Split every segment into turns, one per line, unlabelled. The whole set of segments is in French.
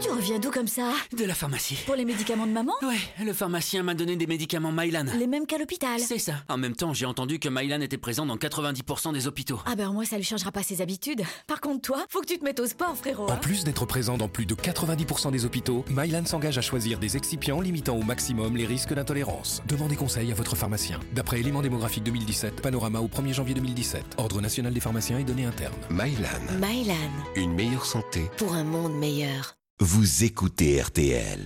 Tu reviens d'où comme ça
De la pharmacie.
Pour les médicaments de maman
Ouais, le pharmacien m'a donné des médicaments Mylan.
Les mêmes qu'à l'hôpital.
C'est ça. En même temps, j'ai entendu que Mylan était présent dans 90% des hôpitaux.
Ah ben au moins ça lui changera pas ses habitudes. Par contre toi, faut que tu te mettes au sport frérot.
En
hein.
plus d'être présent dans plus de 90% des hôpitaux, Mylan s'engage à choisir des excipients limitant au maximum les risques d'intolérance. Demandez conseil à votre pharmacien. D'après éléments démographiques 2017, panorama au 1er janvier 2017, Ordre national des pharmaciens et données internes.
Mylan,
Mylan,
une meilleure santé.
pour un monde meilleur.
Vous écoutez RTL.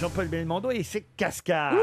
Jean-Paul Belmondo et ses cascades.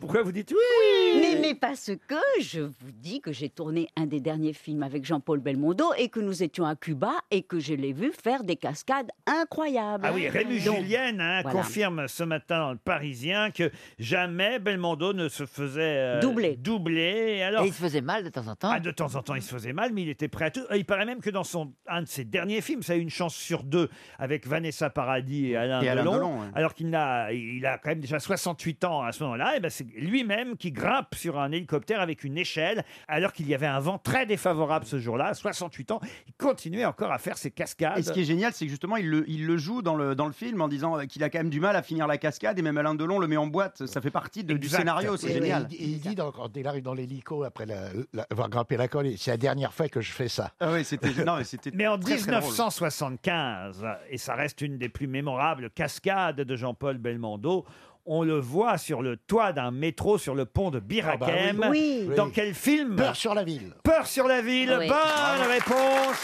Pourquoi vous dites oui
N'aimez pas ce que je vous dis que j'ai tourné un des derniers films avec Jean-Paul Belmondo et que nous étions à Cuba et que je l'ai vu faire des cascades incroyables.
Ah oui, Rémi
Donc,
Julienne hein,
voilà.
confirme ce matin dans le Parisien que jamais Belmondo ne se faisait euh,
Doubler.
doubler. Et alors,
Et il se faisait mal de temps en temps.
ah, de temps en temps, il se faisait mal, mais il était prêt à tout. Il paraît même que dans son, un de ses derniers films, ça a eu une chance sur deux avec Vanessa Paradis et Alain
Et Alain
Delon.
Delon, ouais.
Alors qu'il a, il a quand même déjà 68 ans à ce moment-là, et ben c'est lui-même qui grimpe sur un hélicoptère avec une échelle, alors qu'il y avait un vent très défavorable ce jour-là. À 68 ans, il continuait encore à faire ses cascades.
Et ce qui est génial, c'est que justement, il le, il le joue dans le, dans le film en disant euh, qu'il a quand même du mal à finir la cascade et même Alain Delon le met en boîte. Ça fait partie de- du
Exact.
scénario,
Et
c'est génial.
Il, il dit, dans- quand il arrive dans l'hélico après la- la- avoir grimpé la colle, c'est la dernière fois que je fais ça.
Bah
Ah oui, c'était. non, mais c'était
Mais en
très, très drôle.
1975, et ça reste une des plus mémorables cascades de Jean-Paul Belmondo, on le voit sur le toit d'un métro sur le pont de Birakem.
Ah bah
oui.
Oui.
Dans quel film
Peur sur la ville.
Peur sur la ville.
Oui.
Bonne réponse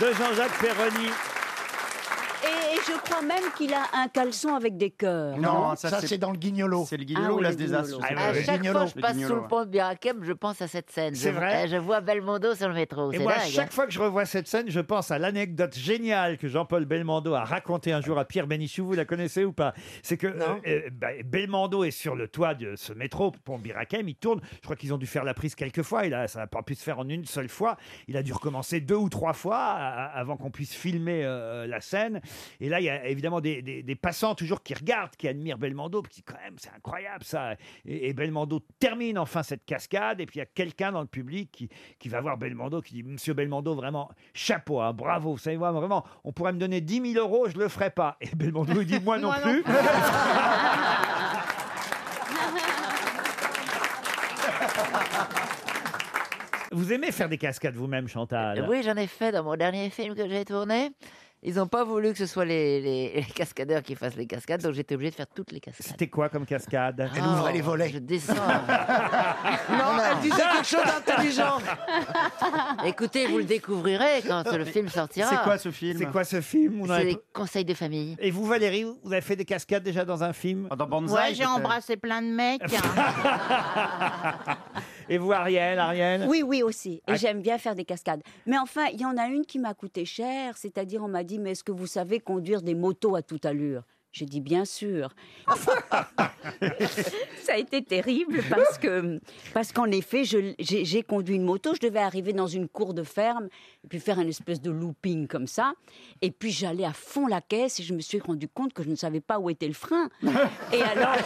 de Jean-Jacques Perroni.
Et, et je crois même qu'il a un caleçon avec des cœurs.
Non,
ça,
ça, c'est-
c'est dans le guignolo.
C'est le
Ah
guignolo
oui,
ou l'as
le
des
guignolo.
as je sais
Ah
pas.
oui,
À
le
chaque
guignolo,
fois que je
le
passe
guignolo,
sous le
ouais.
pont de Birakem, je pense à cette scène.
C'est
je,
vrai
euh, Je vois Belmondo sur le métro.
Et
C'est
moi, à
dingue.
chaque fois que je revois cette scène, je pense à l'anecdote géniale que Jean-Paul Belmondo a racontée un jour à Pierre Bénichou. Vous la connaissez ou pas C'est que euh, euh, bah, Belmondo est sur le toit de ce métro, pont Birakem. Il tourne. Je crois qu'ils ont dû faire la prise quelques fois. Et là, ça n'a pas pu se faire en une seule fois. Il a dû recommencer deux ou trois fois a- a- avant qu'on puisse filmer euh, la scène. Et là, il y a évidemment des, des- des passants toujours qui regardent, qui admirent Belmondo, parce que quand même, c'est incroyable ça. Et, et Belmondo termine enfin cette cascade, et puis il y a quelqu'un dans le public qui, qui va voir Belmondo, qui dit Monsieur Belmondo, vraiment, chapeau, hein, bravo, vous savez, moi, vraiment, on pourrait me donner 10 000 euros, je le ferai pas. Et Belmondo, il dit Moi non plus. Vous aimez faire des cascades vous-même,
Euh,
Chantal
hein. Oui, j'en ai fait dans mon dernier film que j'ai tourné. Ils n'ont pas voulu que ce soit les, les- les cascadeurs qui fassent les cascades, donc j'étais obligé de faire toutes les cascades. Ah,
C'était quoi comme cascade
Elle ouvrait les volets.
Je descends. Ah.
Non, elle disait quelque chose d'intelligent.
Écoutez, vous le découvrirez quand le film sortira.
C'est quoi ce film
C'est quoi ce film On en
C'est
avait-
des conseils de famille.
Et vous, Valérie, vous avez fait des cascades déjà dans un film
Oh, Dans Banzai
Ouais, j'ai
peut-être.
embrassé plein de mecs. hein.
Et vous, Ariel, Ariel
Oui, oui, aussi. Et
Ah.
j'aime bien faire des cascades. Mais enfin, il y en a une qui m'a coûté cher. C'est-à-dire, on m'a dit, mais est-ce que vous savez conduire des motos à toute allure J'ai dit, bien sûr. Ça a été terrible parce que, parce qu'en effet, je- j'ai j'ai conduit une moto. Je devais arriver dans une cour de ferme et puis faire une espèce de looping comme ça. Et puis, j'allais à fond la caisse et je me suis rendu compte que je ne savais pas où était le frein. Et alors,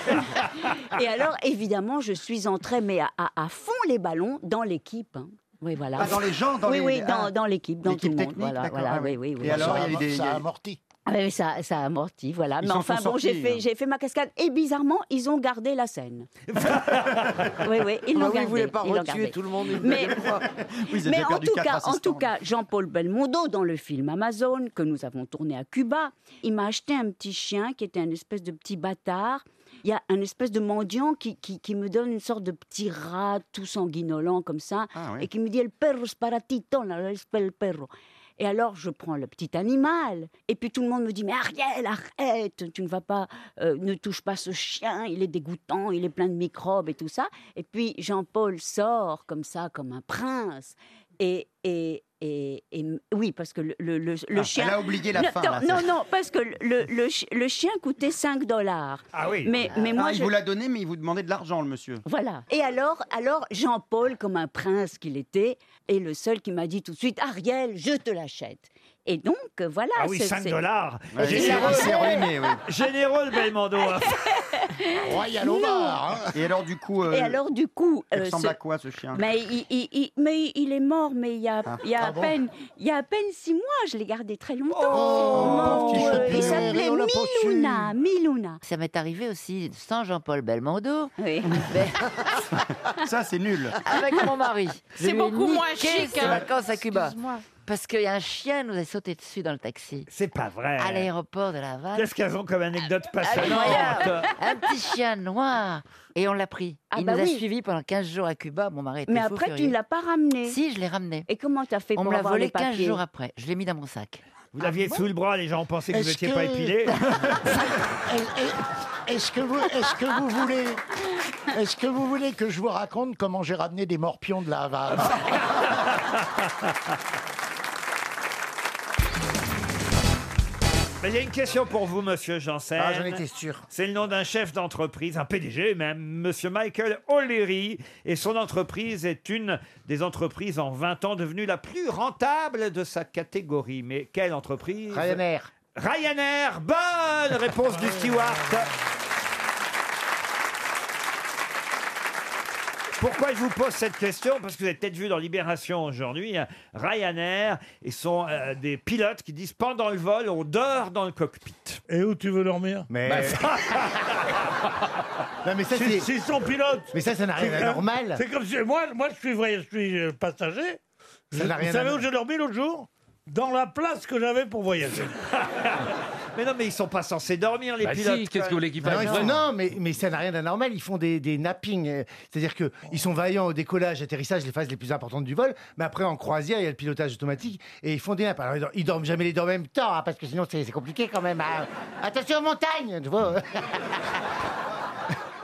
et alors évidemment, je suis entrée, mais à, à- à fond les ballons dans l'équipe. hein. Oui, voilà.
Ah, dans les gens, dans
oui,
les.
oui,
ah,
dans, dans l'équipe, dans tout
l'équipe
le monde.
technique,
Voilà,
d'accord,
voilà,
ah oui.
oui, oui, oui.
Et alors, il y a eu des- il y
ça
a-
amortit.
Ah oui, ça, ça amortit, voilà. mais
Ils s'en
enfin,
sont
bon, j'ai
sortis, hein.
fait, j'ai fait ma cascade. Et bizarrement, ils ont gardé la scène.
Ah
oui, oui, ils l'ont
Ah oui,
gardé.
vous voulez pas
ils l'ont
retuer
gardé.
tout le monde une
Mais,
Oui, ils
mais
avaient
en
perdu
tout
quatre
cas, en
assistants.
tout cas, Jean-Paul Belmondo, dans le film Amazon que nous avons tourné à Cuba, il m'a acheté un petit chien qui était un espèce de petit bâtard. Il y a un espèce de mendiant qui, qui, qui me donne une sorte de petit rat tout sanguinolent comme ça
Ah, oui.
et qui me dit El perro es para ti, tona, es para el perro. Et alors, je prends le petit animal. Et puis tout le monde me dit Mais Ariel, arrête, tu ne vas pas, euh, ne touche pas ce chien, il est dégoûtant, il est plein de microbes et tout ça. Et puis Jean-Paul sort comme ça, comme un prince. Et, et, et, et- oui, parce que le, le, le- le
Ah,
chien.
Elle a oublié la
Non,
fin.
attends,
là, ça.
non, non, parce que le, le, chi- le chien coûtait 5 dollars.
Ah oui.
Mais, mais
Ah,
moi,
il
je,
vous l'a donné, mais il vous demandait de l'argent, le monsieur.
voilà. Et alors, alors Jean-Paul, comme un prince qu'il était, est le seul qui m'a dit tout de suite Ariel, je te l'achète. Et donc, euh, voilà.
Ah oui,
c'est-
5
c'est-
dollars.
Ouais, il s'est il s'est ruiné, oui.
Généreux le Belmondo. hein.
Royal au bar. hein.
Et alors, du coup.
Et
euh,
alors, du coup.
Il
euh,
ressemble
ce-
à quoi ce chien
Mais il, il- il- mais il est mort, mais il y a, il y a à peine, il y a à peine six mois, je l'ai gardé très longtemps.
Oh,
Mon
petit
Dieu, il
champignon,
s'appelait
on l'a pas su.
Milouna, Milouna.
Ça m'est arrivé aussi sans Jean-Paul Belmondo,
Oui.
mais
Ça, c'est nul.
avec mon mari. Je
C'est
lui ai
beaucoup moins
niqué
chic,
ses
hein.
vacances à Cuba.
Excuse-moi.
Parce qu'un chien nous a sauté dessus dans le taxi.
C'est pas vrai.
À l'aéroport de La Havane.
Qu'est-ce qu'elles ont comme anecdote passionnante
Incroyable. Un petit chien noir. Et on l'a pris.
Ah
Il
bah
nous a
oui.
suivis pendant 15 jours à Cuba. Mon mari était
Mais
fou
après, tu
furieux.
ne l'as pas ramené.
Si, je l'ai ramené.
Et comment tu as fait
On me
pour
l'a
avoir les
volé 15
papiers
jours après. Je l'ai mis dans mon sac.
Vous l'aviez sous le bras, les gens pensaient que vous
Est-ce
n'étiez
que-
pas épilé.
Et- et- Est-ce que, vous- est-ce que vous voulez... Est-ce que vous voulez que je vous raconte comment j'ai ramené des morpions de la Havane
Mais il y a une question pour vous, monsieur Janssen.
Ah, j'en étais sûr.
C'est le nom d'un chef d'entreprise, un PDG même, Monsieur Michael O'Leary. Et son entreprise est une des entreprises en 20 ans devenue la plus rentable de sa catégorie. Mais quelle entreprise
Ryanair.
Ryanair. Bonne réponse du steward. Pourquoi je vous pose cette question Parce que vous avez peut-être vu dans Libération aujourd'hui, hein, Ryanair et sont euh, des pilotes qui disent pendant le vol, on dort dans le cockpit. Bah,
Et où tu veux dormir
Mais... non, mais ça,
C'est
c'est...
c'est son pilote.
Mais ça, ça n'a rien
C'est-
d'anormal.
C'est comme si moi, moi je suis vrai, je suis euh, passager.
Ça n'a rien
Vous savez
à-
où j'ai dormi l'autre jour Dans la place que j'avais pour voyager.
Mais non, mais ils sont pas censés dormir, les
Bah si,
pilotes.
qu'est-ce que vous voulez qu'il
euh, Non,
fasse
ils font- non, mais, mais ça n'a rien d'anormal. Ils font des, des nappings. euh, C'est-à-dire qu'ils sont vaillants au décollage, atterrissage, les phases les plus importantes du vol. Mais après, en croisière, il y a le pilotage automatique et ils font des nappes. Alors, ils, dor- ils dorment jamais les deux en même temps, hein, parce que sinon, c'est c'est compliqué quand même. hein. Attention, montagne tu vois.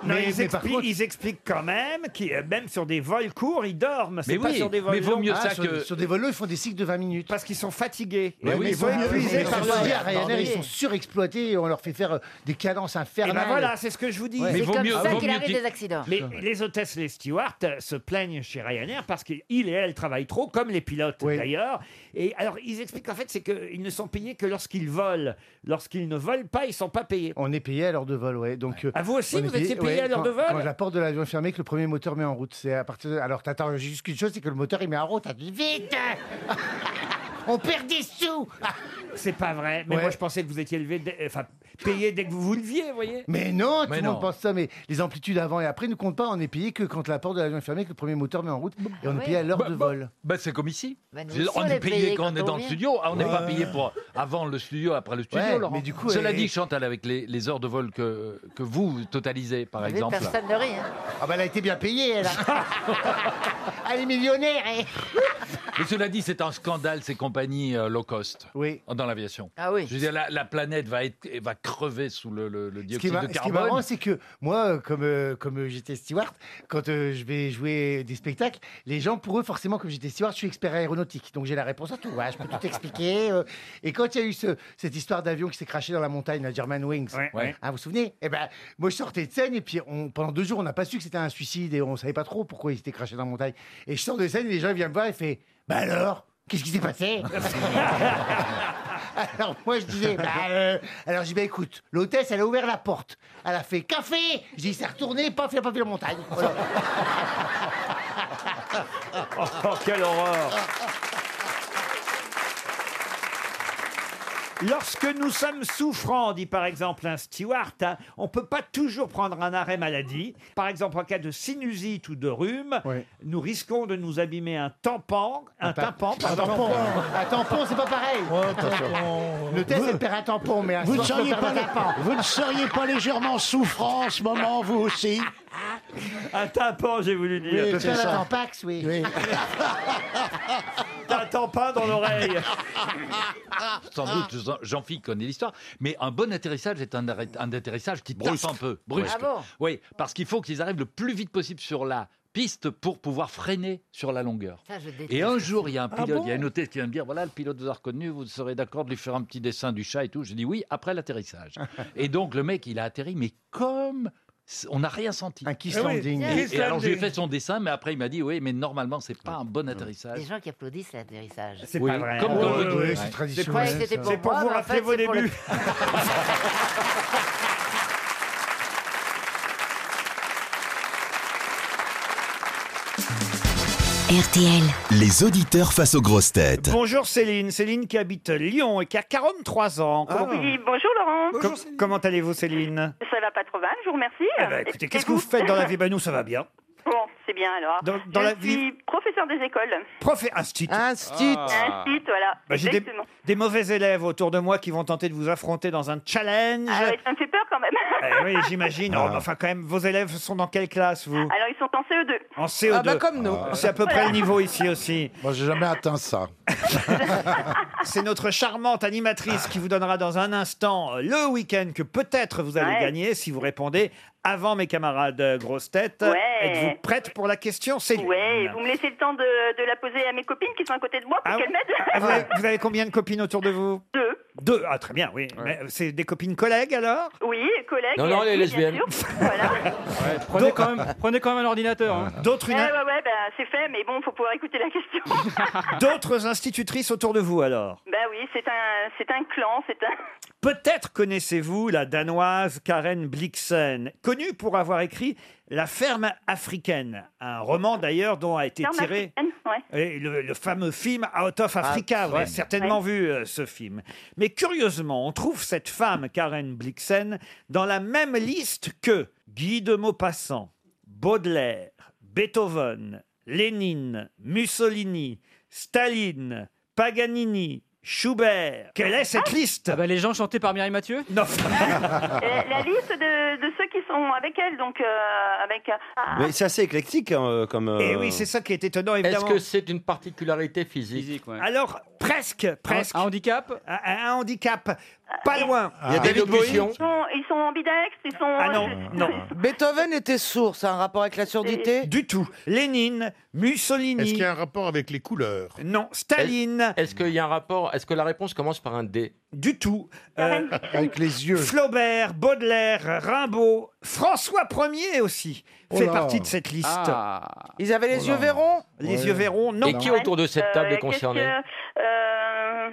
Non,
Mais-
ils,
mais
expliquent,
par contre-
ils expliquent quand même qu'ils, euh, même sur des vols courts, ils dorment. C'est
Mais
pas
oui,
sur des vols
mais vaut
longs.
mieux
Ah,
ça
sur,
que.
sur des volos, ils font des cycles de 20 minutes.
Parce qu'ils sont fatigués.
Mais oui,
ils sont
ils sont-
épuisés
Mais
par
ceci
le
dit,
vol.
à Ryanair, ils sont surexploités et on leur fait faire euh, des cadences
Et
infernales.
ben voilà, c'est ce que je vous dis.
Ouais.
Mais
C'est
vaut
comme
mieux-
ça
vaut
qu'il
mieux
arrive
qu'il-
des accidents.
Mais les hôtesses, les stewards euh, se plaignent chez Ryanair parce qu'il et elle travaillent trop, comme les pilotes
Oui.
d'ailleurs. Et alors, ils expliquent qu'en fait, c'est qu'ils ne sont payés que lorsqu'ils volent. Lorsqu'ils ne volent pas, ils sont pas payés.
On est payé à l'heure de vol, ouais. Donc, euh,
Ah, vous aussi,
on est
vous étiez payé
ouais,
à l'heure
quand-
de vol
Quand la porte de l'avion est fermée, que le premier moteur met en route. C'est à partir de... Alors, t'attends juste qu'une chose, c'est que le moteur, il met en route. T'as dit, vite On perd des sous
C'est pas vrai. Mais
Ouais.
moi, je pensais que vous étiez élevé, dès- enfin, payé dès que vous vous leviez, vous voyez.
Mais non, tout
Mais
le
non.
monde pense ça, mais les amplitudes avant et après ne comptent pas. On est payé que quand la porte de l'avion est fermée, que le premier moteur met en route. Et on est
ouais.
payé à l'heure
Bah,
de
bah,
vol.
Bah, c'est comme ici.
Bah, nous
Je veux dire,
aussi,
on est payé quand on est dans le
vient.
studio. Ah, on n'est pas payé pour avant le studio, après le studio.
Ouais,
Laurent.
mais du coup,
Cela
elle-
dit, Chantal, avec les, les heures de vol que, que vous totalisez, par
Vous savez,
exemple.
personne ne rit. hein.
Ah bah, elle a été bien payée, elle. a- elle est millionnaire, eh.
Mais cela dit, c'est un scandale ces compagnies euh, low cost
Oui.
dans l'aviation.
Ah oui.
Je veux dire, la, la planète va, être, va crever sous le, le- le
Ce qui, est
dioxyde
mar-
de
ce qui est
carbone.
marrant, c'est que moi, euh, comme, euh, comme euh, j'étais steward, quand euh, je vais jouer des spectacles, les gens, pour eux, forcément, comme j'étais steward, je suis expert aéronautique. Donc j'ai la réponse à tout. Voilà, je peux tout expliquer. euh. Et quand il y a eu ce- cette histoire d'avion qui s'est craché dans la montagne, la German Wings,
Ouais, ouais.
hein, vous vous souvenez Eh ben, moi, je sortais de scène et puis on- pendant deux jours, on n'a pas su que c'était un suicide et on savait pas trop pourquoi il s'était craché dans la montagne. Et je sors de scène et les gens ils viennent me voir et font Bah alors Qu'est-ce qui s'est passé Alors moi je disais, bah, euh, alors je dis, bah écoute, l'hôtesse elle a ouvert la porte, elle a fait café, j'ai dit c'est retourné, paf, il a pas vu la montagne. Voilà.
Oh, quelle horreur Lorsque nous sommes souffrants, dit par exemple un steward, hein, on peut pas toujours prendre un arrêt maladie. Par exemple, en cas de sinusite ou de rhume,
Ouais.
nous risquons de nous abîmer un tampon. Un, Oh,
ta-
tympan,
Un
pardon.
tampon, un tampon c'est pas pareil. L'hôtesse elle perd un tampon, mais un
Vous ne
soir,
seriez
elle perd
pas
un tampon.
Vous ne seriez pas légèrement souffrant en ce moment, vous aussi
Un tympan, Ah, j'ai voulu
Elle
dire.
peut faire un tampax, oui.
Un tampon dans l'oreille.
Sans
Ah.
doute, Jean- Jean-Philippe connaît l'histoire, mais un bon atterrissage est un, arrêt- un atterrissage qui tape un peu, brusque.
Ah bon
oui, parce qu'il faut qu'ils arrivent le plus vite possible sur la piste pour pouvoir freiner sur la longueur.
Ah, Ça, je déteste.
Et
oh,
un jour, il y a un pilote,
bon
il y a une hôtesse qui vient me dire, voilà, le pilote vous a reconnu, vous serez d'accord de lui faire un petit dessin du chat et tout. Je dis oui, après l'atterrissage. et donc, le mec, il a atterri, mais comme on n'a rien senti.
Un kiss
Eh oui.
landing.
Kiss
Et alors, je lui ai
landing.
fait son dessin, mais après, il m'a dit, oui, mais normalement, c'est pas un bon atterrissage.
Des gens qui applaudissent l'atterrissage.
C'est
Oui,
pas vrai.
comme
Oh,
quand-
Ouais,
Ouais,
ouais,
Je
c'est
ouais.
croyais que
traditionnel.
c'était
ça.
pour
C'est pour
moi,
vous
mais en
rappeler
fait,
vos
c'est pour le-
débuts. RTL.
Les auditeurs face aux grosses têtes.
Bonjour Céline, Céline qui habite Lyon et qui a 43 ans. Comment-
Oui, bonjour Laurent.
Ah. Com- comment allez-vous Céline
Ça va pas trop mal, je vous remercie.
Eh ben, écoutez, qu'est-ce que vous faites dans la vie Ben nous, ça va bien.
Bon, c'est bien alors.
Dans- dans
je
la vie-
suis professeur des écoles.
Prof institut. Institut.
Institut, Ah. voilà.
J'ai des,
Exactement.
des mauvais élèves autour de moi qui vont tenter de vous affronter dans un challenge.
Ah ouais, ça me fait peur quand même. Ah.
Eh oui, j'imagine. Oh, mais enfin, quand même, vos élèves sont dans quelle classe, vous
Alors, ils sont en E CE2.
En CO2.
Ah, bah,
Ah. C'est à peu près le niveau ici aussi. Moi, j'ai jamais atteint ça. C'est notre charmante animatrice qui vous donnera dans un instant euh, le week-end que peut-être vous allez
Ouais.
gagner si vous répondez avant mes camarades euh, grosses têtes.
Ouais.
Êtes-vous prête pour la question Céline
Ouais, vous me laissez le temps de, de la poser à mes copines qui sont à côté de moi pour
Ah,
qu'elles m'aident.
Ah, vous, avez, vous avez combien de copines autour de vous Deux. Deux, ah très bien, oui. Mais C'est des copines collègues alors
Oui, collègues.
Non, non, elle est
bien
lesbienne.
sûr. Voilà.
prenez, quand même, un ordinateur. hein. D'autres
Ouais,
une-
ouais, ouais, bah, c'est fait, mais bon, faut pouvoir écouter la question.
d'autres institutrices autour de vous alors
bah oui, c'est un, c'est un clan, c'est un.
Peut-être connaissez-vous la Danoise Karen Blixen, connue pour avoir écrit La ferme africaine, un roman d'ailleurs dont a été
Ferme
tiré
africaine, ouais.
et le, le fameux film Out of
Ah,
Africa. vous
ouais.
avez certainement
Ouais.
vu euh, ce film. Mais curieusement, on trouve cette femme, Karen Blixen, dans la même liste que Guy de Maupassant, Baudelaire, Beethoven, Lénine, Mussolini, Staline, Paganini, Schubert. Quelle est cette liste Ah bah, Les gens chantés par Mireille Mathieu Non. Ah.
la, la liste de, de ceux qui sont avec elle, donc euh, avec. euh, ah,
Mais c'est assez éclectique hein, comme.
Et
euh,
Eh oui, c'est ça qui est étonnant,
Est-ce
évidemment.
que c'est une particularité physique,
Alors, presque, presque. Un, handicap un, un handicap, pas loin.
Il y a David Bowie
Ils sont, ils sont ambidextres, ils sont.
Ah non, non.
Beethoven était sourd,
hein,
ça a un rapport avec la surdité
Du tout. Lénine, Mussolini.
Est-ce qu'il y a un rapport avec les couleurs
Non, Staline.
Est-ce qu'il y a un rapport Est-ce que la réponse commence par un D
Du tout. Euh,
avec les yeux.
Flaubert, Baudelaire, Rimbaud, François Ier aussi
Oh
fait
là.
partie de cette liste. Oh
Ah. Ils avaient les yeux verrons
Les
Ouais.
yeux verrons, non.
Et qui autour de cette table est
Euh, qu'est-ce
concerné
que, euh,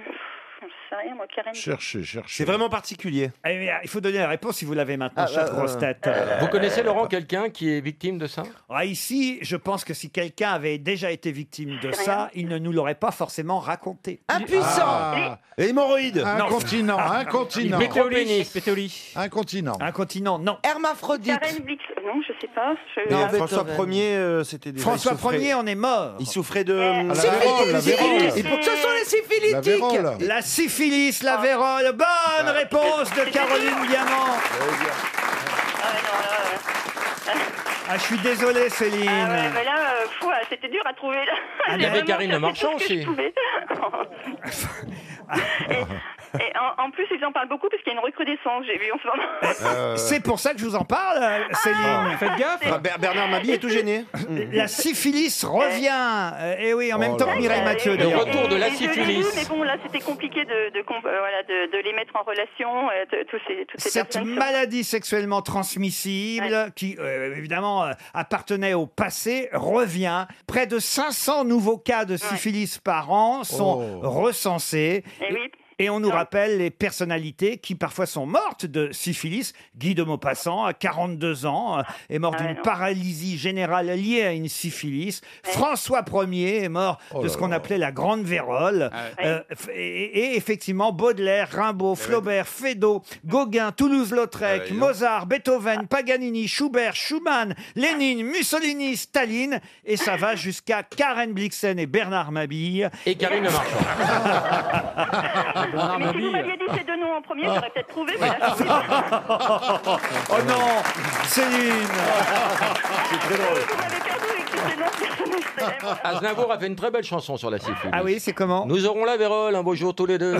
Je sais rien, moi, Karen.
Cherchez,
C'est vraiment particulier.
Eh, mais, il faut donner la réponse si vous l'avez maintenant,
Ah,
chère
euh,
grosse tête.
euh, Vous connaissez,
Laurent, quelqu'un qui est victime de ça
Ah, ici, je pense que si quelqu'un avait déjà été victime de ça, il ne nous l'aurait pas forcément raconté.
Impuissant. Ah.
Hémorroïde
Un continent, un continent.
Un continent. Un continent, non. Hermaphrodite
Karen euh, Blix, non, je sais pas. Je...
Non, François 1er, euh, c'était des.
François Ier en est mort.
Il souffrait de.
Ah, la Syphilis, vérole, la syphilis. vérole. Et pour-
Ce sont les syphilitiques
La vérole. Ah. La syphilis, la vérole. Bonne réponse de Caroline Diamant. Ah, je suis désolé, Céline.
Ah ouais, mais là, euh, fou, ah, c'était dur à trouver. Là.
Ah,
J'ai
il y avait
vraiment
Karine Le
cherché tout
Marchand
ce que je
aussi.
pouvais. et et en, en plus, ils en parlent beaucoup parce qu'il y a une recrudescence, j'ai vu en ce moment.
C'est pour ça que je vous en parle, euh, Céline.
Faites gaffe. Ah, Ber- Bernard Mabie est tout gêné.
La syphilis revient. Euh, Et oui, en même temps que Mireille Mathieu.
Le
d'ailleurs.
retour de la
Et je l'ai lu, Mais bon, là, c'était compliqué de, de, com- euh, voilà, de, de les mettre en relation, euh, de- tous ces, toutes ces
Cette
personnes.
maladie sexuellement transmissible, qui euh, évidemment euh, appartenait au passé, revient. Près de 500 nouveaux cas de syphilis par an sont
Oh.
recensés.
Eh oui.
Et on nous rappelle les personnalités qui parfois sont mortes de syphilis. Guy de Maupassant, à 42 ans, euh, est mort
Ah ouais,
d'une
non.
paralysie générale liée à une syphilis. François Ier est mort
Oh
de ce qu'on appelait la grande vérole. Euh, f- et, et effectivement, Baudelaire,
Eh
Rimbaud, Flaubert, Feydeau, Gauguin, Toulouse-Lautrec, Mozart, Beethoven, Paganini, Schubert, Schumann, Lénine, Mussolini, Staline. Et ça va jusqu'à Karen Blixen et Bernard Mabille.
Et Karine Le
bah,
Ah, mais si vous m'aviez dit ces deux noms en premier,
Ah.
j'aurais peut-être trouvé. Mais là, je sais pas.
oh non, Céline
C'est très drôle.
Ah, Aznavour a fait une très belle chanson sur la syphilis.
Ah oui, c'est comment
Nous aurons la vérole un beau jour tous les deux.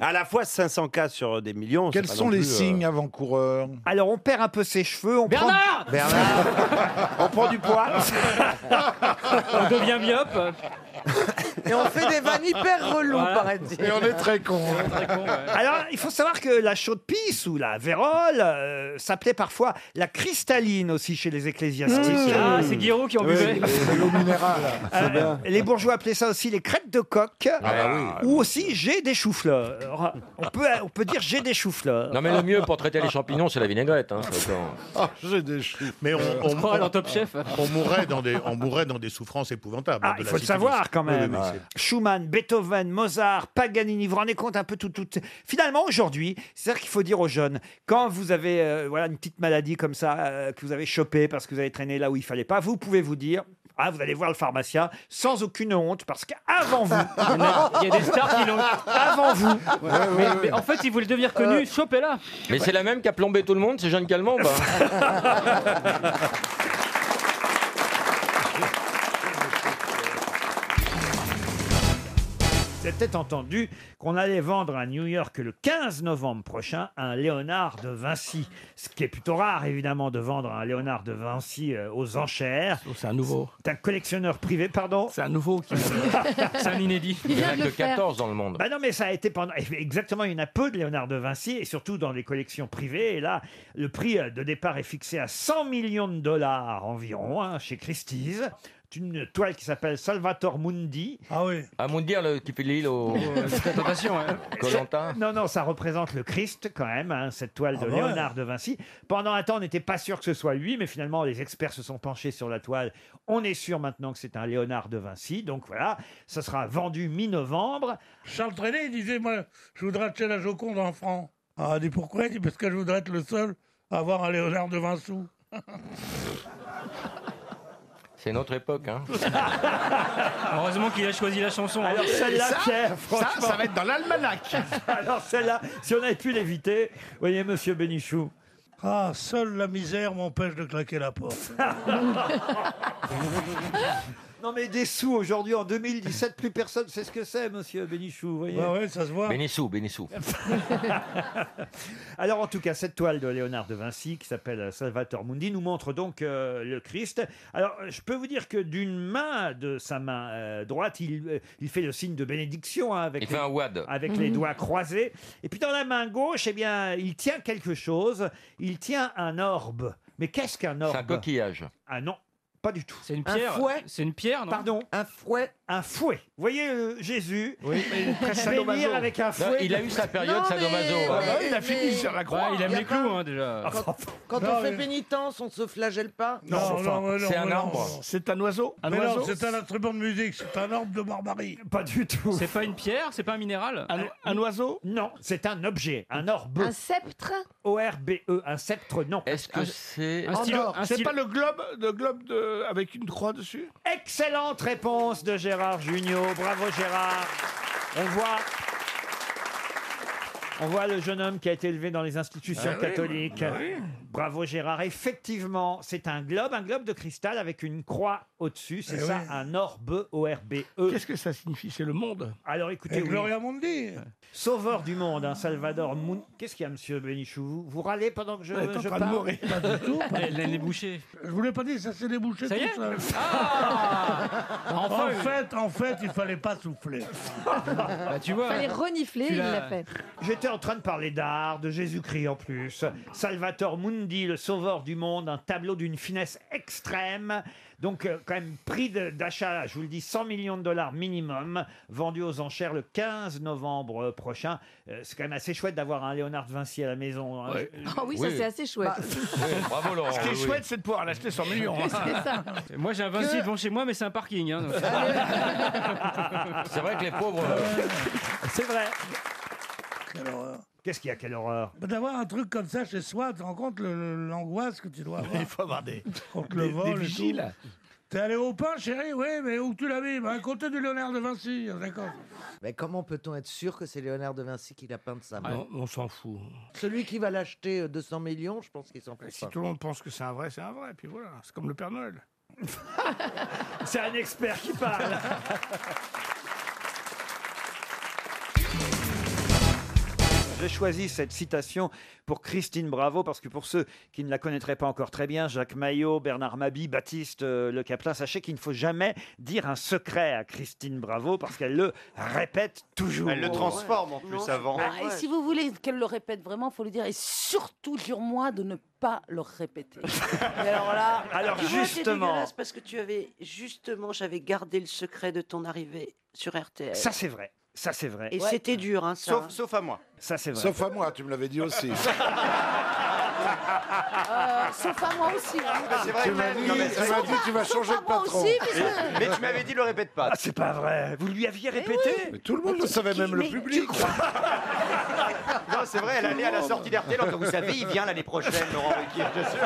à la fois 500 cas sur des millions.
Quels sont les signes
avant-coureurs
Alors on perd un peu ses cheveux, on Bernard prend... on prend du poids.
On devient myope.
Et on fait des vannes hyper reloues,
Voilà.
paraît-il.
Alors, il faut savoir que la chaude-pisse ou la vérole euh, s'appelait parfois la cristalline aussi chez les ecclésiastiques.
Mmh. Ah, c'est Guiraud qui en buvait. Oui, c'est l'eau minérale.
Euh,
C'est bien.
les bourgeois appelaient ça aussi les crêtes de coq
Ah bah oui.
ou aussi j'ai des choux-fleurs. On peut, on peut dire j'ai des choux-fleurs.
Non, mais le mieux pour traiter les champignons, c'est la vinaigrette. Hein, c'est autant.
Ah, j'ai des choux. Mais on,
On se croirait Euh, dans Top Chef.
on mourrait dans des, on mourrait dans des souffrances épouvantables. hein,
Ah, il faut le savoir quand même. Schumann, Beethoven, Mozart, Paganini, vous vous rendez compte un peu tout. tout. Finalement, aujourd'hui, c'est ça qu'il faut dire aux jeunes. Quand vous avez euh, voilà, une petite maladie comme ça, euh, que vous avez chopé parce que vous avez traîné là où il fallait pas, vous pouvez vous dire. Ah, vous allez voir le pharmacien sans aucune honte parce qu'avant vous,
Il y en a- il y a des stars qui l'ont-
Avant vous,
mais, mais en fait, il voulait devenir connu,
Euh,
chopez-la.
Mais c'est la même qui a plombé tout le monde, c'est Jeanne Calment. Bah.
Vous avez peut-être entendu qu'on allait vendre à New York le 15 novembre prochain un Léonard de Vinci. Ce qui est plutôt rare, évidemment, de vendre un Léonard de Vinci euh, aux enchères. C'est un nouveau. C'est un collectionneur privé, pardon. C'est un nouveau.
C'est un
inédit.
Il y en a que 14 dans le monde.
Bah non, mais ça a été pendant. Exactement, il y en a peu de Léonard de Vinci, et surtout dans les collections privées. Et là, le prix euh, de départ est fixé à 100 millions de dollars environ, hein, chez Christie's. C'est une toile qui s'appelle Salvator Mundi. Ah oui.
À mon dire, le qui fait l'île au. Attention, hein. Colantin.
Non, non, ça représente le Christ quand même, hein, cette toile de
Ah ouais.
Léonard de Vinci. Pendant un temps, on n'était pas sûr que ce soit lui, mais finalement, les experts se sont penchés sur la toile. On est sûr maintenant que c'est un Léonard de Vinci. Donc voilà, ça sera vendu mi-novembre.
Charles Trenet, il disait, moi, je voudrais acheter la Joconde en francs. Ah, il dit, pourquoi Il dit, parce que je voudrais être le seul à avoir un Léonard de 20 sous.
C'est notre époque. Hein.
Heureusement qu'il a choisi la chanson.
hein.
Alors celle-là,
Ça,
Pierre,
ça,
franchement.
ça va
être dans l'almanach. Alors celle-là, si on avait pu l'éviter, voyez, monsieur Bénichou.
Ah, seule la misère m'empêche de claquer la porte.
Non mais des sous aujourd'hui en 2017, plus personne sait ce que c'est, monsieur Bénichou. vous voyez.
Ouais, Bah ouais, ça se voit.
Bénissou, Bénissou.
Alors en tout cas, cette toile de Léonard de Vinci qui s'appelle euh, Salvator Mundi nous montre donc euh, le Christ. Alors euh, je peux vous dire que d'une main de sa main euh, droite, il, euh, il fait le signe de bénédiction hein, avec,
Il fait un wad.
avec les doigts croisés. Et puis dans la main gauche, eh bien, il tient quelque chose. Il tient un orbe. Mais qu'est-ce qu'un orbe
C'est un coquillage.
Ah non, pas du tout. C'est une
pierre. Un fouet
C'est une pierre, non Pardon Un fouet. Un fouet. Vous voyez euh, Jésus
Oui. Mais très sadomaso.
bénir avec un fouet. Ah,
Non, il a eu sa période sadomaso. hein.
Bah, il aime les clous, hein, déjà.
Quand-
Quand
Non,
on fait
mais-
pénitence, on se flagelle pas
C'est un oiseau
Un
Mais
oiseau
non, c'est un instrument de musique, c'est un arbre de barbarie.
Pas du tout.
C'est pas une pierre, c'est pas un minéral.
oiseau Non, c'est un objet, un orbe.
Un sceptre
O-R-B-E, E, un sceptre, non.
Est-ce que c'est.
C'est pas le globe, le globe avec une croix dessus Excellente réponse de Gérard Junior. Bravo Gérard. On voit. On voit le jeune homme qui a été élevé dans les institutions
Ah oui,
catholiques.
bah oui.
Bravo Gérard. Effectivement, c'est un globe, un globe de cristal avec une croix au-dessus. C'est
Eh
ça,
oui.
un orbe, O-R-B-E. Qu'est-ce que ça signifie C'est le monde E. Alors écoutez,
Et
oui.
Gloria Mundi
Sauveur du monde, hein, Salvador Mun- Qu'est-ce qu'il y a, monsieur Benichou vous, vous râlez pendant que je,
Elle est en
je
train de
parle
mourir. Pas du tout, pas
Elle est bouchée.
Je voulais pas dire, ça s'est débouché
Ça y
tout
est Ah
seul.
enfin,
en fait, en fait, il fallait pas souffler.
Bah, tu vois.
Fallait renifler,
Bah, Tu
il
l'as-
l'a fait.
J'étais en train de parler d'art, de Jésus-Christ en plus. Salvator Mundi, le sauveur du monde, un tableau d'une finesse extrême. Donc, euh, quand même, prix de- d'achat, je vous le dis, 100 millions de dollars minimum, vendu aux enchères le 15 novembre euh, prochain. Euh, c'est quand même assez chouette d'avoir un Léonard de Vinci à la maison. hein.
Euh,
Je-
Ah oui, ça c'est assez chouette.
Bravo Laurent.
Ce qui est Oui, oui. chouette,
c'est de pouvoir l'acheter 100 millions.
hein.
C'est ça.
Moi, j'ai un Vinci devant chez moi, mais c'est un parking. hein, donc.
C'est vrai que les pauvres. euh,
C'est vrai.
Quelle horreur.
Qu'est-ce qu'il y a, quelle horreur
Bah, D'avoir un truc comme ça chez soi, tu te rends compte le- le- l'angoisse que tu dois avoir.
Il faut avoir des,
Contre le
des- des
vol. et
vigiles.
tout. T'es allé au pain, chérie Oui, mais où tu l'as mis Bah, À côté du Léonard de Vinci, Ah, d'accord.
Mais comment peut-on être sûr que c'est Léonard de Vinci qui l'a peint de sa main
on s'en fout.
Celui qui va l'acheter euh, 200 millions, je pense qu'il s'en fout
si
pas.
tout
le monde pense que c'est un vrai, c'est un vrai. Puis voilà, c'est comme le Père Noël.
C'est un expert qui parle. Je J'ai choisi cette citation pour Christine Bravo, parce que pour ceux qui ne la connaîtraient pas encore très bien, Jacques Maillot, Bernard Mabi, Baptiste euh, Le Caplin, sachez qu'il ne faut jamais dire un secret à Christine Bravo, parce qu'elle le répète toujours.
Elle le transforme en plus avant.
Ah, et si vous voulez qu'elle le répète vraiment, faut lui dire et surtout jure-moi de ne pas le répéter. Et alors là,
Alors,
tu vois, c'est
justement.
dégueulasse
parce que tu avais justement, j'avais gardé le secret de ton arrivée sur RTL.
Ça, c'est vrai. Ça, c'est vrai.
Et c'était dur, hein, ça.
Sauf, sauf à moi.
Ça, c'est vrai.
Sauf à moi, tu me l'avais dit aussi.
Euh, sauf à moi aussi. hein.
Ah, c'est vrai, Tu m'as même. dit- Non, mais tu m'as dit, tu vas changer
Sauf
de
à moi
patron.
aussi, mais ça-
Mais tu m'avais dit le répète pas.
Ah, c'est pas vrai. Vous lui aviez répété.
Mais tout le monde le savait, même le public.
Non, c'est vrai, elle allait à la sortie d'RTL. Vous savez, il vient l'année prochaine, Laurent Ruquier, bien sûr.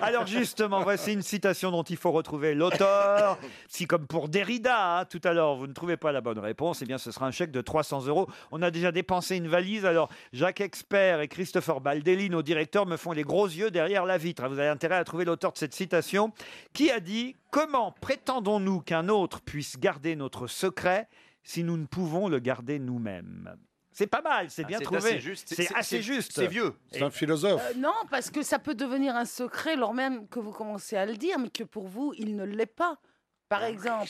Alors justement, voici une citation dont il faut retrouver l'auteur. Si comme pour Derrida, hein, tout à l'heure, vous ne trouvez pas la bonne réponse, eh bien ce sera un chèque de 300 euros. On a déjà dépensé une valise. Alors Jacques Expert et Christopher Baldelli, nos directeurs, me font les gros yeux derrière la vitre. Vous avez intérêt à trouver l'auteur de cette citation. Qui a dit « Comment prétendons-nous qu'un autre puisse garder notre secret si nous ne pouvons le garder nous-mêmes ?» C'est pas mal, c'est
Ah,
bien
c'est
trouvé.
assez juste. C'est-
C'est
c'est-
assez
c'est-
juste.
c'est vieux.
C'est un philosophe.
Euh, non, parce que ça peut devenir un secret lors même que vous commencez à le dire, mais que pour vous, il ne l'est pas.
Ah,
Par exemple.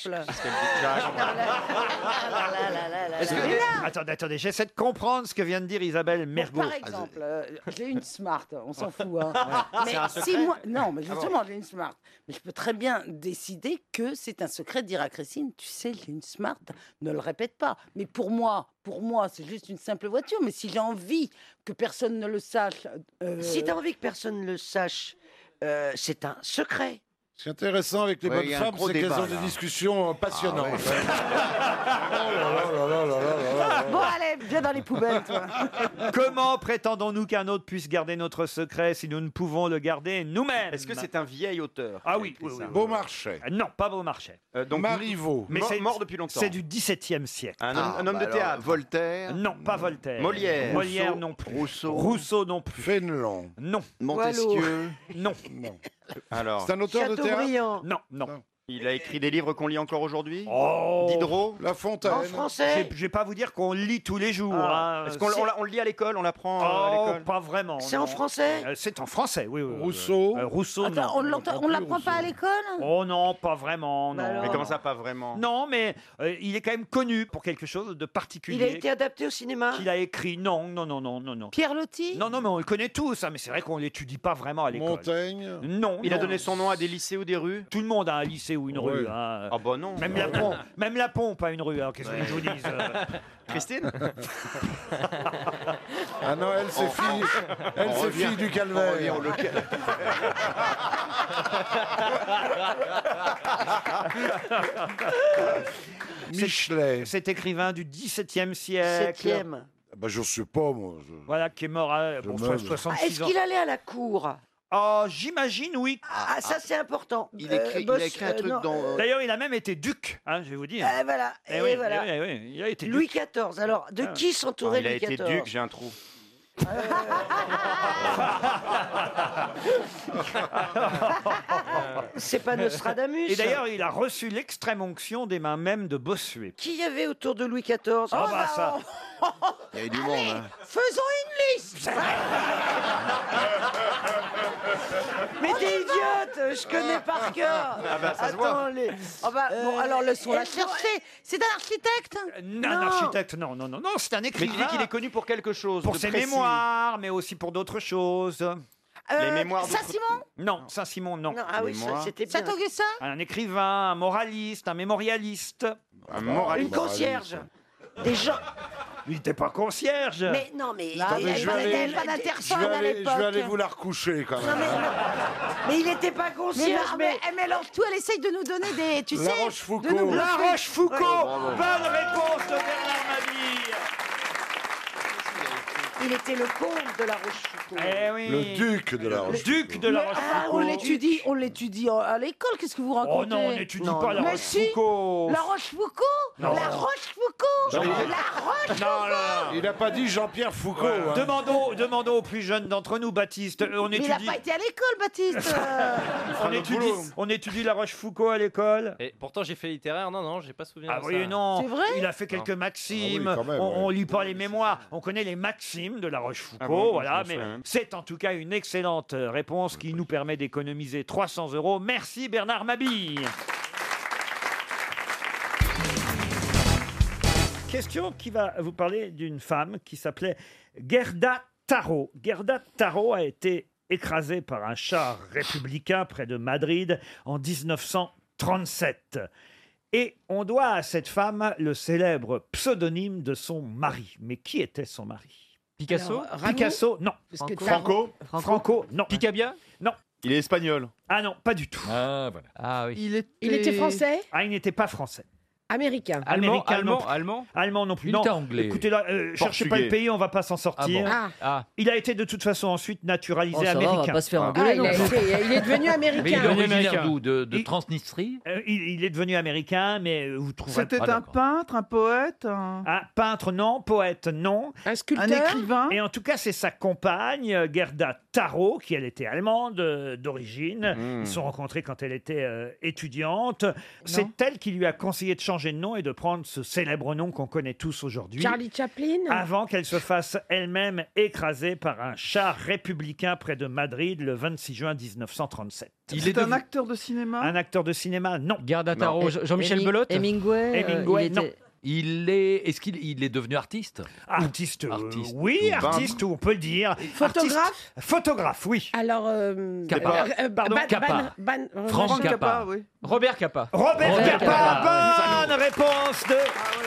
Est-ce que-
Mais
Attendez, attendez, j'essaie de comprendre ce que vient de dire Isabelle Mergo.
Par exemple, euh, j'ai une smart, on s'en fout. hein.
Ouais.
Mais
C'est un
si
secret
moi, non, mais
Ah bon.
justement, j'ai une smart. Mais je peux très bien décider que c'est un secret de dire à Christine, tu sais, j'ai une smart, ne le répète pas. Mais pour moi, pour moi, c'est juste une simple voiture. Mais si j'ai envie que personne ne le sache, euh,
Si t'as envie que personne ne le sache, euh, c'est un secret.
C'est intéressant avec les
Ouais, il
bonnes
y a un
femmes,
gros
c'est qu'elles
débat,
ont des
là.
discussions euh, passionnantes.
Ah,
Ah, Bon, allez, viens dans les poubelles, toi.
Comment prétendons-nous qu'un autre puisse garder notre secret si nous ne pouvons le garder nous-mêmes
Est-ce que c'est un vieil auteur
Ah oui, oui, oui, oui.
Beaumarchais.
Euh, Non, pas Beaumarchais.
donc, Marivaux.
Mais
Mort-
c'est
mort depuis longtemps.
C'est du XVIIe siècle.
Un homme- Ah, un homme bah de alors, théâtre.
Voltaire Non, pas Voltaire.
Molière.
Molière
Rousseau.
non plus.
Rousseau.
Rousseau non plus.
Fénelon.
Non.
Montesquieu.
Non.
Alors,
C'est un auteur de théâtre Chateaubriand.
Non, non.
Il a écrit des livres qu'on lit encore aujourd'hui
Oh.
Diderot
La Fontaine.
En français
Je je vais pas vous dire qu'on lit tous les jours.
Ah.
hein.
Est-ce qu'on
C'est-
on la- on le lit à l'école On l'apprend euh,
Oh,
à l'école
pas vraiment.
C'est en
non.
français
Euh, C'est en français, oui. oui, oui.
Rousseau.
Euh, Rousseau,
Attends,
non.
on l'entend- on l'apprend pas à l'école
Oh non, pas vraiment.
Bah
non.
alors. Mais comment ça,
pas vraiment
Non, mais euh, il est quand même connu pour quelque chose de particulier.
Il a été adapté au cinéma
Qu'il a écrit. Non, non, non, non, non, non.
Pierre Lotti
Non, non, mais on le connaît tous, hein, mais c'est vrai qu'on l'étudie pas vraiment à l'école.
Montaigne.
Non.
Il a
non.
donné son nom à des lycées ou des rues
Tout le monde a un lycée ou une
Ouais.
rue. hein.
Ah bah non.
Même la pompe, même la pompe a une rue. alors Qu'est-ce que je vous dise euh.
Christine
Ah non, elle, c'est fille, elle,
on
c'est
revient-
fille du
on
calvaire. Michelet.
Cet écrivain du XVIIe siècle.
Septième.
Bah, je sais pas, moi. je-
Voilà, qui est mort à bon,
me-
soit
Ah,
66
Est-ce
ans.
qu'il allait à la cour
Oh, j'imagine, oui.
Ah, ça c'est important. Euh,
Il écrit- il a écrit un truc dans, euh,
D'ailleurs, il a même été duc, hein, je vais vous dire.
Ah, voilà,
Eh
et
oui,
voilà.
eh oui, eh oui, il a été
Louis
duc.
XIV. Alors, de
Ah.
qui s'entourait
Il a
Louis
été
XIV
duc, j'ai un trou.
Ah, C'est pas Nostradamus.
Et d'ailleurs, il a reçu l'extrême onction des mains même de Bossuet.
Qui bah, y avait autour de Louis Oh, XIV
Ah bah ça.
Il y a eu du monde. hein.
Faisons une liste
Mais t'es idiote, je connais par cœur.
Ah bah, ça se voit.
Attends, les... Ah bah, bon, alors laissons la chercher.
C'est un architecte
hein
Non, un architecte, non, non, non, non, c'est un
Mais tu dis
écrivain.
qu'il est connu pour quelque chose
pour
de
ses
précis.
mémoires, mais aussi pour d'autres choses.
Les mémoires de-
Saint-Simon
Non, Saint-Simon, non.
Euh, Non, ah oui, ça, c'était bien.
Saint-Augustin
Un écrivain, un moraliste, un mémorialiste.
Un moraliste.
Une concierge. Des gens.
Il n'était pas concierge.
Mais non, mais.
Ah,
il
mais
avait
je
pas
vais
d'hôtel,
aller-
pas
Je
d'interphone
vais,
à
aller, je vais aller
l'époque.
vous la recoucher quand même. hein.
Mais il n'était pas
Mais,
concierge,
non,
mais.
mais elle mélange tout, elle essaye de nous donner des. Tu
La
sais,
Rochefoucauld.
de nous
La
briefer.
Rochefoucauld
Bravo.
Bonne réponse de Bernard Mabille
Il était le comte de la Rochefoucauld.
Eh oui.
Le duc de la Roche.
Duc de la
Mais, ah, on
Rochefoucauld.
l'étudie, on l'étudie en- à l'école. Qu'est-ce que vous racontez
Oh non, on n'étudie pas la
Mais si,
Rochefoucauld.
La Rochefoucauld
Non.
La Rochefoucauld
Non, non.
Il n'a pas dit Jean-Pierre Foucault. hein.
Demandons, demandons aux plus jeunes d'entre nous, Baptiste. Euh, On
Mais il a
étudie,
pas
T'es à l'école, Baptiste euh.
on étudie, on étudie La Rochefoucauld à l'école.
Et pourtant, j'ai fait littéraire. Non, non, j'ai pas souvenir.
Ah
de
oui,
ça.
non. Il a fait quelques maximes.
Ah oui, quand même,
on, on lit pas les mémoires. On connaît les maximes de La Rochefoucauld.
Ah bon,
voilà,
je
mais
pensais, hein.
c'est en tout cas une excellente euh, réponse qui nous permet d'économiser 300 euros. Merci Bernard Mabille. Question qui va vous parler d'une femme qui s'appelait Gerda Taro. Gerda Taro a été écrasée par un char républicain près de Madrid en 1937. Et on doit à cette femme le célèbre pseudonyme de son mari. Mais qui était son mari
Picasso Alors, Rameau
Picasso, non.
Parce que Franco
Franco non. Picabia Non. Il est espagnol Ah non, pas du tout. Ah, voilà. ah oui.
Il était- Il était français
Ah, il n'était pas français.
Américain.
Américain non plus. Allemand non plus.
Il
non.
était anglais.
Écoutez, là, euh, cherchez pas
Portugais.
le pays, on va pas s'en sortir.
Ah bon
Il a été de toute façon ensuite naturalisé
Oh, ça va, on va
américain.
pas se faire engueuler, Ah, il a non. été- il est devenu américain.
Mais il est originaire d'où
de,
de Transnistrie Euh, il, il est devenu américain, mais euh, vous trouverez
C'était
pas
un peintre, un poète. un-
un Ah, peintre, non. Poète, non. Un sculpteur. écrivain. Et en tout cas, c'est sa compagne, euh, Gerda Taro, qui elle était allemande euh, d'origine. Ils se sont rencontrés quand elle était euh, étudiante. C'est elle qui lui a conseillé de changer de nom et de prendre ce célèbre nom qu'on connaît tous aujourd'hui.
Charlie Chaplin
Avant qu'elle se fasse elle-même écraser par un char républicain près de Madrid le 26 juin 1937.
Il est un acteur de cinéma.
Un acteur de cinéma, non.
Gerda
Taro,
oh,
Taro,
Non.
Jean-Michel Heming- Belote Hemingway, euh,
Hemingway,
il
non.
était-
Il est. Est-ce qu'il il est devenu artiste
Artiste, Oui, artiste, on peut le dire.
Photographe
Artiste- Photographe, oui.
Alors. euh,
Capa.
euh, euh,
Pardon,
Ban-
Capa.
Ban- Ban- euh, machin.
Robert Capa.
Robert,
Robert
Capa,
Capa.
bonne réponse de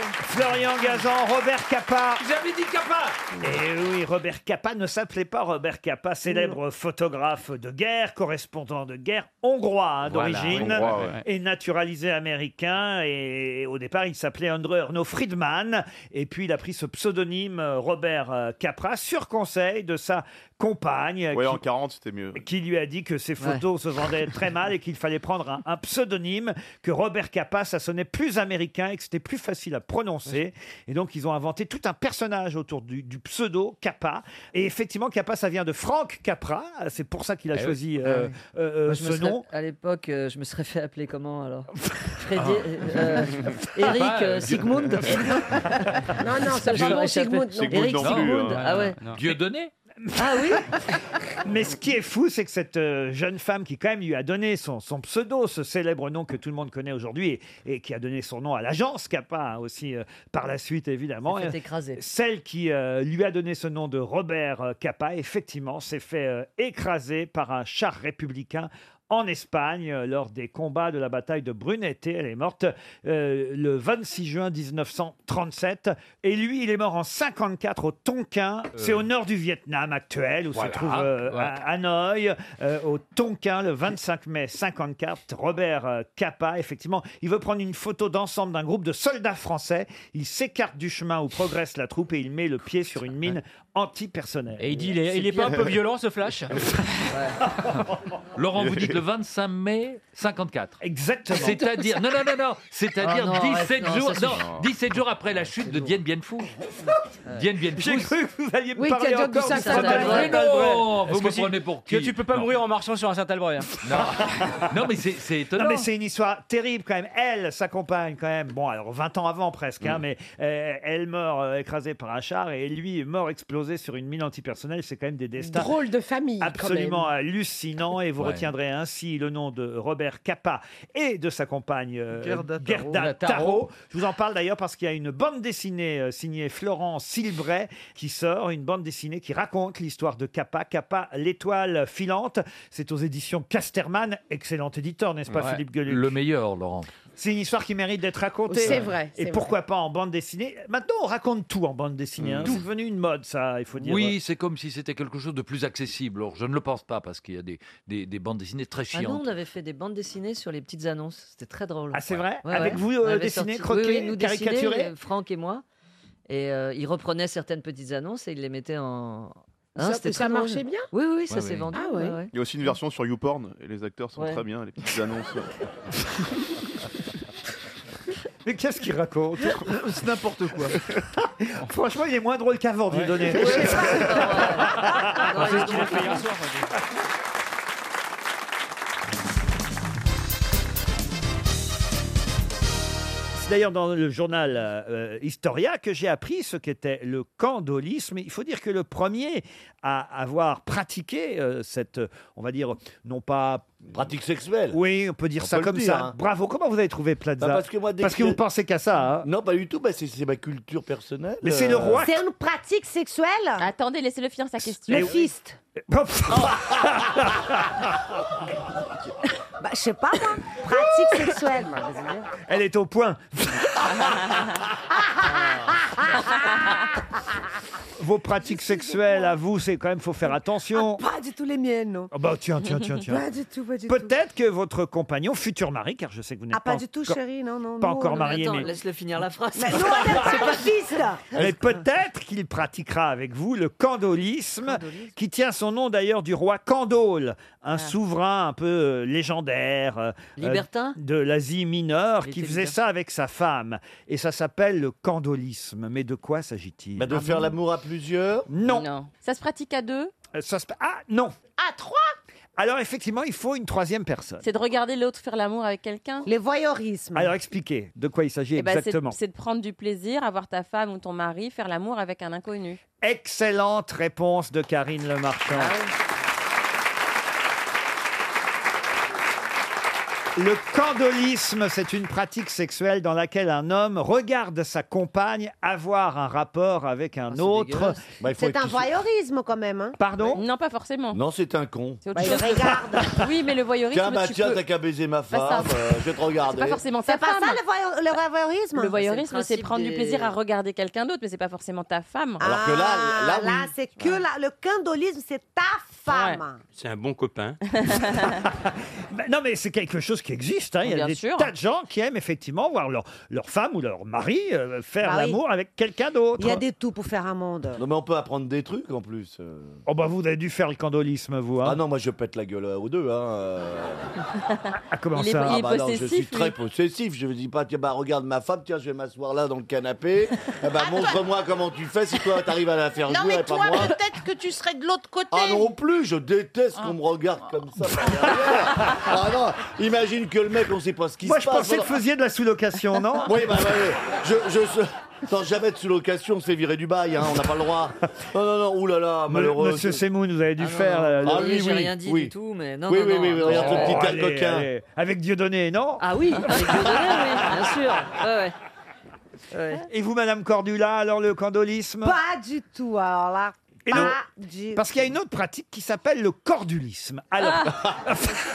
Florian Gazan, Robert Capa.
Ah J'avais dit Capa
Et Eh oui, Robert Capa ne s'appelait pas Robert Capa, célèbre photographe de guerre, correspondant de guerre hongrois hein,
Voilà,
d'origine,
hongrois, ouais.
et naturalisé américain. Et au départ, il s'appelait André Erno Friedman, et puis il a pris ce pseudonyme euh, Robert euh, Capra sur conseil de sa compagne.
Oui,
qui-
en 40, c'était mieux.
qui lui a dit que ses photos se vendaient très mal et qu'il fallait prendre un, un pseudonyme, que Robert Capa, ça sonnait plus américain et que c'était plus facile à prononcer. Et donc, ils ont inventé tout un personnage autour du, du pseudo Capa. Et effectivement, Capa, ça vient de Frank Capra. C'est pour ça qu'il a
Eh oui.
choisi
Ah
euh,
oui.
euh,
Moi, je me
ce
serais-
nom.
À l'époque, euh, je me serais fait appeler comment alors Freddy,
Ah.
euh, Eric,
Ah,
euh,
euh,
Sigmund Non,
non, ça, pardon,
Euh,
Sigmund, non. Sigmund
Eric,
Ah non plus,
Sigmund,
hein.
ah ouais.
Non.
Dieu donné
Ah oui
Mais ce qui est fou, c'est que cette euh, jeune femme qui quand même lui a donné son, son pseudo, ce célèbre nom que tout le monde connaît aujourd'hui et, et qui a donné son nom à l'agence Capa hein, aussi euh, par la suite évidemment.
S'est fait
euh,
écraser.
Celle qui euh, lui a donné ce nom de Robert euh, Capa, effectivement, s'est fait euh, écraser par un char républicain. En Espagne, euh, lors des combats de la bataille de Brunete, elle est morte euh, le 26 juin 1937. Et lui, il est mort en 54 au Tonkin. C'est au nord du Vietnam actuel, où
Voilà.
se trouve euh,
Ouais.
à Hanoï, euh, au Tonkin, le 25 mai 54. Robert euh, Capa, effectivement, il veut prendre une photo d'ensemble d'un groupe de soldats français. Il s'écarte du chemin où progresse la troupe et il met le pied sur une mine antipersonnelle.
Et il dit, il est, il est pas un peu violent ce flash
Laurent, vous dites le 25 mai 54.
Exactement.
C'est-à-dire non non non non,
Ah
c'est-à-dire
non, arrête,
17
non,
jours
ça
non,
suffit.
17 jours après la chute de Dien Bien Phu. Dien Bien Phu.
J'ai cru que vous alliez
me
Oui, parler t'as dit encore du du Saint-Albert.
Mais
Saint-Albert.
non, vous
Est-ce
me
que tu-
prenez pour qui
que tu peux pas mourir en marchant sur un saint hein. albert
Non. Non, mais c'est c'est étonnant.
Non, mais c'est une histoire terrible quand même. Elle s'accompagne quand même, bon, alors 20 ans avant presque, hein, mais euh, elle meurt euh, écrasée par un char et lui est mort explosé sur une mine antipersonnelle. C'est quand même des destins.
Drôle de famille. quand
Absolument euh,
même.
hallucinant et vous
Ouais.
retiendrez ainsi le nom de Robert Capa et de sa compagne euh,
Gerda Taro.
Gerda
Gerda
Taro.
Taro.
Je vous en parle d'ailleurs parce qu'il y a une bande dessinée euh, signée Florent Silbray qui sort, une bande dessinée qui raconte l'histoire de Capa, Capa l'étoile filante. C'est aux éditions Casterman, excellent éditeur, n'est-ce pas
Ouais.
Philippe Gueluc
Le meilleur, Laurent.
c'est une histoire qui mérite d'être racontée.
C'est vrai,
Et
c'est
pourquoi pas en bande dessinée Maintenant, on raconte tout en bande dessinée.
Mmh.
hein.
Tout.
C'est devenu une mode, ça, il faut dire.
Oui, c'est comme si c'était quelque chose de plus accessible. Or, je ne le pense pas parce qu'il y a des, des, des bandes dessinées très
Ah non,
chiantes.
on avait fait des bandes dessinées sur les petites annonces. C'était très drôle.
Ah, c'est vrai
Ouais,
Avec
ouais.
vous, euh,
On avait
dessiner,
sorti-
croquer,
oui, oui, nous dessiner,
caricaturer
euh, Franck et moi. Et euh, il reprenait certaines petites annonces et il les mettait en. hein,
Ça-
c'était
ça
très drôle.
marchait bien
Oui, oui, oui, ça
Ouais,
s'est
ouais.
vendu.
Ah ouais.
Il y a aussi une version sur YouPorn et les acteurs sont
Ouais.
très bien, les petites annonces.
Mais qu'est-ce qu'il raconte
Euh, C'est n'importe quoi.
Franchement, il est moins drôle qu'avant, vous donnez.
C'est ce qu'il a fait hier soir.
C'est d'ailleurs dans le journal euh, Historia que j'ai appris ce qu'était le candolisme. Il faut dire que le premier à avoir pratiqué euh, cette, euh, on va dire, non pas... Pratique sexuelle. Oui, on peut dire
On
ça
peut le
comme
dire,
ça.
hein.
Bravo, comment vous avez trouvé Plaza
Bah, parce que moi, dès que-
vous pensez qu'à ça. hein.
Non, pas du tout, bah, c'est c'est ma culture personnelle. euh.
Mais c'est le roi
C'est une pratique sexuelle Attendez, laissez-le finir sa question.
Le
fist.
Oh.
Bah, je sais pas, moi. Pratique sexuelle. moi, je veux dire.
Elle est au point. Vos pratiques sexuelles, à vous, c'est quand même, faut faire attention.
Ah, Pas du tout les miennes, non.
Ah bah tiens, tiens, tiens, tiens.
Pas du tout, pas du tout.
Peut-être que votre compagnon, futur mari, car je sais que vous n'êtes
Ah, pas du tout,
encore-
chérie, non, non.
pas
non,
encore
non.
marié, mais-
Laisse-le finir la phrase.
Mais non, elle a pas de fils, là.
Mais peut-être qu'il pratiquera avec vous le candolisme, qui tient son nom d'ailleurs du roi Candole, un souverain un peu euh, légendaire euh,
Libertin
euh, de l'Asie mineure,
Il
qui
était
faisait
libertin.
ça avec sa femme. Et ça s'appelle le candolisme. Mais de quoi s'agit-il
de Ah faire bon
l'amour à plusieurs Non.
Ça se pratique à deux
Euh, ça se- Ah non
À trois
Alors effectivement, il faut une troisième personne.
C'est de regarder l'autre faire l'amour avec quelqu'un Les voyeurismes.
Alors expliquez de quoi il s'agit exactement.
Eh ben, c'est de prendre du plaisir à voir ta femme ou ton mari faire l'amour avec un inconnu.
Excellente réponse de Karine Le Marchand.
Ah
Le candolisme, c'est une pratique sexuelle dans laquelle un homme regarde sa compagne avoir un rapport avec
Ah,
un autre. Bah,
C'est un voyeurisme quand même. Hein. Bah,
Pardon
Non, pas forcément.
Non, c'est un con.
C'est autre chose. oui, mais le voyeurisme,
Tiens, bah,
tu
tiens,
peux-
t'as qu'à baiser ma
Bah,
femme,
ça-
euh, je vais te regarder.
C'est pas forcément ta
C'est pas
femme.
ça le, voyeur- le voyeurisme
Le voyeurisme, c'est
principe
prendre du
des-
plaisir à regarder quelqu'un d'autre, mais c'est pas forcément ta femme.
Alors que là,
Ah,
là,
là, c'est que la- le candolisme, c'est ta femme.
C'est un bon copain.
Bah, non, mais c'est quelque chose qui existe. hein.
Ah,
Il y a
Bien
des
sûr.
tas de gens qui aiment effectivement voir leur, leur femme ou leur mari euh, faire
Bah oui.
l'amour avec quelqu'un d'autre.
Il y a des tout pour faire un monde.
Non, mais on peut apprendre des trucs en plus. euh.
Oh, bah, vous avez dû faire le candolisme, vous. hein.
Ah non, moi, je pète la gueule aux deux. Hein. euh.
Ah, comment
Ah
ça
bah non, Je suis très possessif. Je me dis pas, tiens, bah regarde ma femme, tiens, je vais m'asseoir là dans le canapé. Eh bah, montre-moi comment tu fais si toi t'arrives à la faire
Non,
jouer
mais
et pas
toi,
moi.
peut-être que tu serais de l'autre côté.
Ah non plus, je déteste qu'on me regarde comme ça. par derrière. ah non, imagine que le mec, on sait pas ce qui
Moi,
se
je
passe.
pensais que vous faisiez de la sous-location, non
Oui, bah, bah, oui. je, je se- Sans jamais de sous-location, on se fait virer du bail, hein, on n'a pas le droit. Non, non, non, oulala, malheureux.
Monsieur Semoun, vous avez dû faire.
non.
euh,
Ah
le-
oui, j'ai rien dit du
Ah, oui.
tout, mais non,
Oui,
non,
oui,
non.
oui, oui, regarde ce
Oh,
petit tas
allez,
coquin.
allez.
Avec Dieudonné, non
Ah oui, avec Dieudonné, oui, bien sûr. Ouais, ouais.
Et vous, Madame Cordula, alors le candolisme
Pas du tout, alors là.
Et
pas
non.
du
Parce qu'il y a une autre pratique qui s'appelle le cordulisme. Alors.
Ah.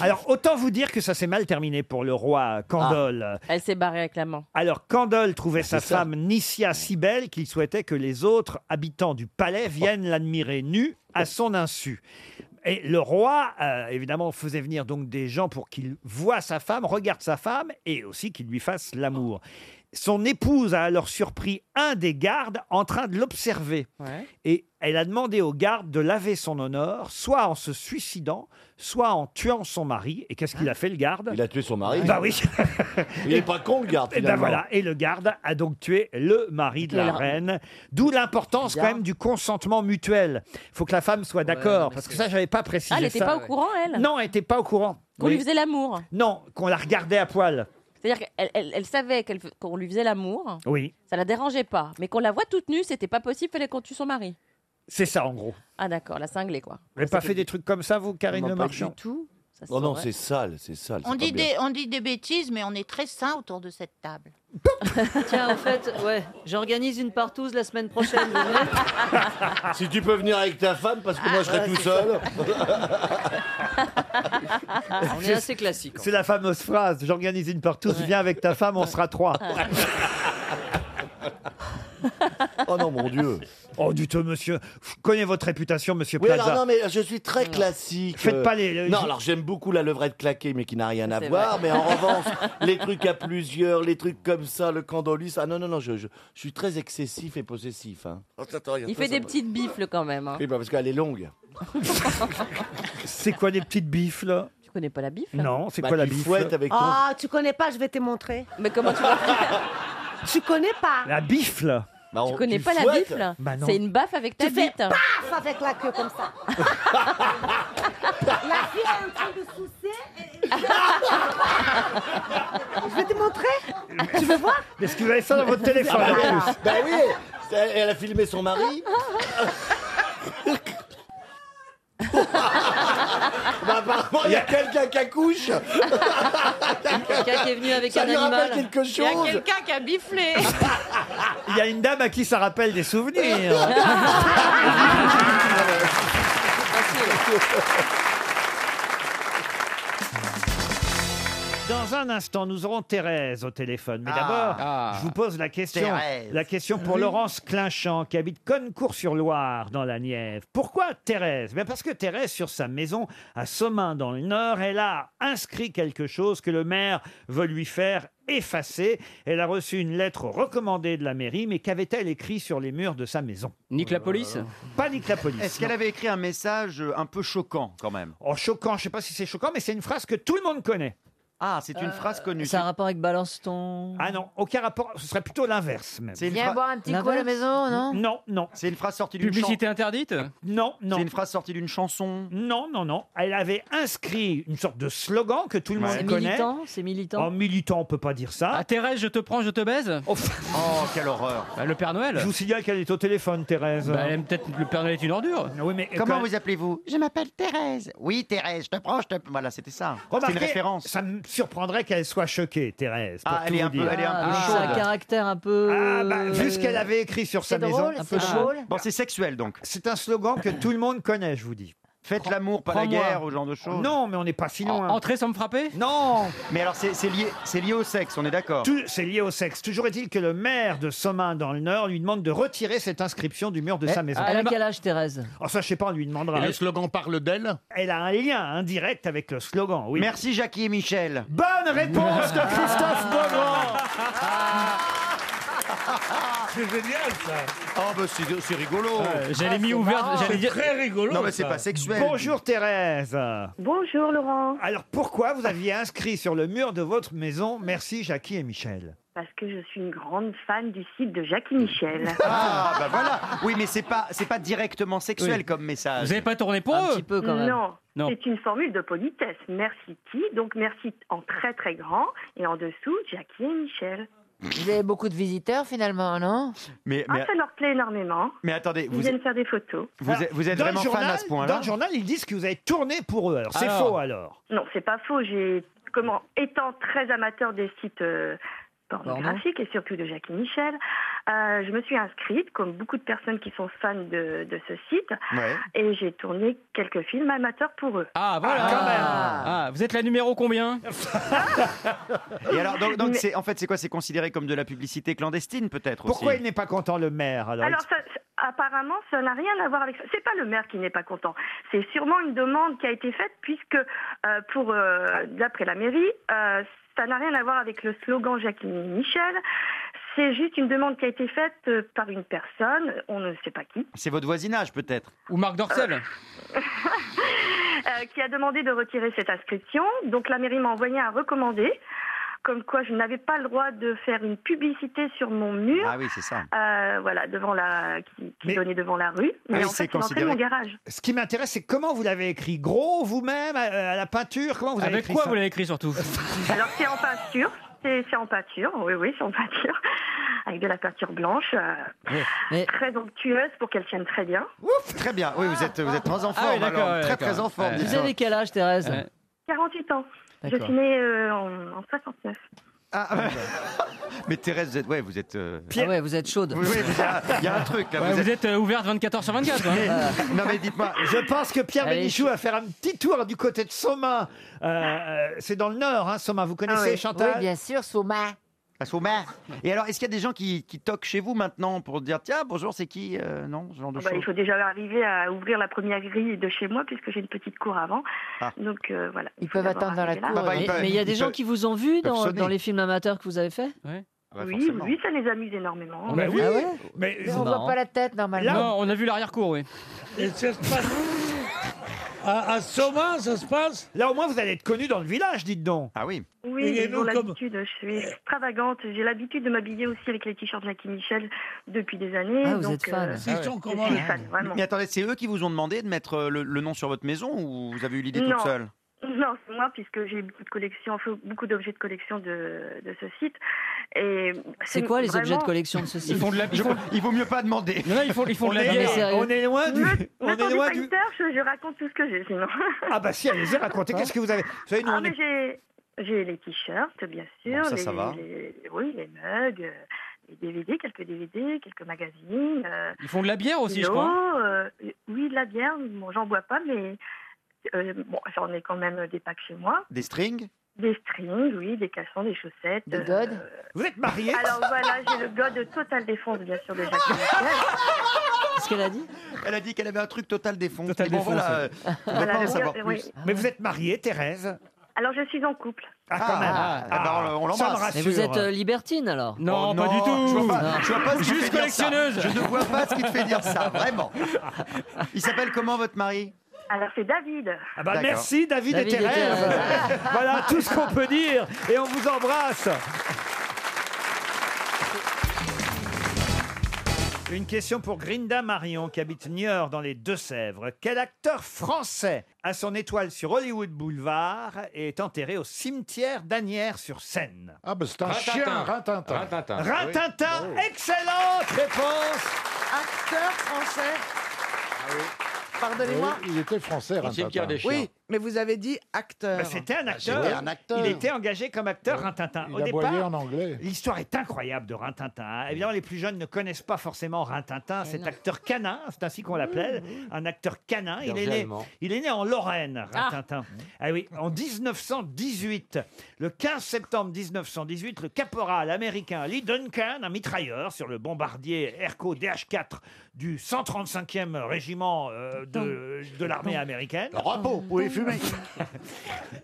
Alors, autant vous dire que ça s'est mal terminé pour le roi Candole.
Ah.
Elle s'est barrée avec l'amant.
Alors, Candole trouvait sa
ça.
femme Nicia si belle qu'il souhaitait que les autres habitants du palais viennent l'admirer nue à son insu. Et le roi, euh, évidemment, faisait venir donc des gens pour qu'il voie sa femme, regarde sa femme et aussi qu'il lui fasse l'amour. Son épouse a alors surpris un des gardes en train de l'observer. Et elle a demandé au garde de laver son honneur, soit en se suicidant, soit en tuant son mari. Et qu'est-ce qu'il a fait, le garde
Hein Il a tué son mari.
Bah oui
Il est pas con, le garde.
et ben
finalement.
voilà, et le garde a donc tué le mari de
Le
la
ra-
reine. D'où l'importance quand même du consentement mutuel. faut que la femme soit d'accord, parce que ça, j'avais pas précisé
Ah, elle était
ça.
pas au courant, elle
Non, elle était pas au courant.
Qu'on
Oui.
lui faisait l'amour.
Non, qu'on la regardait à poil.
C'est-à-dire qu'elle elle- elle savait qu'elle f- qu'on lui faisait l'amour.
Oui,
Ça la dérangeait pas. Mais qu'on la voit toute nue, c'était pas possible, fallait qu'on tue son mari.
c'est ça en gros.
Ah d'accord, la cinglée quoi.
Vous n'avez pas fait des trucs comme ça, vous, Karine
Non,
Le
pas
Marchand
du
tout. Ça
Oh non,
saurait.
c'est sale, c'est
bah,
sale.
On
c'est pas
dit,
bien.
des, on dit des bêtises, mais on est très sains autour de cette table.
Tiens, en fait, ouais, j'organise une partouze la semaine prochaine. vous venez
Si tu peux venir avec ta femme, parce que moi je serai
Ah,
tout
c'est
seul.
Ah,
On est assez classique. hein.
C'est la fameuse phrase j'organise une partouze, viens avec ta femme, on sera trois.
oh non, mon Dieu.
Oh, du tout, monsieur. Je connais votre réputation, monsieur
Oui,
Plaza.
alors non, mais je suis très classique.
Faites
Euh,
pas les- les-
Non, alors j'aime beaucoup la levrette claquée, mais qui n'a rien à
C'est
voir.
vrai.
Mais en revanche, les trucs à plusieurs, les trucs comme ça, le candolis. Ah non, non, non, je, je, je suis très excessif et possessif. hein.
Il fait des petites bifles quand même. hein.
Oui, bah, parce qu'elle est longue.
C'est quoi des petites bifles
connais pas la bif
Non, c'est Bah, quoi la tu bif fouettes avec ton-
Ah, tu connais pas, je vais te montrer.
Mais comment tu vas
faire Tu connais pas.
La bifle
Bah,
Tu connais pas la bifle
Bah non.
C'est une baffe avec ta
Tu fais
bite.
paf avec la queue comme ça. la fille est en train de soucier. et- je vais te montrer. Tu veux voir
Est-ce que vous avez ça dans votre téléphone
Ah,
en
bah,
plus
bah oui, c'est- elle a filmé son mari. bah, apparemment, il y a quelqu'un qui accouche.
Quelqu'un qui est venu avec
Ça
un
lui
animal.
rappelle quelque
Il y
chose.
a quelqu'un-
Quelqu'un qui a biflé.
Il y a une dame à qui ça rappelle des souvenirs. Dans un instant, nous aurons Thérèse au téléphone. Mais
Ah.
d'abord,
Ah.
je vous pose la question.
Thérèse.
La question pour
Oui.
Laurence Clinchamp, qui habite Connecourt-sur-Loire, dans la Nièvre. Pourquoi Thérèse Bien Parce que Thérèse, sur sa maison à Somain, dans le Nord, elle a inscrit quelque chose que le maire veut lui faire effacer. Elle a reçu une lettre recommandée de la mairie, mais qu'avait-elle écrit sur les murs de sa maison Nique la police Pas Nique la police.
Est-ce qu'elle
non.
avait écrit un message euh, un peu choquant quand même
En choquant, je sais pas si c'est choquant, mais c'est une phrase que tout le monde connaît.
Ah, c'est une phrase connue.
Ça a Euh, un rapport avec balance ton.
Ah non, aucun rapport, ce serait plutôt l'inverse même.
C'est une Viens fra- boire un petit coup à la maison, non
Non, non.
C'est une phrase sortie d'une
Publicité
interdite
Non, non.
C'est une phrase sortie d'une chanson
Non, non, non. Elle avait inscrit une sorte de slogan que tout le
C'est
monde connaît. Oh,
militant, c'est militant.
En militant, on peut pas dire ça. Ah, Thérèse, je te prends, je te baise Oh, quelle horreur Le Père Noël Je vous signale qu'elle est au téléphone, Thérèse. elle aime peut-être le Père Noël est une ordure. Oui, mais
Comment
quand-
vous appelez-vous Je m'appelle Thérèse. Oui, Thérèse, je te prends, je te... Voilà, c'était ça. C'est une
Remarquez,
référence.
ça me surprendrait qu'elle soit choquée, Thérèse. pour
Ah, elle
tout
est un
vous
peu-
dire.
elle est un
Ah, c'est un caractère un peu.
Ah, bah, vu ce qu'elle avait écrit sur sa
Euh, C'est drôle,
maison.
Un peu c'est chaud. drôle.
Bon, c'est sexuel donc. C'est un slogan que tout le monde connaît, je vous dis.
Faites l'amour, pas la
prends-moi.
guerre, ou ce genre de choses.
Non, mais on n'est pas si loin.
Entrez
sans me frapper Non
Mais alors, c'est c'est lié, c'est lié au sexe, on est d'accord
Tout- C'est lié au sexe. Toujours est-il que le maire de Somain, dans le Nord, lui demande de retirer cette inscription du mur de sa maison.
Elle a quel âge, Thérèse
Oh, ça, je sais pas, on lui demandera.
Et le
slogan parle d'elle Elle a un lien indirect avec le slogan, oui.
Merci Jackie et Michel.
Bonne réponse de Christophe Beaugrand
C'est génial ça.
Oh, bah c'est c'est rigolo.
Ouais, j'allais Ah, mis c'est ouvert, marrant. j'allais
C'est
dire-
très rigolo.
Non, mais c'est
ça.
pas
sexuel.
Bonjour Thérèse. Bonjour Laurent. Alors pourquoi vous aviez inscrit sur le mur de votre maison Merci Jackie et Michel.
Parce que je suis une grande fan du site de Jackie Michel.
Ah, bah voilà. Oui, mais c'est pas, c'est pas directement sexuel
Oui.
comme message.
Vous avez
pas tourné
pour eux Non, c'est une formule de politesse. Merci qui Donc merci en très très grand et en dessous Jackie et Michel. Vous avez beaucoup de visiteurs finalement, non
Mais,
Ah,
mais,
ça leur plaît énormément.
mais attendez,
Ils
vous,
viennent faire des photos.
vous êtes, vous êtes
Dans le
vraiment fan
journal-
à ce point-là
Dans le journal, ils disent que vous avez tourné pour eux. Alors c'est
Ah.
Alors.
faux alors.
Non, c'est pas faux. J'ai comment étant très amateur des sites euh, pornographiques et surtout de Jackie Michel, euh, je me suis inscrite comme beaucoup de personnes qui sont fans de, de ce site
Ouais.
et j'ai tourné quelques films amateurs pour eux.
Ah, voilà.
Ah.
Ah, vous êtes la numéro combien
Et alors, donc, donc,
Mais-
c'est, en fait, c'est quoi C'est considéré comme de la publicité clandestine, peut-être aussi
Pourquoi il n'est pas content le maire alors,
Alors, ça- ça- apparemment, ça n'a rien à voir avec ça. C'est pas le maire qui n'est pas content. C'est sûrement une demande qui a été faite puisque, euh, pour euh, d'après la mairie, euh, ça n'a rien à voir avec le slogan Jacqueline Michel. C'est juste une demande qui a été faite euh, par une personne, on ne sait pas qui,
C'est votre voisinage, peut-être
Ou Marc Dorcel
euh, qui a demandé de retirer cette inscription. Donc la mairie m'a envoyé un recommandé, comme quoi je n'avais pas le droit de faire une publicité sur mon mur.
Ah oui, c'est ça.
euh, voilà, devant la, qui, qui donnait devant la rue. Mais
oui,
en
c'est
fait, c'est l'entrée de
considéré-
mon garage.
Ce qui m'intéresse, c'est comment vous l'avez écrit. Gros, vous-même, à, à la peinture Comment vous avez
Avec
écrit
quoi
ça
vous l'avez écrit surtout
Alors c'est en peinture, c'est c'est en peinture, oui oui c'est en peinture, avec de la peinture blanche, euh, très onctueuse pour qu'elle tienne très bien.
Ouf, très bien. Oui, vous êtes, vous êtes très en forme,
oui, d'accord,
alors.
ouais,
très,
d'accord.
très en forme.
Ouais.
dis
Vous
donc.
avez
quel âge, Thérèse
48 ans. Je
D'accord.
suis née euh, en, en 69.
Mais Thérèse, vous êtes, ouais, vous êtes. euh,
Ah ouais, vous êtes chaude.
Oui, oui, vous avez- il y a un truc là.
Ouais,
vous êtes-
euh, ouverte 24 h sur 24. hein.
non mais dites-moi,
Je pense que Pierre
Allez,
Bénichou va faire un petit tour du côté de Soma. Euh, euh, c'est dans le nord, hein, Soma. Vous
Ah
Ah
connaissez Chantal
Oui, bien sûr, Souma.
à Saumin. Et alors, est-ce qu'il y a des gens qui, qui toquent chez vous maintenant pour dire tiens bonjour c'est qui Euh, Non, ce genre de
Ah bah, il
choses.
faut déjà arriver à ouvrir la première grille de chez moi puisque j'ai une petite cour avant.
Ah.
Donc euh, voilà. Ils peuvent attendre dans la cour.
Ah
bah,
bah,
mais mais il y a des gens qui vous ont vu
ils peuvent
dans,
sonner.
dans les films amateurs que vous avez faits
Ah
Ah
bah,
bah,
oui, oui, ça les amuse énormément.
Ah
On a
bah
vu.
Mais on voit pas la tête normalement.
Là, on a vu l'arrière-cour, oui.
À, Soma, ça se passe Là, au moins, vous allez être connu dans le village, dites donc. Ah oui.
Oui, j'ai toujours l'habitude, je suis extravagante. J'ai l'habitude de m'habiller aussi avec les t-shirts Jackie Michel depuis des années.
Ah, vous
donc,
êtes fan.
euh,
Si, ils sont
je
comment,
suis
les-
fan, vraiment.
Mais attendez, c'est eux qui vous ont demandé de mettre euh, le, le nom sur votre maison ou vous avez eu l'idée
non.
toute seule
Non, c'est moi, puisque j'ai beaucoup de collections, enfin, beaucoup d'objets de collection de, de ce site. Et
C'est quoi les
vraiment-
objets de collection de ceci
Je- Il vaut mieux pas demander.
Non, ils font, ils font
de la bière.
On est loin du.
Me-
on est
m'attendez
loin
pas
du.
une heure, je, je raconte tout ce que j'ai, sinon.
Ah bah si, allez-y, racontez. Qu'est-ce que vous avez Vous savez, nous,
Ah,
on
mais
est-
j'ai- j'ai les t-shirts, bien sûr.
Bon, ça,
les,
ça va.
les- oui, les mugs, euh, les DVD, quelques DVD, quelques magazines. euh,
Ils font de la bière aussi, je
l'eau,
crois.
euh, oui, de la bière. Bon, j'en bois pas, mais euh, bon, j'en ai quand même des packs chez moi.
Des strings
Des strings, oui, des cassons, des chaussettes. euh, Des godes
Vous êtes mariés
Alors voilà, j'ai le god Total Défense, bien sûr, de Jacques Michel.
Qu'est-ce qu'elle a dit Elle a dit qu'elle avait un truc total défonce.
Total
Mais bon,
défonce,
voilà,
oui.
euh, on va
Voilà,
pas en
le
savoir
gars,
plus.
oui.
Mais vous êtes mariée, Thérèse
Alors, je suis en couple.
Ah, quand même.
Ah,
Ah,
bah,
ça me rassure.
Mais vous êtes euh, libertine alors
Non, Oh, pas non, du tout.
Je vois pas, je vois pas ce qui te
Juste
fait dire ça.
collectionneuse.
Je ne vois pas ce qui te fait dire ça, vraiment. Il s'appelle comment votre mari
Alors, c'est David.
Ah bah
D'accord.
merci David,
David
et
et
Thérèse.
Thérèse.
voilà tout ce qu'on peut dire et on vous embrasse. Une question pour Grinda Marion qui habite Niort dans les Deux-Sèvres. Quel acteur français a son étoile sur Hollywood Boulevard et est enterré au cimetière d'Anières sur Seine Ah bah c'est
un Rintintin. chien, Rintintin. Rintintin, oui. Oh.
excellente réponse
Acteur français. Pardonnez-moi.
Ah Oui, Il était français, Rintintin.
Oui, mais vous avez dit acteur.
Ah, Bah, C'était un, acteur.
c'était Ah, un acteur.
Il était engagé comme acteur Rintintin.
Il
Au
a
départ,
boyé en anglais.
L'histoire est incroyable de Rintintin. hein. Évidemment, les plus jeunes ne connaissent pas forcément Rintintin, cet acteur canin, c'est ainsi qu'on l'appelle, un acteur canin. Il est, né,
Allemand.
il est né en Lorraine, Rintintin. Ah. oui, en 1918. Le 15 septembre 1918, le caporal américain Lee Duncan, un mitrailleur sur le bombardier Airco DH-4 du 135e régiment euh, de, de l'armée américaine.
Repos, vous pouvez fumer.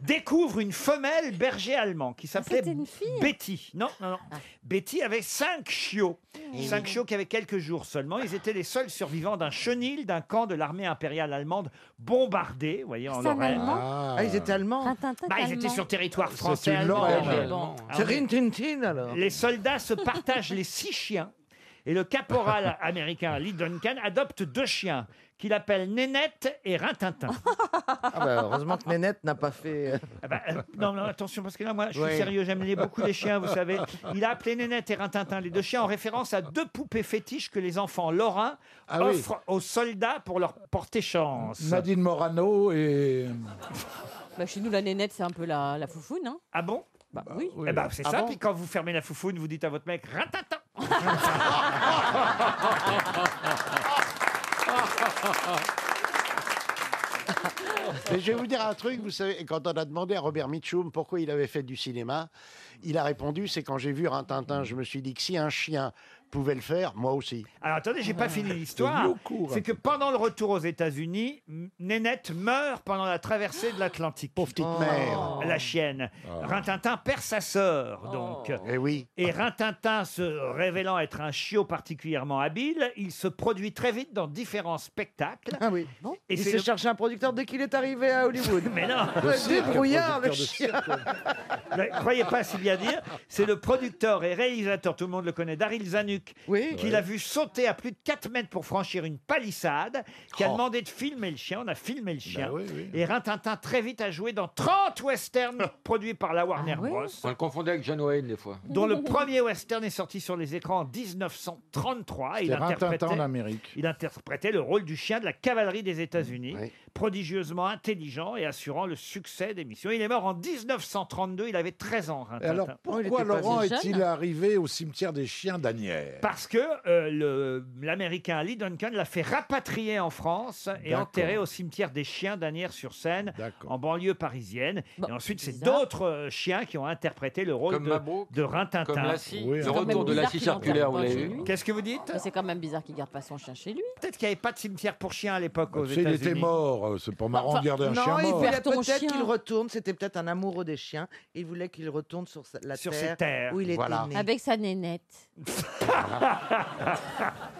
découvre une femelle berger allemand qui s'appelait
c'était une fille
Betty. Non, non, non. Betty avait cinq chiots. Cinq chiots qui avaient quelques jours seulement. Ils étaient les seuls survivants d'un chenil d'un camp de l'armée impériale allemande bombardé, vous voyez, en
C'est un
Lorraine.
Allemand Ah, ils étaient allemands.
Bah, ils étaient sur territoire
C'est
français.
une
allemand.
Lorraine.
Ah,
Allemand.
oui.
C'est Rintintin alors.
Les soldats se partagent les six chiens et le caporal américain Lee Duncan adopte deux chiens qu'il appelle Nénette et Rintintin.
Ah bah, heureusement que Nénette n'a pas fait. euh,
Ah bah, euh, non, non, attention, parce que là, moi, je suis
Oui.
sérieux, j'aime les- beaucoup les chiens, vous savez. Il a appelé Nénette et Rintintin, les deux chiens, en référence à deux poupées fétiches que les enfants lorrains
Ah oui.
offrent aux soldats pour leur porter chance.
Nadine Morano
euh,
et.
Bah, chez nous, la nénette, c'est un peu la, la foufoune. Hein.
Ah bon
Bah oui.
Eh ben, c'est
Ah
ça,
bon
puis quand vous fermez la foufoune, vous dites à votre mec Rintintin
Mais je vais vous dire un truc, vous savez, quand on a demandé à Robert Mitchum pourquoi il avait fait du cinéma, il a répondu c'est quand j'ai vu Rintintin, je me suis dit que si un chien pouvait le faire, moi aussi.
Alors attendez, j'ai
Ah,
pas fini l'histoire. C'est que pendant le retour aux États-Unis, M- Nénette meurt pendant la traversée de l'Atlantique. Pauvre petite
mère.
La chienne.
Oh.
Rintintin perd sa sœur, donc.
Eh
Et oui.
Et Rintintin, se révélant être un chiot particulièrement habile, il se produit très vite dans différents spectacles. Ah oui. Et
il
c'est
s'est
le-
cherché un producteur dès qu'il est arrivé à Hollywood.
Mais non.
Le débrouillard, le
Le cirque,
chien
Ne croyez pas si bien dire. C'est le producteur et réalisateur, tout le monde le connaît, Daryl Zanuck, qui l'a vu sauter à plus de 4 mètres pour franchir une palissade, qui a demandé de filmer le chien. On a filmé le chien. Et Rintintin très vite a joué dans 30 westerns produits par la Warner Bros.
On le confondait avec John Wayne des fois.
dont le premier western est sorti sur les écrans en 1933. Il
C'est Rintintin
interprétait,
en Amérique.
il interprétait le rôle du chien de la cavalerie des États-Unis, prodigieusement intelligent et assurant le succès des missions. Il est mort en 1932, il avait 13 ans. hein,
Et
Rintintin.
alors
Oh,
pourquoi Laurent est-il arrivé au cimetière des chiens d'Anières
Parce que euh, le- l'Américain Lee Duncan l'a fait rapatrier en France et
D'accord.
enterré au cimetière des chiens d'Anières-sur-Seine, en banlieue parisienne. et ensuite, c'est d'autres euh, chiens qui ont interprété le rôle
Comme
de,
Mabrouk,
de Rintintin.
comme Lassie. Oui,
C'est quand même bizarre qu'il en garde pas chez lui.
Qu'est-ce que vous dites
Mais C'est quand même bizarre qu'il garde pas son chien chez lui.
Peut-être qu'il n'y avait pas de cimetière pour chiens à l'époque aux
Il
États-Unis.
était mort, euh, c'est pas marrant
Enfin,
de garder un
non,
chien
il
mort.
voulait
ton
peut-être
chien.
qu'il retourne. C'était peut-être un amoureux des chiens. Il voulait qu'il retourne sur
sa- la
Sur
terre
ses terres.
où il était
Voilà.
né.
Avec sa nénette.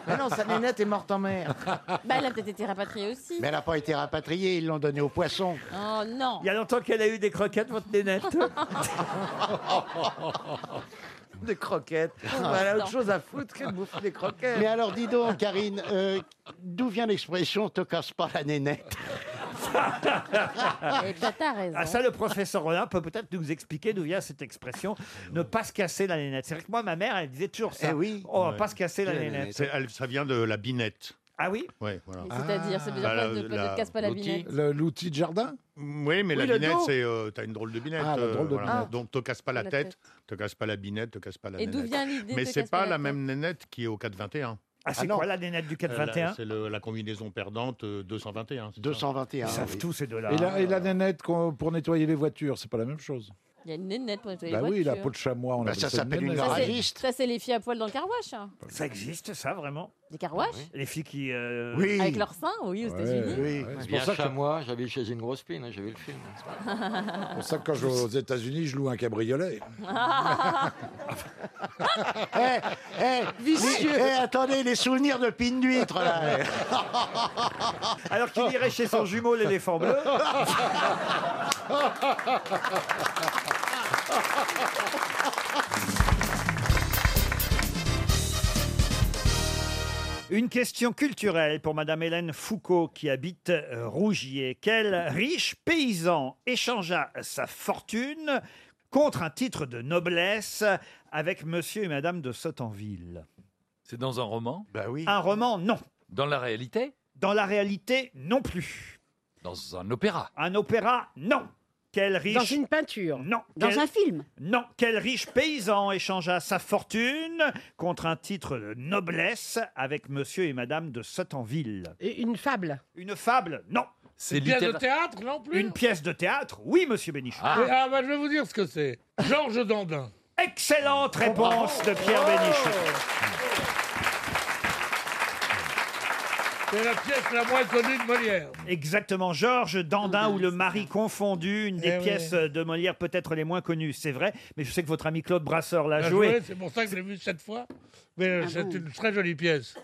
Mais non, sa nénette est morte en mer.
Bah, elle a peut-être été rapatriée aussi.
Mais elle n'a pas été rapatriée, ils l'ont donnée aux poissons.
Oh non.
Il y a longtemps qu'elle a eu des croquettes, votre nénette.
Des croquettes.
Ah.
Bah, elle a autre chose à foutre que de bouffer des croquettes.
Mais alors, dis donc, Karine, euh, d'où vient l'expression te casse pas la nénette
Eh ben, t'as raison.
Ah ça, le professeur Rollin peut peut-être nous expliquer d'où vient cette expression « ne pas se casser la nénette ». C'est vrai que moi, ma mère, elle disait toujours
Eh
ça. oui. Oh,
Ouais.
pas se casser la
C'est-
nénette.
c'est- elle- ça vient de la binette.
Ah oui
Ouais, voilà.
Mais c'est-à-dire, ça veut dire
Ah,
quoi,
la-
de- peut-être
la-
casse pas la binette
Le- L'outil de jardin Oui, mais
Oui, le
la binette,
dos.
c'est. euh, T'as une drôle de binette.
Ah, la
euh,
drôle de
voilà.
binette.
Donc, te casse pas la,
La
tête,
tête.
te casse pas la binette, te casse pas la
Et d'où
nénette.
vient l'idée
Mais
te
c'est
casse
pas
pas
la,
la
même nénette qui est au 421.
Ah, c'est
non.
quoi la nénette du 421?
Euh, la- C'est le- la combinaison perdante euh, 221. c'est ça
221,
Ils savent oui. tout, ces deux-là. hein. Et
Et là,
la-
Et la nénette qu'on- pour nettoyer les voitures, c'est pas la même chose.
Il y a une nénette pour nettoyer
bah
les
oui, la
voitures.
peau de Ah, chamois, on
Bah,
appelle
ça s'appelle une
nénette.
Ça, c'est- Ça, c'est les filles à poil dans le carwash. hein.
Ça existe, ça, vraiment
Des
Ah
carwash
Les filles qui... euh,
Avec leurs seins, oui, aux États-Unis.
C'est
pour
pour
ça
ça
que-
moi, j'avais chez une grosse pine, hein, j'avais le film.
C'est pour ça que quand je vais aux États-Unis, je loue un cabriolet.
Eh, eh,
Vicieux.
les- eh, attendez, les souvenirs de Pine d'huître, là. eh.
Alors qu'il irait chez son jumeau, l'éléphant bleu. Une question culturelle pour Madame Hélène Foucault qui habite euh, Rougier. Quel riche paysan échangea sa fortune contre un titre de noblesse avec Monsieur et Madame de Sottenville
C'est dans un roman
Un roman, non.
Dans la réalité
Dans la réalité, non plus.
Dans un opéra
Un opéra, non. Quel riche
Dans une
peinture Non.
Dans un
film Non. Quel riche paysan échangea sa fortune contre un titre de noblesse avec Monsieur et Madame de Sottenville
Une fable.
Une fable, non.
C'est
Une pièce de théâtre, non plus
Une pièce de théâtre, oui, Monsieur Bénichou.
Ah, ah, bah, je vais vous dire ce que c'est. Georges Dandin. Oh,
Excellente réponse de Pierre Bénichou.
C'est la pièce la moins connue de Molière.
Exactement, Georges Dandin ou Le mari confondu, une des
Eh oui.
pièces de Molière peut-être les moins connues, c'est vrai, mais je sais que votre ami Claude Brasseur l'a
La
joué. Ah
jouée, C'est pour ça que je l'ai vue sept fois. Mais euh, c'est une très jolie pièce.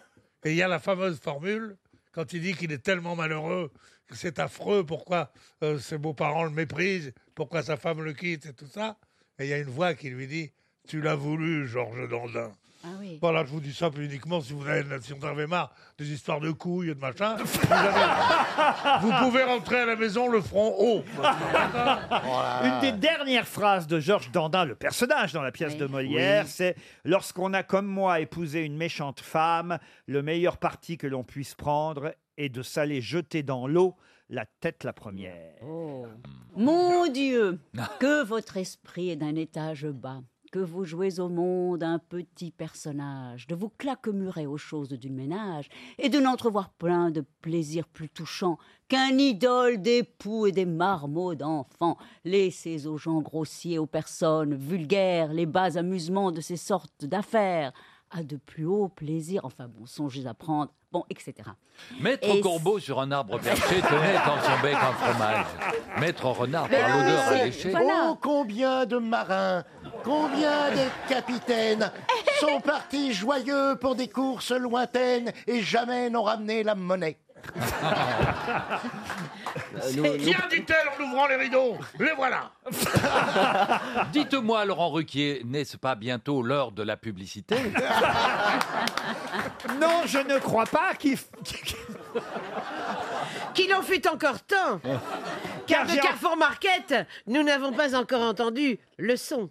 Et il y a la fameuse formule, quand il dit qu'il est tellement malheureux, que c'est affreux, pourquoi euh, ses beaux-parents le méprisent, pourquoi sa femme le quitte et tout ça. Et il y a une voix qui lui dit Tu l'as voulu, Georges Dandin.
Ah
Voilà, je vous dis ça uniquement si vous avez, si vous en avez marre des histoires de couilles et de machin. Vous, avez- vous pouvez rentrer à la maison le front haut.
Ah.
Une des dernières phrases de Georges Dandin, le personnage dans la pièce de Molière,
Oui.
c'est Lorsqu'on a comme moi épousé une méchante femme, le meilleur parti que l'on puisse prendre est de s'aller jeter dans l'eau la tête la première.
Mon Dieu, que votre esprit est d'un étage bas, que vous jouez au monde un petit personnage, de vous claquemurer aux choses du ménage et de n'entrevoir plein de plaisirs plus touchants qu'un idole d'époux et des marmots d'enfants. Laissez aux gens grossiers, aux personnes vulgaires, les bas amusements de ces sortes d'affaires, à de plus hauts plaisirs, enfin bon, songez à prendre, bon, etc.
Mettre
Et
au corbeau sur un arbre perché tenait dans son bec un fromage. Mettre au renard
Mais
Ah, par
non,
l'odeur
mais
alléchée.
Oh, combien de marins, combien de capitaines sont partis joyeux pour des courses lointaines et jamais n'ont ramené la monnaie.
Tiens, dit-elle en ouvrant les rideaux, les voilà.
Dites-moi, Laurent Ruquier, n'est-ce pas bientôt l'heure de la publicité
Non, je ne crois pas qu'il f-
Qu'il en fut encore temps.
Car
Car de
j'ai en-
Carrefour Market, nous n'avons pas encore entendu le son.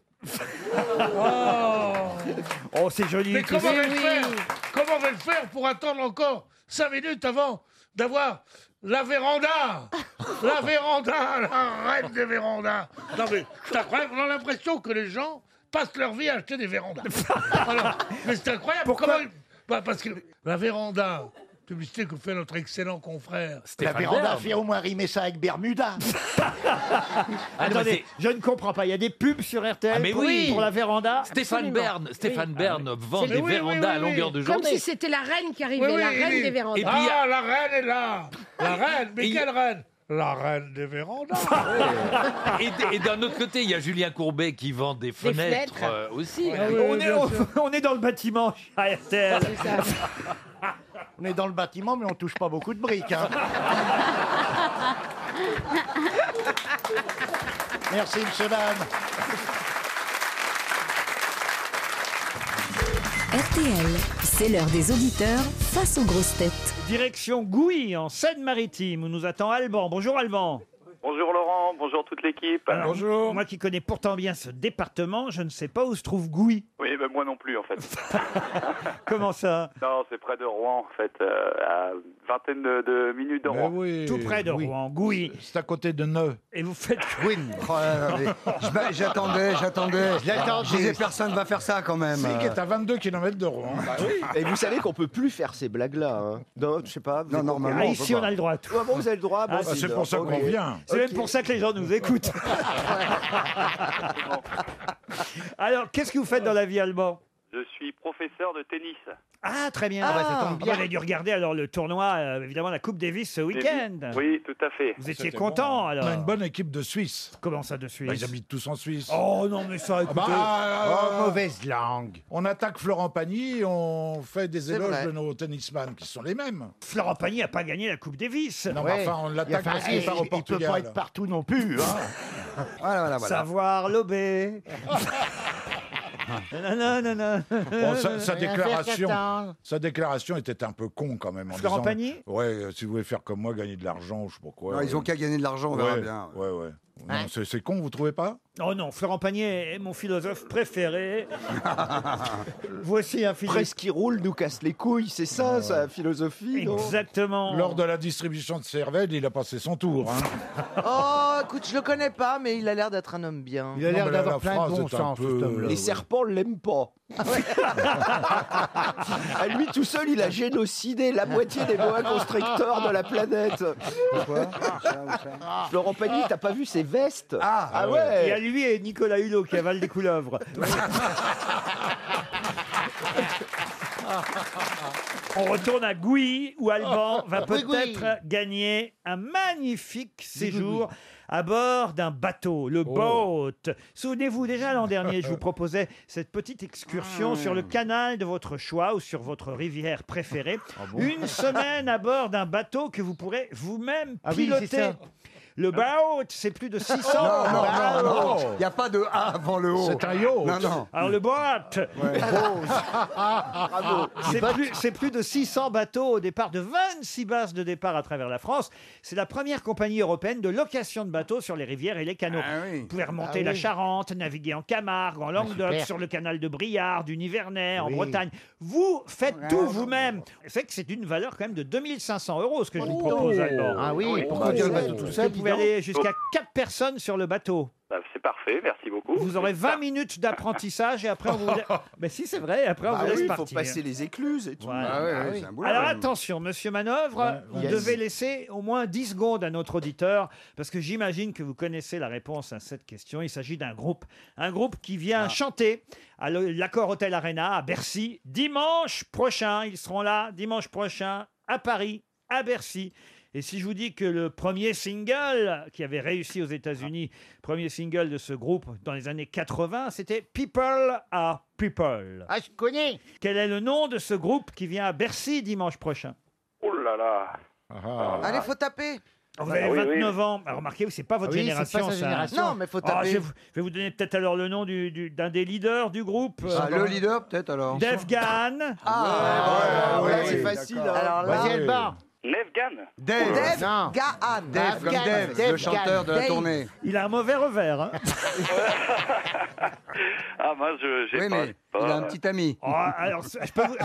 Oh, c'est joli.
Mais
tout ça.
comment vais-je faire Comment vais-je faire pour attendre encore 5 minutes avant d'avoir la véranda La véranda La reine des vérandas Non mais, c'est incroyable, on a l'impression que les gens passent leur vie à acheter des vérandas. Alors, mais c'est incroyable Pourquoi Parce que la véranda, publicité que fait notre excellent confrère.
Ah,
la véranda fait au moins rimer ça avec Bermuda.
Attendez, je ne comprends pas. Il y a des pubs sur RTL
Ah, mais
pour,
oui.
pour la véranda. Ah,
Stéphane Bern, Stéphane Bern vend
C'est-
des
Oui, oui,
vérandas
oui,
à
oui.
longueur de
Comme
journée.
si
c'était la reine qui
arrivait, la reine des vérandas. Et bah puis,
ah,
il y
la reine est là La reine, mais quelle reine la reine des vérandas.
Euh, Et, d- et d'un autre côté, il y a Julien Courbet qui vend des fenêtres,
fenêtres.
euh, aussi.
Ah oui,
on, est,
bien sûr.
on- on est dans le bâtiment à RTL.
On est dans le bâtiment, mais on touche pas beaucoup de briques. hein. Merci, monsieur dame.
RTL, c'est l'heure des auditeurs face aux grosses têtes.
Direction Gouy, en Seine-Maritime, où nous attend Alban. Bonjour Alban.
Bonjour Laurent, bonjour toute l'équipe.
Ah,
Alors, Moi qui connais pourtant bien ce département, je ne sais pas où se trouve Gouy.
Oui, ben moi non plus en fait.
Comment ça
non, c'est près de Rouen en fait, euh, à vingtaine de, de minutes de Rouen.
Tout près de Rouen, Gouy.
C'est à côté de Neu.
Et vous faites
Oui. Oh là là, mais je m'a- j'attendais, j'attendais.
Je l'attendais.
Je disais, personne ne va faire ça quand même. Bah
Si, qui est
à 22 km de Rouen.
Et vous savez qu'on peut plus faire ces blagues-là. hein. Non, je sais pas.
Non, normalement, Ah, on ici, peut on pas. a le droit à tout.
Ah bon, vous avez le droit.
bah,
bon,
Ah, c'est pour ça
ok.
qu'on vient.
C'est même pour ça que les gens nous écoutent. Alors, qu'est-ce que vous faites dans la vie, Alban
Je suis professeur de tennis.
Ah, très bien.
Ah, bah, ça tombe
Ah,
bien.
Vous avez dû regarder alors le tournoi, euh, évidemment, la Coupe Davis ce week-end.
Oui, tout à fait.
Vous étiez content, alors
On a une bonne équipe de Suisse.
Comment ça, de Suisse
Ils habitent tous en Suisse.
Oh non, mais ça, écoutez.
euh,
Oh, mauvaise
langue. On attaque Florent Pagny, et on fait des
C'est
éloges
vrai.
de nos tennisman qui sont les mêmes.
Florent Pagny n'a pas gagné la Coupe Davis.
Non, mais Ouais. enfin, on l'attaque Enfin, parce qu'il il- part au il peut Portugal. pas être
partout non plus.
hein.
voilà, voilà.
Savoir l'obé. non, non, non, non.
Bon, sa, sa
Rien faire
déclaration,
qu'attendre.
sa déclaration était un peu con quand même. En
Florent
disant,
Pagny
Ouais, euh, si vous voulez faire comme moi, gagner de l'argent, je sais pas quoi.
Non, ils ont
qu'à gagner de l'argent,
on verra bien.
Ouais, ouais. Non, c'est- C'est con, vous trouvez pas
Oh non, Florent Pagny est mon philosophe préféré. Voici un Philippe.
Presse qui roule nous casse les couilles, c'est ça, sa philosophie. non
Exactement.
Lors de la distribution de cervelle, il a passé son tour. hein.
Oh, écoute, je le connais pas, mais il a l'air d'être un homme bien.
Il a Non, l'air mais la- d'avoir la plein de phrase bon est un sens, peu- cet homme-là,
Les
ouais.
serpents l'aiment pas. à lui tout seul, il a génocidé la moitié des boa constricteurs de la planète. Pourquoi Florent Pagny, t'as pas vu ses vestes Ah, ouais
Il y a lui et Nicolas Hulot qui avalent des couleuvres. On retourne à Gouy, où Alban va
Oui, Gouy.
peut-être gagner un magnifique séjour à bord d'un bateau, le
Oh.
boat. Souvenez-vous, déjà l'an dernier, je vous proposais cette petite
Ah.
excursion sur le canal de votre choix ou sur votre rivière préférée.
Ah
bon
Une semaine à bord d'un bateau que vous pourrez vous-même
Ah oui, c'est
piloter.
ça.
le boat, c'est plus de 600
Non, non, non, non.
Boat.
Il n'y a pas de A avant le O.
C'est un yacht.
Non, non.
Alors le boat. Ah,
Ah,
C'est
bah,
plus, c'est plus de 600 bateaux au départ, de 26 bases de départ à travers la France. C'est la première compagnie européenne de location de bateaux sur les rivières et les canaux. Vous pouvez remonter
Ah
la
oui. Ah,
Charente, naviguer en Camargue, en Languedoc,
super.
sur le canal de Briard, du Nivernais, en
Oui. Ah
Bretagne. Vous faites
Ouais.
tout vous-même. C'est que c'est une valeur quand même de 2500 euros ce que je vous propose. Alban.
Ah oui, Oui, pourquoi bah, dire le bateau tout seul,
Vous
dis
pouvez
donc.
aller jusqu'à 4 personnes sur le bateau.
Bah, c'est parfait, merci beaucoup.
Vous aurez 20 minutes d'apprentissage et après on vous. la- Mais si c'est vrai, après on
Bah
vous laisse
oui, faut
partir.
passer les écluses et tout.
Voilà.
Ah
Ah
Bah Alors
hein.
attention, monsieur Manœuvre,
Ouais,
vous
ouais.
devez laisser au moins 10 secondes à notre auditeur, parce que j'imagine que vous connaissez la réponse à cette question. Il s'agit d'un groupe, un groupe qui
Ah.
vient chanter à le- l'accord Hôtel Arena à Bercy dimanche prochain. Ils seront là dimanche prochain à Paris, à Bercy. Et si je vous dis que le premier single qui avait réussi aux États-Unis, premier single de ce groupe dans les années 80, c'était People are People.
Ah, je connais.
Quel est le nom de ce groupe qui vient à Bercy dimanche prochain
Oh là là.
Ah.
Allez, faut taper.
Vous
Bah
avez 29 ans. Alors, remarquez, c'est pas votre
Ah Oui, c'est
génération.
pas sa
ça,
génération. Non, mais faut
Ah,
taper.
je, vais vous, je vais vous donner peut-être alors le nom du- du- d'un des leaders du groupe. Euh,
Ah, le leader, peut-être alors.
Defgan.
Ah, ouais, ouais, ouais,
c'est
ouais,
facile.
d'accord.
hein.
Vas-y,
Ouais.
Elbar.
Nevgan
Dave.
Dev
Non.
Gahan.
Dave, comme
Gahan.
Dave, le chanteur de la
Dave.
tournée.
Il a un mauvais revers. hein.
Ah moi je j'ai
Oui,
pas,
mais
pas-
il a un petit ami.
Oh, alors, je peux, vous,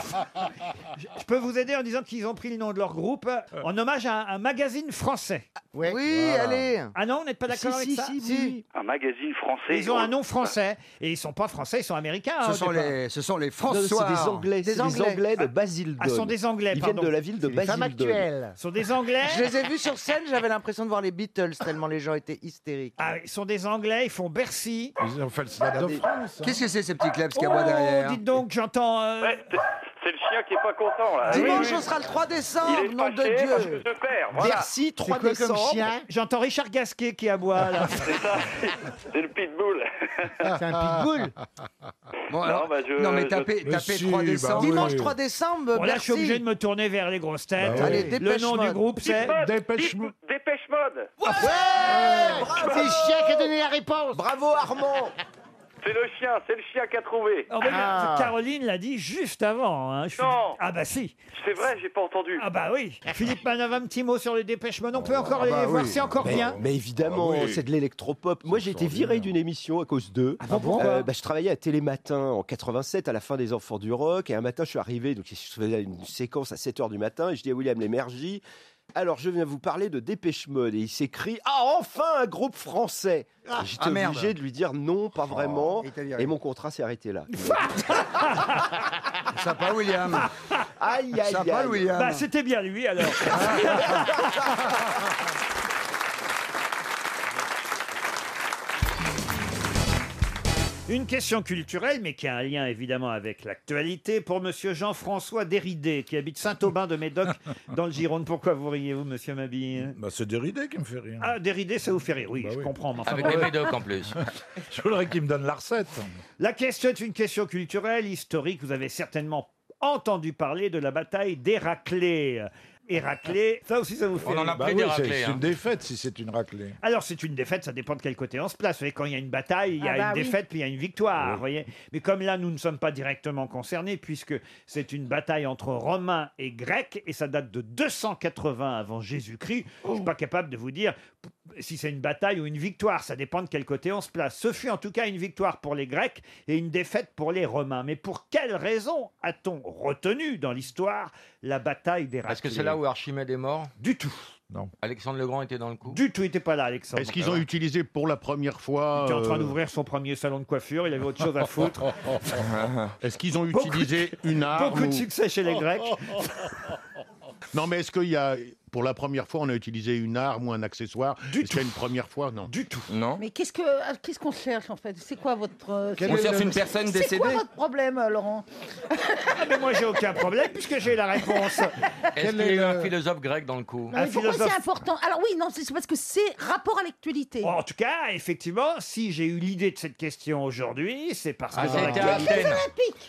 je- je peux vous aider en disant qu'ils ont pris le nom de leur groupe euh, en hommage à un, un magazine français.
Oui,
Voilà.
allez.
Ah non, vous n'êtes pas d'accord avec ça
un magazine français.
Ils ont un nom français et ils sont pas français, ils sont américains. hein,
Ce
au
sont,
départ.
les, ce sont les
Non,
François.
C'est des Anglais, c'est des Anglais de Basildon.
Ah, ce sont des Anglais,
Ils
pardon.
viennent de la ville de
C'est des femmes
Basildon.
actuelles. Ce sont des Anglais.
Je les ai vus sur scène, j'avais l'impression de voir les Beatles tellement les gens étaient hystériques.
Ah, ils sont des Anglais, ils font Bercy.
Ils ont fait le
Stade de France, hein.
Qu'est-ce que c'est ces petits clubs qu'il y a
Oh,
derrière
dites donc, j'entends. euh,
C'est le chien Julien qui est pas content là.
Dimanche, on sera le 3 décembre,
Il est
nom de
fâché parce
Dieu.
que je perds, voilà.
Merci, 3
quoi comme
décembre.
chien J'entends Richard Gasquet qui aboie là.
C'est ça, c'est le pitbull.
C'est un pitbull.
non,
alors-
bah, je-
non, mais
je-
tapez-
je-
tapez Si, 3 bah décembre. oui.
Dimanche 3 décembre,
Bon, là, je suis
merci.
obligé de me tourner vers les grosses têtes.
Bah oui. Allez,
le nom
Dépêche
du
Mode.
groupe, c'est
Dépêche Mode. Dépêche Mode.
C'est le chien qui a donné la réponse. Bravo Armand.
C'est le chien, c'est le chien qui a trouvé.
Oh, mais
Ah.
Caroline l'a dit juste avant. hein. Je suis-
Ah. Non.
Ah bah si.
C'est vrai, j'ai pas entendu.
Ah bah oui. Philippe Manov, un petit mot sur les dépêches. Mais on peut encore
Ah bah
les voir,
oui.
c'est encore
Mais-
bien.
Mais évidemment,
Ah oui.
c'est de l'électropop. Moi, j'ai été viré d'une émission à cause d'eux.
Ah pourquoi
bah, Je travaillais à Télématin en 87, à la fin des Enfants du Rock. Et un matin, je suis arrivé, donc je faisais une séquence à 7h du matin. Et je dis à William Lémergie, alors je viens vous parler de Dépêche Mode. Et il s'écrit, ah, enfin un groupe français Et J'étais
ah, merde.
obligé de lui dire non, pas vraiment.
et t'as viré.
et mon contrat s'est arrêté là.
Sympa, William.
Aïe, aïe,
Sympa,
aïe.
William.
Bah c'était bien lui alors. Une question culturelle, mais qui a un lien évidemment avec l'actualité, pour Monsieur Jean-François Déridé, qui habite Saint-Aubin de Médoc, dans le Gironde. Pourquoi vous riez-vous, Monsieur Mabille
c'est Déridé qui me fait rire.
Ah, Déridé, ça vous fait rire, oui, je comprends. mais enfin, bon.
plus. Bah je voudrais qu'il me donne la recette.
La question est une question culturelle, historique. Vous avez certainement entendu parler de la bataille d'Héraclée. Héraclée, ça aussi, ça vous fait rire.
Bah oui, c'est- C'est
hein.
hein.
une défaite si c'est une raclée.
Alors, c'est une défaite, ça dépend de quel côté on se place. Vous voyez, quand il y a une bataille, il y a
Ah bah
une
oui.
défaite, puis il y a une victoire. vous voyez. Mais comme là, nous ne sommes pas directement concernés, puisque c'est une bataille entre Romains et Grecs, et ça date de 280 avant Jésus-Christ, je ne suis pas capable de vous dire p- si c'est une bataille ou une victoire. Ça dépend de quel côté on se place. Ce fut en tout cas une victoire pour les Grecs et une défaite pour les Romains. Mais pour quelle raison a-t-on retenu dans l'histoire la bataille des
Est-ce que c'est là où Archimède est mort
Du tout.
Non. Alexandre le Grand était dans le coup
Du tout, il n'était pas là, Alexandre.
Est-ce qu'ils ont
utilisé pour la première fois Il était en
euh,
train d'ouvrir son premier salon de coiffure, il avait autre chose à foutre.
Est-ce qu'ils ont
Beaucoup
utilisé une
Ah,
arme
Beaucoup de
ou-
succès chez les Grecs.
Non, mais est-ce qu'il y a, pour la première fois, on a utilisé une arme ou un accessoire Du tout. une première fois, non
Du tout.
Non.
Mais qu'est-ce que euh, qu'est-ce qu'on cherche en fait C'est quoi votre euh,
Quel
c'est quoi-
est le- On cherche une personne
C'est
décédée
quoi votre problème, euh, Laurent
Ah, mais moi, j'ai aucun problème puisque j'ai la réponse.
Est-ce qu'il y a eu un philosophe grec dans le coup
Mais Pourquoi c'est important Alors oui, non, c'est parce que c'est rapport à l'actualité.
En tout cas, effectivement, si j'ai eu l'idée de cette question aujourd'hui, c'est parce que.
Ah,
dans
c'était à
l'actualité-
Athènes.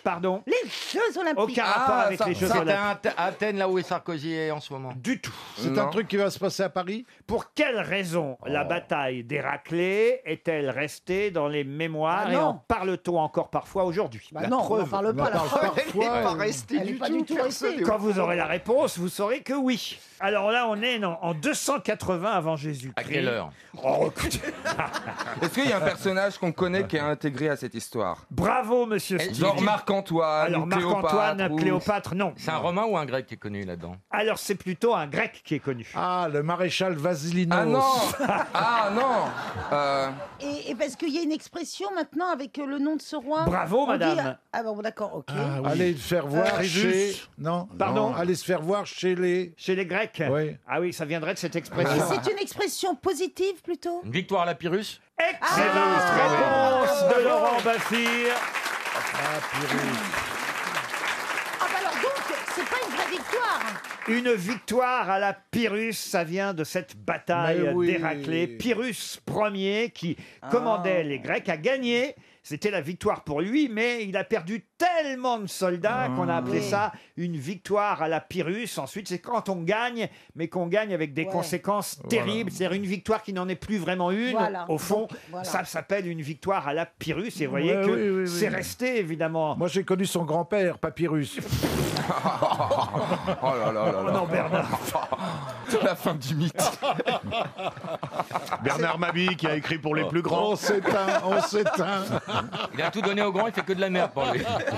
Pardon
Les Jeux Olympiques.
Aucun rapport
Ah,
avec
ça-
les Jeux
c'était
Olympiques.
à Ath- Athènes, là où est Sarkozy est en ce moment.
Du tout.
C'est un truc
qui va se passer à Paris Pour quelle raison
Oh.
la bataille d'Héraclée est-elle restée dans les mémoires
Ah
et
non.
en parle-t-on encore parfois aujourd'hui
Bah La non, on preuve, en parle on pas, en la parle preuve. parfois, Elle est pas euh, restée elle du est pas tout, du tout personne restée. est au
Quand vous
courant.
aurez la réponse, vous saurez que oui. Alors là, on est en, en 280 avant Jésus-Christ.
À quelle heure
Oh, écoutez.
Est-ce qu'il y a un personnage qu'on connaît qui est intégré à cette histoire
Bravo, monsieur
Genre
Stevie.
Marc-Antoine,
Alors,
Cléopâtre.
Marc-Antoine,
ou-
Cléopâtre, non.
C'est un romain ou un grec qui est connu là-dedans
Alors, c'est plutôt un grec qui est connu.
Ah, le maréchal Vasilinos.
Ah non Ah non Euh,
Et, et parce qu'il y a une expression maintenant avec euh, le nom de ce roi.
Bravo,
On dit-
madame.
ah bon, d'accord, ok.
Allez se faire voir
Euh,
chez...
Crésus.
Non
Pardon
Non, Allez se faire voir chez les...
Chez les Grecs
Oui.
Ah oui, ça viendrait de cette
Et
expression.
c'est une expression positive plutôt
Une victoire à la Pyrrhus
Excellente réponse de Laurent Baffir.
Ah bah alors donc, c'est pas une vraie victoire.
Une victoire à la Pyrrhus, ça vient de cette bataille
Mais oui.
d'Héraclée. Pyrrhus Ier, qui
Ah.
commandait les Grecs, a gagné. C'était la victoire pour lui, mais il a perdu tellement de soldats qu'on a appelé
Ah. Oui.
ça une victoire à la Pyrrhus. Ensuite, c'est quand on gagne, mais qu'on gagne avec des conséquences
Voilà.
terribles. C'est-à-dire une victoire qui n'en est plus vraiment une.
Voilà.
Au fond,
Donc, voilà.
ça s'appelle une victoire à la Pyrrhus. Et vous voyez
Ouais,
que
oui, oui, oui.
c'est resté, évidemment.
Moi, j'ai connu son grand-père, Papyrus.
Oh là là là là.
non, Bernard.
La fin du mythe.
Bernard Mabille qui a écrit pour les plus grands.
On s'éteint, on s'éteint.
Il a tout donné au grand, il fait que de la merde pour lui.
Non,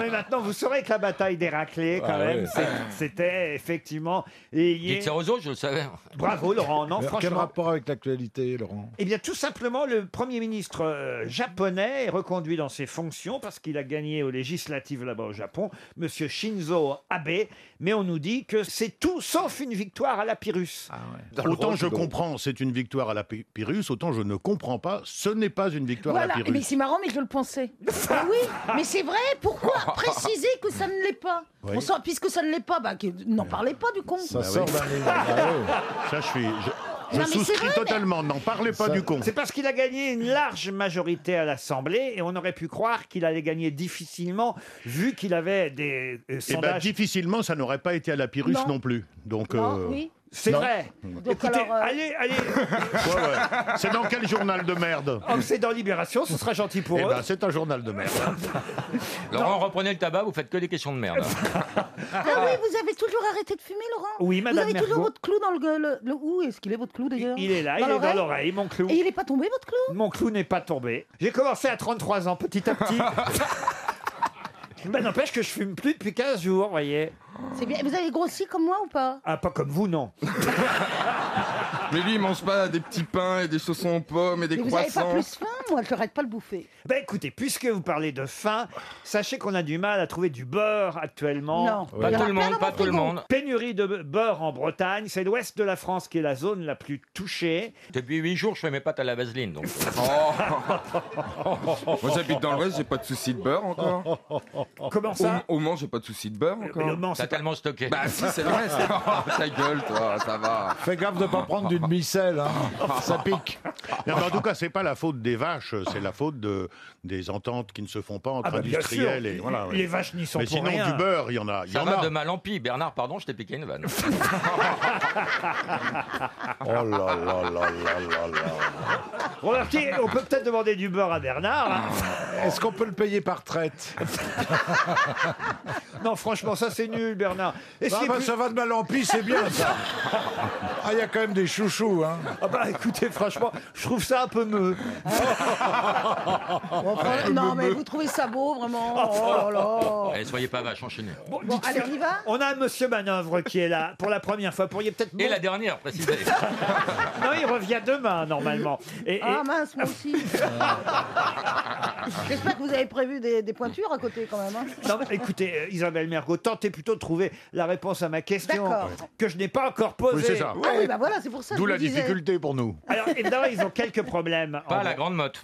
mais Ah maintenant, vous saurez que la bataille d'Héraclée, quand
Ah,
même,
ouais.
c'est- c'était effectivement. et il y a-
Dites ça aux autres, je le savais.
Bravo, Laurent. Non,
Alors, Quel
franchement.
rapport avec l'actualité, Laurent
Eh bien, tout simplement, le Premier ministre euh, japonais est reconduit dans ses fonctions parce qu'il a gagné aux législatives là-bas au Japon. Monsieur Shinzo Abe. Mais on nous dit que c'est tout sauf une victoire à la Pyrrhus.
Ah
Autant je comprends, c'est une victoire à la Py- Pyrrhus, autant je ne comprends pas, ce n'est pas une victoire
Voilà,
à la
mais
Pyrrhus.
c'est marrant, mais je le pensais. Mais oui, mais c'est vrai, pourquoi préciser que ça ne l'est pas
Oui.
On sent- Puisque ça ne l'est pas, bah, que- n'en parlez pas du con.
Bah oui.
Ah
Ça, je suis. Je, je
Non, mais c'est
souscris
vrai, mais-
totalement, n'en parlez pas du con.
C'est parce qu'il a gagné une large majorité à l'Assemblée et on aurait pu croire qu'il allait gagner difficilement vu qu'il avait des euh,
Eh ben,
sondages.
difficilement, ça n'aurait pas été à la Pyrrhus
Non.
non, plus. Donc,
Non,
euh,
oui. C'est
non.
vrai.
Ouais.
Écoutez,
euh,
allez, allez.
C'est dans quel journal de merde
Oh, c'est dans Libération, ce sera gentil pour
Eh
eux.
ben, c'est un journal de merde.
Laurent, reprenez le tabac, vous faites que des questions de merde.
Ah oui, vous avez toujours arrêté de fumer, Laurent
Oui,
Vous
Madame
avez toujours
Mergo.
votre clou dans le gueule. Le, où est-ce qu'il est, votre clou, d'ailleurs
Il est là, il est dans l'oreille, mon clou.
Et il n'est pas tombé, votre clou
Mon clou n'est pas tombé. J'ai commencé à 33 ans, petit à petit. ben, n'empêche que je fume plus depuis 15 jours, voyez.
C'est bien. Vous avez grossi comme moi ou pas
Ah, pas comme vous, non.
Mais lui, il mange pas des petits pains et des chaussons aux pommes et des
Mais vous n'avez
croissants.
pas plus faim, moi, je n'arrête pas le bouffer.
Ben écoutez, puisque vous parlez de faim, sachez qu'on a du mal à trouver du beurre actuellement.
Non. Pas Il y en a tout le plein monde, dans mon pas tout le frigo. monde.
Pénurie de beurre en Bretagne, c'est l'ouest de la France qui est la zone la plus touchée.
Depuis 8 jours, je fais mes pâtes à la vaseline. Donc.
Oh.
Moi, j'habite dans le reste, j'ai pas de soucis de beurre encore.
Comment ça
Au, au Mans, j'ai pas de soucis de beurre encore.
Mais le Mans,
T'as tellement stocké.
Bah si, c'est le reste. Ta gueule, toi, ça va.
Fais gaffe de pas prendre
Ah
du demi-sel, hein. ça pique.
Non, mais en tout cas, c'est pas la faute des vaches, c'est la faute de, des ententes qui ne se font pas entre
Ah bah, bien
industriels.
sûr.
Et, voilà, ouais.
Les vaches n'y sont
Mais
pour
sinon,
rien.
du beurre, il y en a. Il y
Ça
en
va
a.
de mal en pis. Bernard, pardon, je t'ai piqué une vanne.
Oh là là là là là là.
Remarquez, Oh, on peut peut-être demander du beurre à Bernard. hein.
Ah.
Est-ce qu'on peut le payer par traite
Non, franchement, ça c'est nul, Bernard.
Ah bah, ça va de mal en pis, c'est bien ça.
Ah, il y a quand même des chouchous, hein. Ah bah écoutez, franchement, je trouve ça un peu me.
Oh,
Ah,
non, mais vous trouvez ça beau, vraiment Oh là là
Allez, Eh, soyez pas vaches, enchaînez.
Bon, allez, on y va
On a Monsieur Manœuvre qui est là pour la première fois. Pourriez peut-être.
Et la dernière, précisez.
Non, il revient demain normalement. Et, et-
Ah mince, moi aussi J'espère que vous avez prévu des, des pointures à côté, quand même. hein.
Non, mais écoutez, euh, Isabelle Mergo, tentez plutôt de trouver la réponse à ma question
D'accord.
que je n'ai pas encore posée.
Oui, c'est ça.
Ah oui, bah voilà, c'est pour ça que
D'où
je
la
vous disais.
difficulté pour nous.
Alors évidemment, ils ont quelques problèmes.
Pas la grande motte.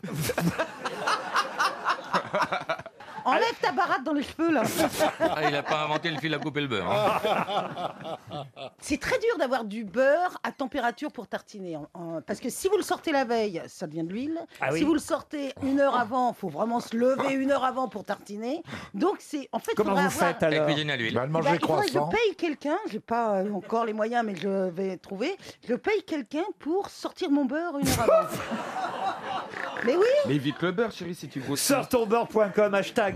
Enlève ta baratte dans les cheveux, là
Ah, il a pas inventé le fil à couper le beurre. hein.
C'est très dur d'avoir du beurre à température pour tartiner. en- en- parce que si vous le sortez la veille, ça devient de l'huile.
Ah oui.
Si vous le sortez une heure avant, faut vraiment se lever une heure avant pour tartiner. Donc c'est en fait. faudrait avoir-
La cuisine à
Bah,
l'huile.
Eh ben, il faudrait que je paye quelqu'un, j'ai pas euh, encore les moyens, mais je vais trouver. Je paye quelqu'un pour sortir mon beurre une heure avant. mais oui,
Mais évite le beurre, chérie, si tu grossis.
Sortonbeurre.com, hashtag.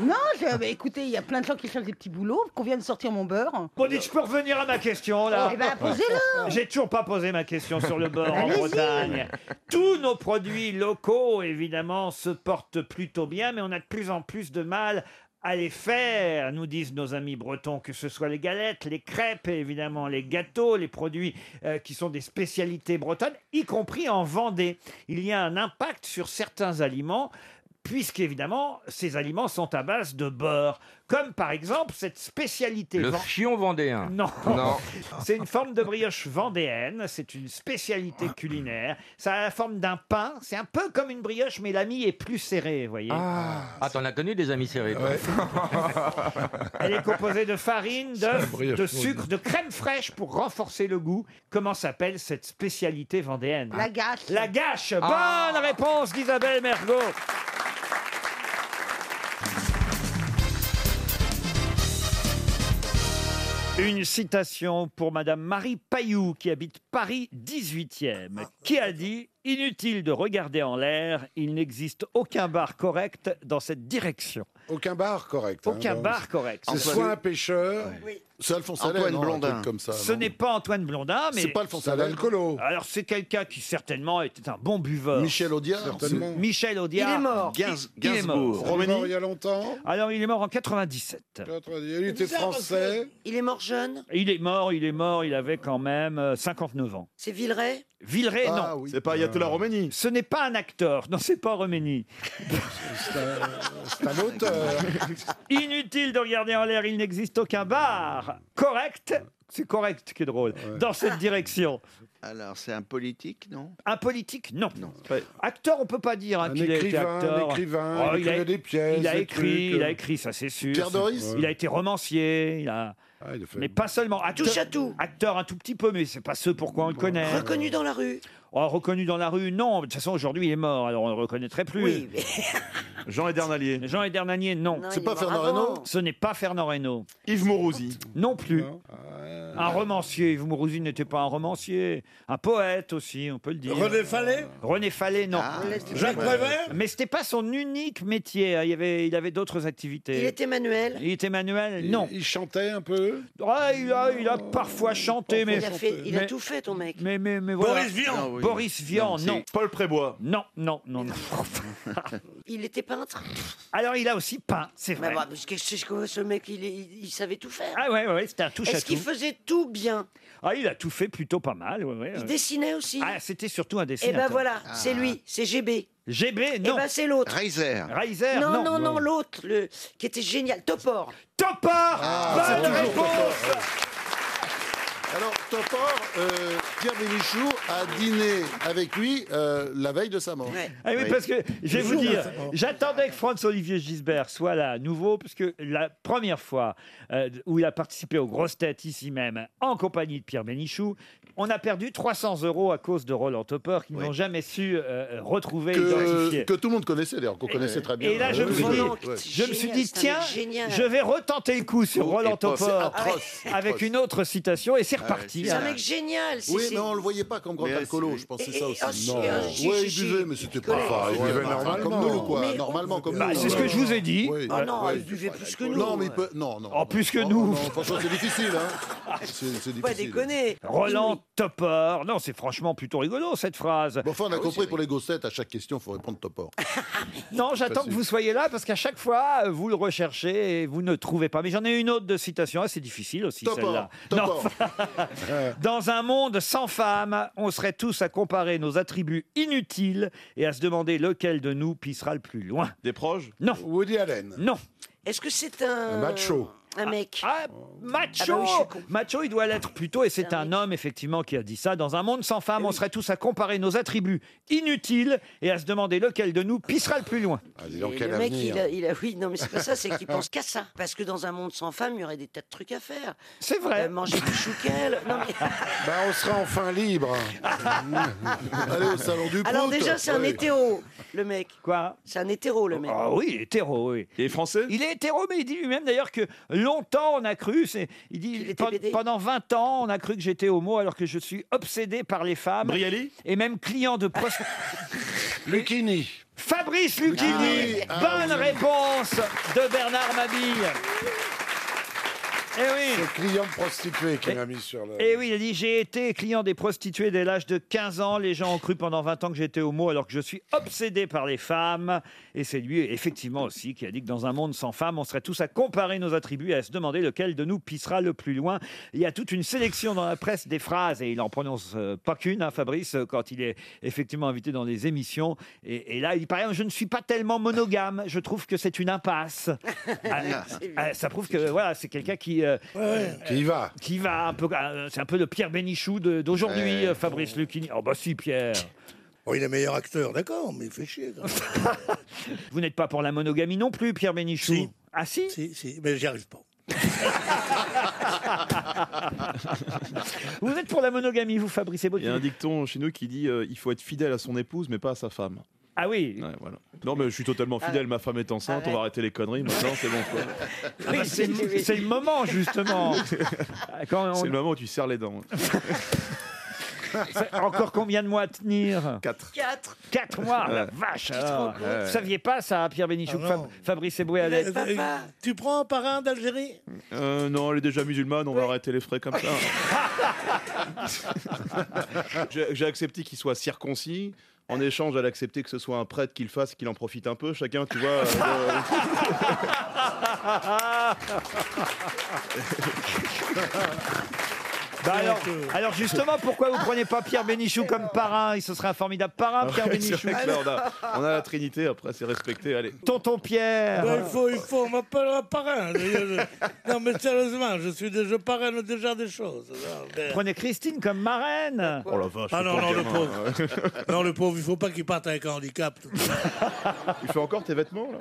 non, je- mais écoutez, il y a plein de gens qui cherchent des petits boulots, qu'on vienne sortir mon beurre.
Bon, dites, je peux revenir à ma question, là.
Eh ben, posez-le.
J'ai toujours pas posé ma question sur le beurre en
Allez-y.
Bretagne. Tous nos produits locaux, évidemment, se portent plutôt bien, mais on a de plus en plus de mal à les faire, nous disent nos amis bretons, que ce soit les galettes, les crêpes, et évidemment les gâteaux, les produits euh, qui sont des spécialités bretonnes, y compris en Vendée. Il y a un impact sur certains aliments puisqu'évidemment, ces aliments sont à base de beurre. Comme par exemple cette spécialité.
Le
Ven-
fion vendéen.
non.
Non.
C'est une forme de brioche vendéenne. C'est une spécialité culinaire. Ça a la forme d'un pain. C'est un peu comme une brioche, mais la mie est plus serrée, vous voyez.
Ah, t'en as connu des amis serrés. toi.
Elle est composée de farine, d'œufs,
brioche
de
vendéenne.
sucre, de crème fraîche pour renforcer le goût. Comment s'appelle cette spécialité vendéenne
La gâche.
La gâche.
Ah.
Bonne réponse d'Isabelle Mergot. Une citation pour Madame Marie Payou, qui habite Paris 18e, qui a dit Inutile de regarder en l'air, il n'existe aucun bar correct dans cette direction.
Aucun bar correct. hein,
Aucun
donc.
bar correct.
C'est
Antoine-
soit un pêcheur, c'est Alphonse Allais,
Antoine
non, un
Blondin.
truc comme ça.
Ce
non
n'est pas Antoine Blondin, mais.
C'est pas Alphonse
C'est un
Allais.
alcoolo. Alors, c'est quelqu'un qui certainement était un bon buveur.
Michel Audiard, certainement.
Michel Audiard.
Il est mort.
Il-
Gains-
il est mort.
Gainsbourg. Il est mort il y a longtemps.
Alors, il est mort en 97.
Il était français.
Il est mort jeune.
Il est mort, il est mort, il avait quand même euh, 59 ans.
C'est Villeray.
Villeray,
Ah,
non.
oui.
C'est pas Ayatollah Roménie. Ce n'est pas un acteur. Non, c'est pas Roménie.
C'est un- c'est un auteur.
euh,
Inutile de regarder en l'air, il n'existe aucun bar correct. C'est correct qui est drôle. Dans cette direction.
Alors, c'est un politique, non
Un politique, non. Acteur, on peut pas dire. hein,
Un
qu'il a été
écrivain,
acteur. Oh,
un écrivain, il écrivait des pièces,
Il a
des
écrit,
trucs,
il a
euh.
écrit, ça c'est sûr.
Pierre Doris Ah,
Il a été romancier. Il a... Mais pas seulement. Acteur, touche à tout. Acteur un tout petit peu, mais c'est pas ce pourquoi on le connaît.
Reconnu dans la rue.
Oh, reconnu dans la rue, non. De toute façon, aujourd'hui, il est mort, alors on ne le reconnaîtrait plus.
Oui,
Jean Edernalier. Jean Edernalier, non.
Non, C'est il est pas mort Fernand avant. Reynaud
Ce n'est pas Fernand Reynaud. Yves Mourouzi. Non plus. Un romancier. Yves Mourouzi n'était pas un romancier. Un poète aussi, on peut le dire. Euh,
René Fallet
René Fallet, non.
Ah,
Jacques Prévert
Mais c'était pas son unique métier. hein. Il, y avait, il avait d'autres activités.
Il était manuel.
Il était manuel, non. Il chantait un peu il, a, il a parfois chanté, mais.
il a, fait- il a
mais-
tout fait, ton mec.
Mais, mais, mais voilà.
Boris Vian. Non, oui.
Boris Vian,
Non, c'est-
non. Paul Prébois. Non, non, non, non.
Il était peintre.
Alors, il a aussi peint, c'est
Mais
vrai.
bon, parce que c'est ce que ce mec, il, est- il- il savait tout faire.
Ah ouais, ouais, ouais, c'était un touche à
Est-ce qu'il
tout.
faisait tout bien
Ah, il a tout fait plutôt pas mal. ouais, ouais,
Il
euh.
dessinait aussi.
Ah, c'était surtout un
Et
dessinateur.
ben voilà, c'est lui, c'est GB.
GB,
Et
non.
ben c'est l'autre.
Reiser. Reiser,
non.
non.
Non, non, l'autre, le qui était génial, Topor.
Topor
Ah,
Bonne réponse
Alors, Topor, euh, Pierre Bénichou a dîné avec lui euh, la veille de sa mort.
Ah oui, parce que je vais
Le
vous
jour de
dire,
sa mort.
j'attendais que Franz-Olivier Gisbert soit là à nouveau, puisque la première fois euh, où il a participé aux grosses têtes ici même, en compagnie de Pierre Bénichou, on a perdu 300 euros à cause de Roland Topper, qu'ils n'ont jamais su euh, retrouver, identifier.
euh, Que, que tout le monde connaissait d'ailleurs, qu'on connaissait très bien.
Et là, je me suis
Ouais.
dit,
Ouais.
je me suis
génial,
dit,
c'est un
tiens,
mec génial.
je vais retenter le coup sur
Oh,
Roland
et pas, c'est
Topor
atroce,
avec
atroce.
une autre citation, et c'est reparti. hein.
C'est un mec génial. c'est-
Oui,
c'est-
mais on le voyait pas comme grand
Mais,
alcoolo,
c'est-
je pensais
et-
ça
et-
aussi.
oh, si, euh, si,
ouais,
si,
il buvait,
si.
mais c'était
Nicolas.
pas. enfin,
Il buvait
enfin,
normalement.
Comme nous, quoi.
Mais-
normalement, comme
Bah,
nous.
c'est ce que je vous ai dit.
Ah
Ah non,
il buvait plus que nous.
Non, mais il peut- Oh, non, non.
Oh, En plus que
Non,
nous.
non, Franchement, c'est difficile, hein. C'est c'est difficile.
Pas déconner.
Roland Topor. Non, c'est franchement plutôt rigolo cette phrase. Ah
Bon, enfin, on a compris pour les gossettes, à chaque question, il faut répondre Topor.
Non, j'attends que
Facile.
vous soyez là parce qu'à chaque fois, euh, vous le recherchez et vous ne trouvez pas. Mais j'en ai une autre de citation, assez difficile aussi
Top
celle-là.
or, top
Non,
or.
enfin, Dans un monde sans femmes, on serait tous à comparer nos attributs inutiles et à se demander lequel de nous pissera le plus loin. Des proches Non.
Woody Allen
Non.
Est-ce que c'est un. Un mec.
Ah, Macho,
Ah bah oui, je suis con.
macho, il doit l'être plutôt, et c'est un homme effectivement qui a dit ça. Dans un monde sans
Eh
femmes, on serait tous à comparer nos attributs inutiles et à se demander lequel de nous pissera le plus loin.
Et le mec, il a, il a- oui, non, mais c'est pas ça, c'est qu'il pense qu'à ça. Parce que dans un monde sans femmes, il y aurait des tas de trucs à faire. Euh,
C'est vrai.
manger du chouquel. Non, mais-
Bah, on sera enfin libre.
Allez au salon du
Alors
prout.
déjà, c'est un
Ouais.
hétéro, le mec.
Quoi
C'est un hétéro, le mec.
Ah oui, hétéro, oui. Il est français Il est hétéro, mais il dit lui-même d'ailleurs que longtemps on a cru, c'est, il dit pen- pendant 20 ans on a cru que j'étais homo alors que je suis obsédé par les femmes.
Brialy
Et même client de prost-
Lucchini.
Fabrice Lucchini
Ah oui, ah
Bonne
oui.
réponse de Bernard Mabille Eh oui
Le client prostitué qui
Et-
m'a mis sur le.
Et Eh oui, il a dit J'ai été client des prostituées dès l'âge de 15 ans. Les gens ont cru pendant 20 ans que j'étais homo, alors que je suis obsédé par les femmes. Et c'est lui, effectivement, aussi, qui a dit que dans un monde sans femmes, on serait tous à comparer nos attributs et à se demander lequel de nous pissera le plus loin. Il y a toute une sélection dans la presse des phrases, et il en prononce euh, pas qu'une, hein, Fabrice, euh, quand il est effectivement invité dans des émissions. Et, et là, il dit Par exemple, je ne suis pas tellement monogame, je trouve que c'est une impasse. Ah, ah, ça prouve que voilà, c'est quelqu'un qui. euh,
Qui y va
qui va un peu, euh, c'est un peu le Pierre Bénichou de- d'aujourd'hui, euh, Fabrice Lucchini. Oh bah si Pierre.
Bon, Oh, il est meilleur acteur, d'accord, mais il fait chier. quand même.
Vous n'êtes pas pour la monogamie non plus, Pierre Bénichou. Ah si
Si, si, mais j'y arrive pas.
Vous êtes pour la monogamie, vous, Fabrice
Il y a un dicton chez nous qui dit euh, il faut être fidèle à son épouse, mais pas à sa femme.
Ah oui
Ouais, voilà. Non, mais je suis totalement fidèle. Ma femme est enceinte, on va arrêter les conneries maintenant, c'est bon. quoi.
Ah bah, c'est le- c'est le moment justement. Quand on-
C'est le moment où tu serres les dents.
C'est Encore combien de mois à tenir
Quatre.
Quatre.
Quatre mois, la
Ouais.
vache
Tu te
alors.
rends compte Ouais.
Vous saviez pas ça, Pierre Bénichou,
Ah
Fab-
non.
Fabrice Eboué
Tu prends un parrain d'Algérie
Euh, non, elle est déjà musulmane, on va arrêter les frais comme ça. J'ai j'ai accepté qu'il soit circoncis. En échange, elle a accepté que ce soit un prêtre qui le fasse, qu'il en profite un peu. Chacun, tu vois. euh,
Bah alors, alors justement, pourquoi vous prenez pas Pierre Bénichou comme parrain Il se serait un formidable parrain, Ah, Pierre
Ouais, c'est
Bénichou.
vrai que là, on, a, on a la Trinité, après c'est respecté, allez.
Tonton Pierre.
Ben, il faut, il faut, on m'appellera parrain. non, mais sérieusement, je, suis, des- je parraine déjà des choses. Non, mais-
Prenez Christine comme marraine.
Oh la vache.
Ah
c'est
non,
pas
non, le
gamin.
pauvre. non, le pauvre, il faut pas qu'il parte avec un handicap.
Il fait encore tes vêtements, là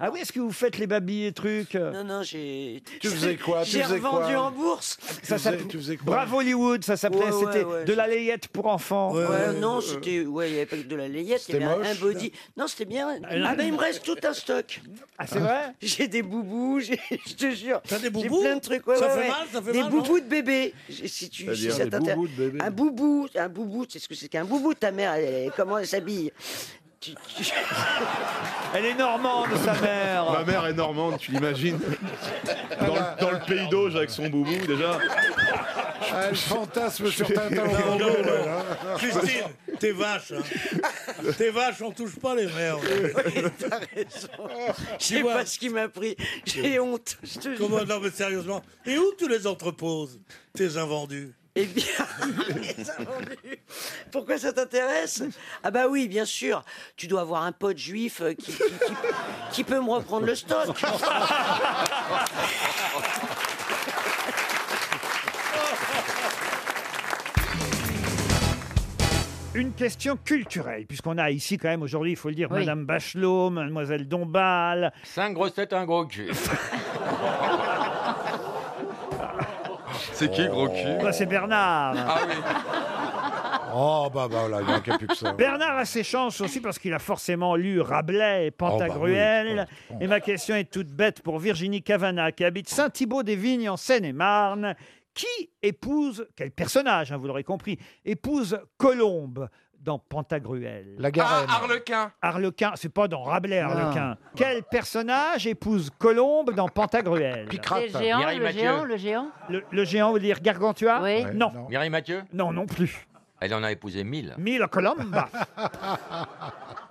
Ah oui, est-ce que vous faites les babilles et trucs
Non, non, j'ai.
Tu faisais quoi Tu
J'ai
faisais quoi
revendu en bourse.
Ça s'appelait- Bravo Hollywood, ça s'appelait.
Ouais, ouais,
c'était
ouais.
de la layette pour enfants.
Ouais, non, c'était. Ouais, il n'y avait pas que de la layette, il y
C'était
avait un- un
moche,
body. Non, c'était bien.
là-
Ah, mais il me reste tout un stock.
Ah, c'est vrai
J'ai des boubous, j'ai- je te jure.
T'as des
J'ai
boubous
plein de trucs. ouais,
Ça
ouais,
fait
ouais.
mal, ça fait
Des
mal, non
boubous de bébé. J'ai- Si tu, si
C'est-à-dire
ça
des
t'intéresse.
boubous de bébé
Un boubou, un boubou, c'est ce que c'est qu'un boubou, ta mère, elle, elle- comment elle s'habille Tu- tu-
Elle est normande, sa mère.
Ma mère est normande, tu l'imagines dans, le- dans le pays d'Auge avec son boubou, déjà.
Ah, le fantasme sur Tintin au
Non,
Congo,
non,
ouais,
non.
hein.
Christine, tes vaches. hein. Tes vaches, on touche pas les mères.
T'as raison. Je sais pas ce qui m'a pris. J'ai honte. je te jure.
Comment- non, mais sérieusement. Et où tu les entreposes, tes invendus
Eh bien, les invendus. Pourquoi ça t'intéresse Ah bah oui, bien sûr. Tu dois avoir un pote juif euh, qui, qui- qui- qui peut me reprendre le stock.
Une question culturelle, puisqu'on a ici quand même aujourd'hui, il faut le dire,
Oui.
Madame Bachelot, Mademoiselle Dombal.
Cinq grosses têtes, un gros cul.
C'est
Oh.
qui, gros cul
Oh.
Bah, c'est Bernard.
Ah,
Oh, bah, bah, là, il manquait plus que ça.
Bernard a ses chances aussi parce qu'il a forcément lu Rabelais et
Oh, bah
Pantagruel.
oui,
Et ma question est toute bête pour Virginie Cavana qui habite Saint-Thibaud-des-Vignes en Seine-et-Marne. Qui épouse, quel personnage, hein, vous l'aurez compris, épouse Colombe dans Pantagruel La
Ah, Harlequin.
Harlequin, c'est pas dans Rabelais,
Non.
Harlequin. Quel personnage épouse Colombe dans Pantagruel
C'est le géant, le géant, le géant.
Le, le géant, vous voulez dire Gargantua
Oui.
Non.
Mireille Mathieu
Non, non plus.
Elle en a épousé mille.
Mille Colomba.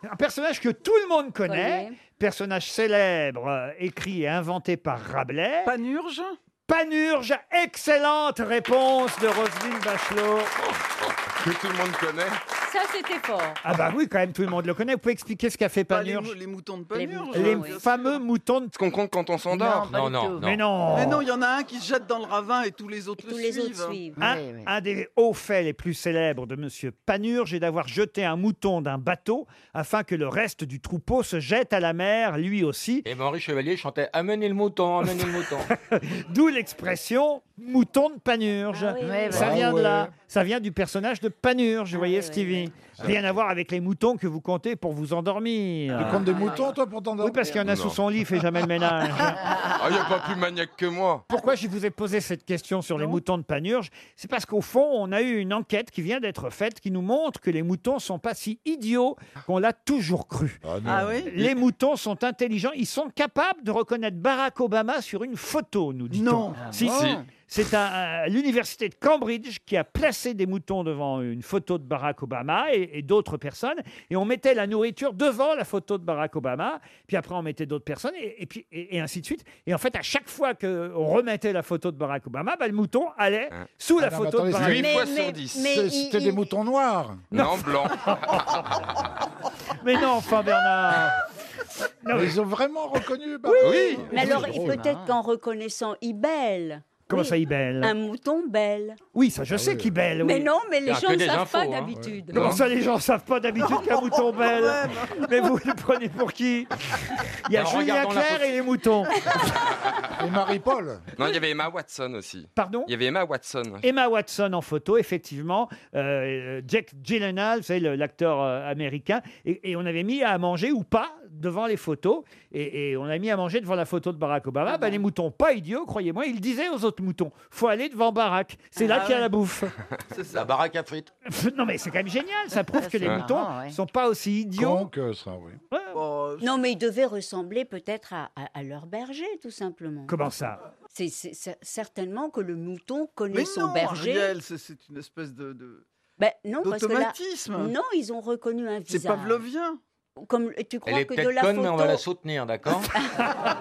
Un personnage que tout le monde connaît, personnage célèbre, euh, écrit et inventé par Rabelais. Panurge Panurge, excellente réponse de Roselyne Bachelot.
Que tout le monde connaît.
Ça, c'était fort.
Ah bah oui, quand même, tout le monde le connaît. Vous pouvez expliquer ce qu'a fait
Pas les, mou-
Panurge
les moutons de
Les
panurge. hein.
Les fameux moutons de...
Ce qu'on compte quand on s'endort.
Non, pas du tout. Mais non.
Mais non, il y en a un qui se jette dans le ravin et tous les autres le suivent. hein.
Un, un des hauts faits les plus célèbres de Monsieur Panurge est d'avoir jeté un mouton d'un bateau afin que le reste du troupeau se jette à la mer, lui aussi.
Et ben, Henri Chevalier chantait Amenez le mouton, amenez le mouton.
D'où l'expression mouton de Panurge.
oui, oui, Ah
ça
oui.
vient
Ah
de là.
ouais.
Ça vient du personnage de Panurge, vous voyez, Stevie. Rien à voir avec les moutons que vous comptez pour vous endormir.
Tu comptes des moutons, toi, pour t'endormir
Oui, parce qu'il y en a
Non.
sous son lit, il fait jamais le ménage.
Ah, il n'y a pas plus maniaque que moi.
Pourquoi je vous ai posé cette question sur les moutons de Panurge C'est parce qu'au fond, on a eu une enquête qui vient d'être faite qui nous montre que les moutons sont pas si idiots qu'on l'a toujours cru.
Ah oui
les moutons sont intelligents, ils sont capables de reconnaître Barack Obama sur une photo, nous dit-on.
Non.
Si,
Ah
si.
bon
C'est à, à l'université de Cambridge qui a placé des moutons devant une photo de Barack Obama et, et d'autres personnes, et on mettait la nourriture devant la photo de Barack Obama, puis après on mettait d'autres personnes, et, et puis et, et ainsi de suite. Et en fait, à chaque fois qu'on remettait la photo de Barack Obama, bah, le mouton allait sous la
Ah non, mais
photo
attendez,
de Barack
c'est-
Obama.
C'est- C'était des moutons noirs.
Non, blanc.
Mais non, enfin Bernard. Non, Ah. mais-
Ils ont vraiment reconnu. bah,
Oui. hein.
Mais alors,
c'est
et
drôle.
peut-être qu'en reconnaissant Ibel.
Comment
Oui.
ça, Ibel
Un mouton belle.
Ah Oui, ça je sais qu'il belle. oui.
Mais non, mais les
Ah,
gens
que
ne
des
savent pas
infos, hein. Oh,
d'habitude.
Comment ça, les gens savent pas d'habitude qu'un mouton belle Mais vous le prenez pour qui Il y a
En
Julien
regardant la
Clerc
photo-
et les moutons.
Et Marie-Paul.
Non, il y avait Emma Watson aussi.
Pardon
Il y avait Emma Watson.
Emma Watson en photo, effectivement. Euh, Jack Gyllenhaal, vous savez, le- l'acteur euh, américain. Et, et on avait mis à manger ou pas devant les photos. Et, et on a mis à manger devant la photo de Barack Obama.
Ah
Bah, les moutons, pas idiots, croyez-moi, ils disaient aux autres moutons faut aller devant Barack. C'est là
Ah
qu'il y a
ouais.
la bouffe.
La baraque à frites.
non, mais c'est quand même génial. Ça prouve que les
c'est
moutons
marrant, ouais.
sont pas aussi idiots.
Con que ça, oui.
Oh, Non, mais ils devaient ressembler peut-être à, à- à leur berger, tout simplement.
Comment ça
C'est c'est cer- certainement que le mouton connaît
Mais
son
non,
berger.
Ariel, c'est- c'est une espèce de... de-
Ben, non, parce que là-
D'automatisme.
non, ils ont reconnu un visage.
C'est pavlovien.
Comme tu
Elle
crois
est
que de
peut-être
la
conne, mais on va la
photo.
soutenir, d'accord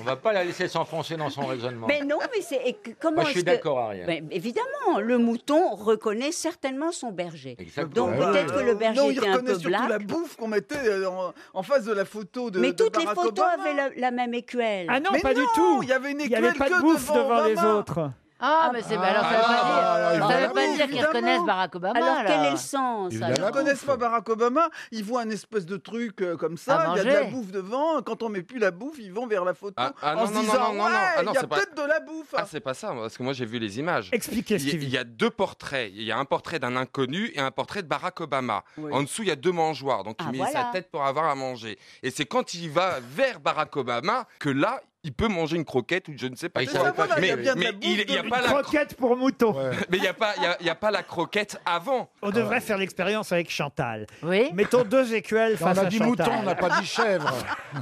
On va pas la laisser s'enfoncer dans son raisonnement.
Mais Ben non, mais c'est et que- comment
Moi, je suis
est-ce que-
d'accord, Ariel.
Ben, évidemment, le mouton reconnaît certainement son berger.
Exactement.
Donc peut-être que le berger
Non, il
était un
reconnaît
peu
surtout la
black.
bouffe qu'on mettait euh, en, en face de la photo de
mais
de
toutes les
Barack
photos
Obama.
avaient la, la même écuelle.
Ah non, Mais pas du non, tout. il y avait une
Il n'y avait
écuelle
pas de
que
bouffe
devant
devant les
Obama.
autres.
Ah, mais c'est bah, alors ça veut
Ah,
pas dire,
alors,
ça veut
évidemment.
pas dire qu'ils
Évidemment.
reconnaissent Barack Obama.
Alors, quel
là.
est le sens,
Il
Ils
y a la
ne connaissent pas Barack Obama, ils voient un espèce de truc euh, comme ça,
À
il y a de la
manger.
bouffe devant, quand on met plus la bouffe, ils vont vers la photo
Ah, ah,
en
non,
se
non, non,
disant
non, non, non.
ouais,
Ah, non,
il y a
c'est pas-
peut-être de la bouffe.
Ah, c'est pas ça, moi, parce que moi j'ai vu les images.
Expliquez,
il, y a- il y a deux portraits. Il y a un portrait d'un inconnu et un portrait de Barack Obama. En dessous, il y a deux mangeoires. Donc
Ah,
il met
voilà.
sa tête pour avoir à manger. Et c'est quand il va vers Barack Obama que là, il peut manger une croquette ou je ne
Ah,
sais pas
il
quoi.
savait pas qu'il y
mais
a bien de la euh,
mais il n'y a,
Une
pas la-
croquette pour mouton.
mais il y a pas- il y a- il y a pas la croquette avant.
On devrait faire l'expérience avec Chantal. Mettons deux écuelles
On a
face à
dit
Chantal.
mouton, on n'a pas
dit chèvre.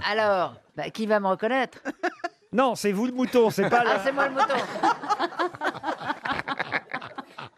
Alors, bah, qui va me reconnaître
Non, c'est vous le mouton, c'est pas
Ah,
la-
c'est moi le mouton.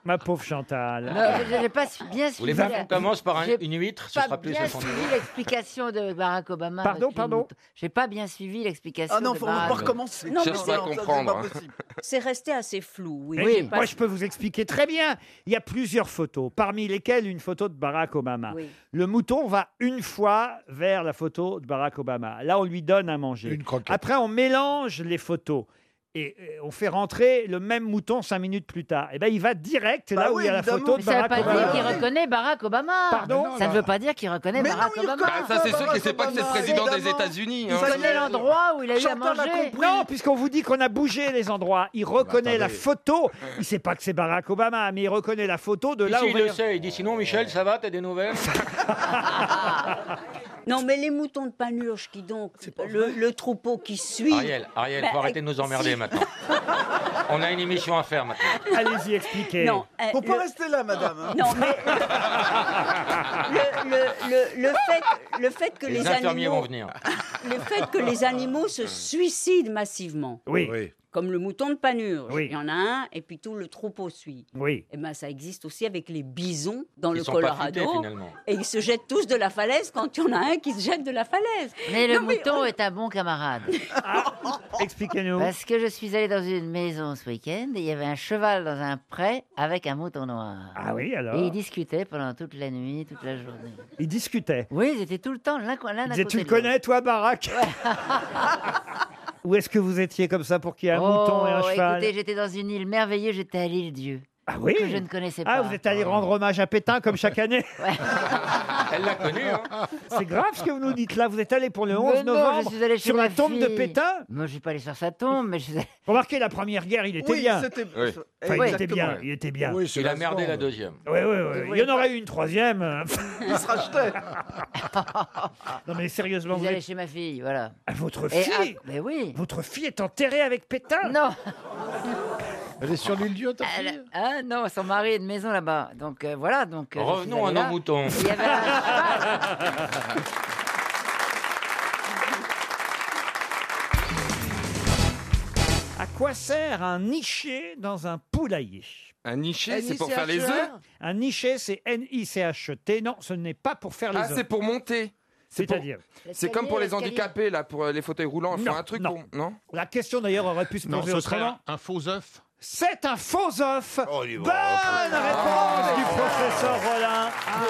ma pauvre Chantal.
Non, je n'ai pas su- bien
Vous voulez
suivi.
pas
la-
qu'on commence par un-
j'ai
une huître Ce
pas
sera plus
bien
à son niveau.
suivi l'explication de Barack Obama.
Pardon,
avec les
pardon.
moutons. J'ai pas bien suivi l'explication.
Ah non,
de
faut
Barack
pas
Obama.
recommencer.
Non,
Cherche
mais
pas à
c'est-
comprendre. hein.
C'est resté assez flou. Oui,
Mais
J'ai
oui,
pas-
moi, je peux vous expliquer très bien. Il y a plusieurs photos, parmi lesquelles une photo de Barack Obama.
Oui.
Le mouton va une fois vers la photo de Barack Obama. Là, on lui donne à manger. Après, on mélange les photos. Et euh, on fait rentrer le même mouton cinq minutes plus tard. Et ben, il va direct
Bah
Bah
là où il y a la photo
Mais
de
ça ne veut
Barack
pas dire qu'il
Obama.
reconnaît Barack Obama.
Pardon
Ça
non,
ne veut pas dire qu'il reconnaît
Mais non,
Barack
il
Obama.
Ah,
reconnaît Bah, ça, c'est sûr Barack qu'il sait pas que c'est le Obama, président des évidemment. États-Unis,
Il hein. connaît l'endroit où il a eu à
Chantal
manger.
compris. Non, puisqu'on vous dit qu'on a bougé les endroits. Il reconnaît la
attendez.
photo. Il sait pas que c'est Barack Obama, mais il reconnaît la photo de là
Ici,
où
il
va-
le sait. Il dit sinon, Michel, ça va T'as des nouvelles
Non, mais les moutons de Panurge, qui donc, le, le troupeau qui suit.
Ariel, Ariel,
Bah,
faut arrêter de nous emmerder
si.
maintenant. On a une émission à faire maintenant.
Allez-y, expliquez.
Non, euh,
Faut pas
le-
rester là, madame. hein.
Non, mais le, le- le- le fait, le fait que les,
Les infirmiers
animaux,
vont venir.
le fait que les animaux se suicident massivement.
Oui.
Comme le mouton de Panurge.
Oui.
Il y en a un, et puis tout le troupeau suit.
Oui.
Et ben, ça existe aussi avec les bisons dans
Ils
le
sont pas
Colorado.
futés, finalement.
et ils se jettent tous de la falaise quand il y en a un qui se jette de la falaise.
Mais le
Non,
mouton est un bon camarade.
Expliquez-nous.
Parce que je suis allée dans une maison ce week-end et il y avait un cheval dans un pré avec un mouton noir.
Ah oui, alors
Et ils discutaient pendant toute la nuit, toute la journée.
Ils discutaient.
Oui, ils étaient tout le temps l'un l'un à
Il disait,
côté
tu le
de l'autre.
connais, toi, Barack Où est-ce que vous étiez comme ça pour qu'il y ait un mouton et un
Oh,
cheval
Écoutez, j'étais dans une île merveilleuse, j'étais à l'île Dieu.
Ah oui
Que je ne connaissais pas.
Ah, vous êtes allé rendre hommage à Pétain comme chaque année
Elle l'a connu. hein.
C'est grave ce que vous nous dites là. Vous êtes allé pour le 11
Mais non,
novembre
je suis allée chez
sur la
ma
tombe de
fille.
Pétain
Moi, je suis pas allé sur sa tombe, mais je suis allé-
Remarquez, la première guerre, il était
Oui,
bien.
c'était-
Enfin,
Oui.
il était
Exactement.
bien. Il était bien.
il a merdé la deuxième.
Ouais, ouais, ouais. Euh, Il y en aurait eu une troisième. hein.
Il se rachetait.
non, mais sérieusement,
Je
vous
suis allé
êtes- Ah,
chez ma fille, voilà.
votre
Et
fille
à- Mais oui.
Votre fille est enterrée avec Pétain
Non.
Elle est sur l'île Dieu, ta
Elle-
fille
Ah non, son mari a une maison là-bas. Donc euh, voilà. Donc, euh, je suis
Revenons à
allée
nos
là.
moutons.
Il y avait un cheval.
À quoi sert un niché dans un poulailler
Un niché, c'est pour faire les œufs
Un niché, c'est N-I-C-H-T. E Non, ce n'est pas pour faire les
Ah,
œufs.
c'est pour monter. C'est pour-
C'est-à-dire
C'est comme pour les handicapés, là, pour euh, les fauteuils roulants. Ils font
Non,
un truc
non.
pour- Non
La question d'ailleurs aurait pu se
Non,
poser
ce serait
autrement.
un faux œuf Oh,
C'est un faux œuf. Bonne réponse
Ah.
du professeur
Ah,
Rollin. Ah,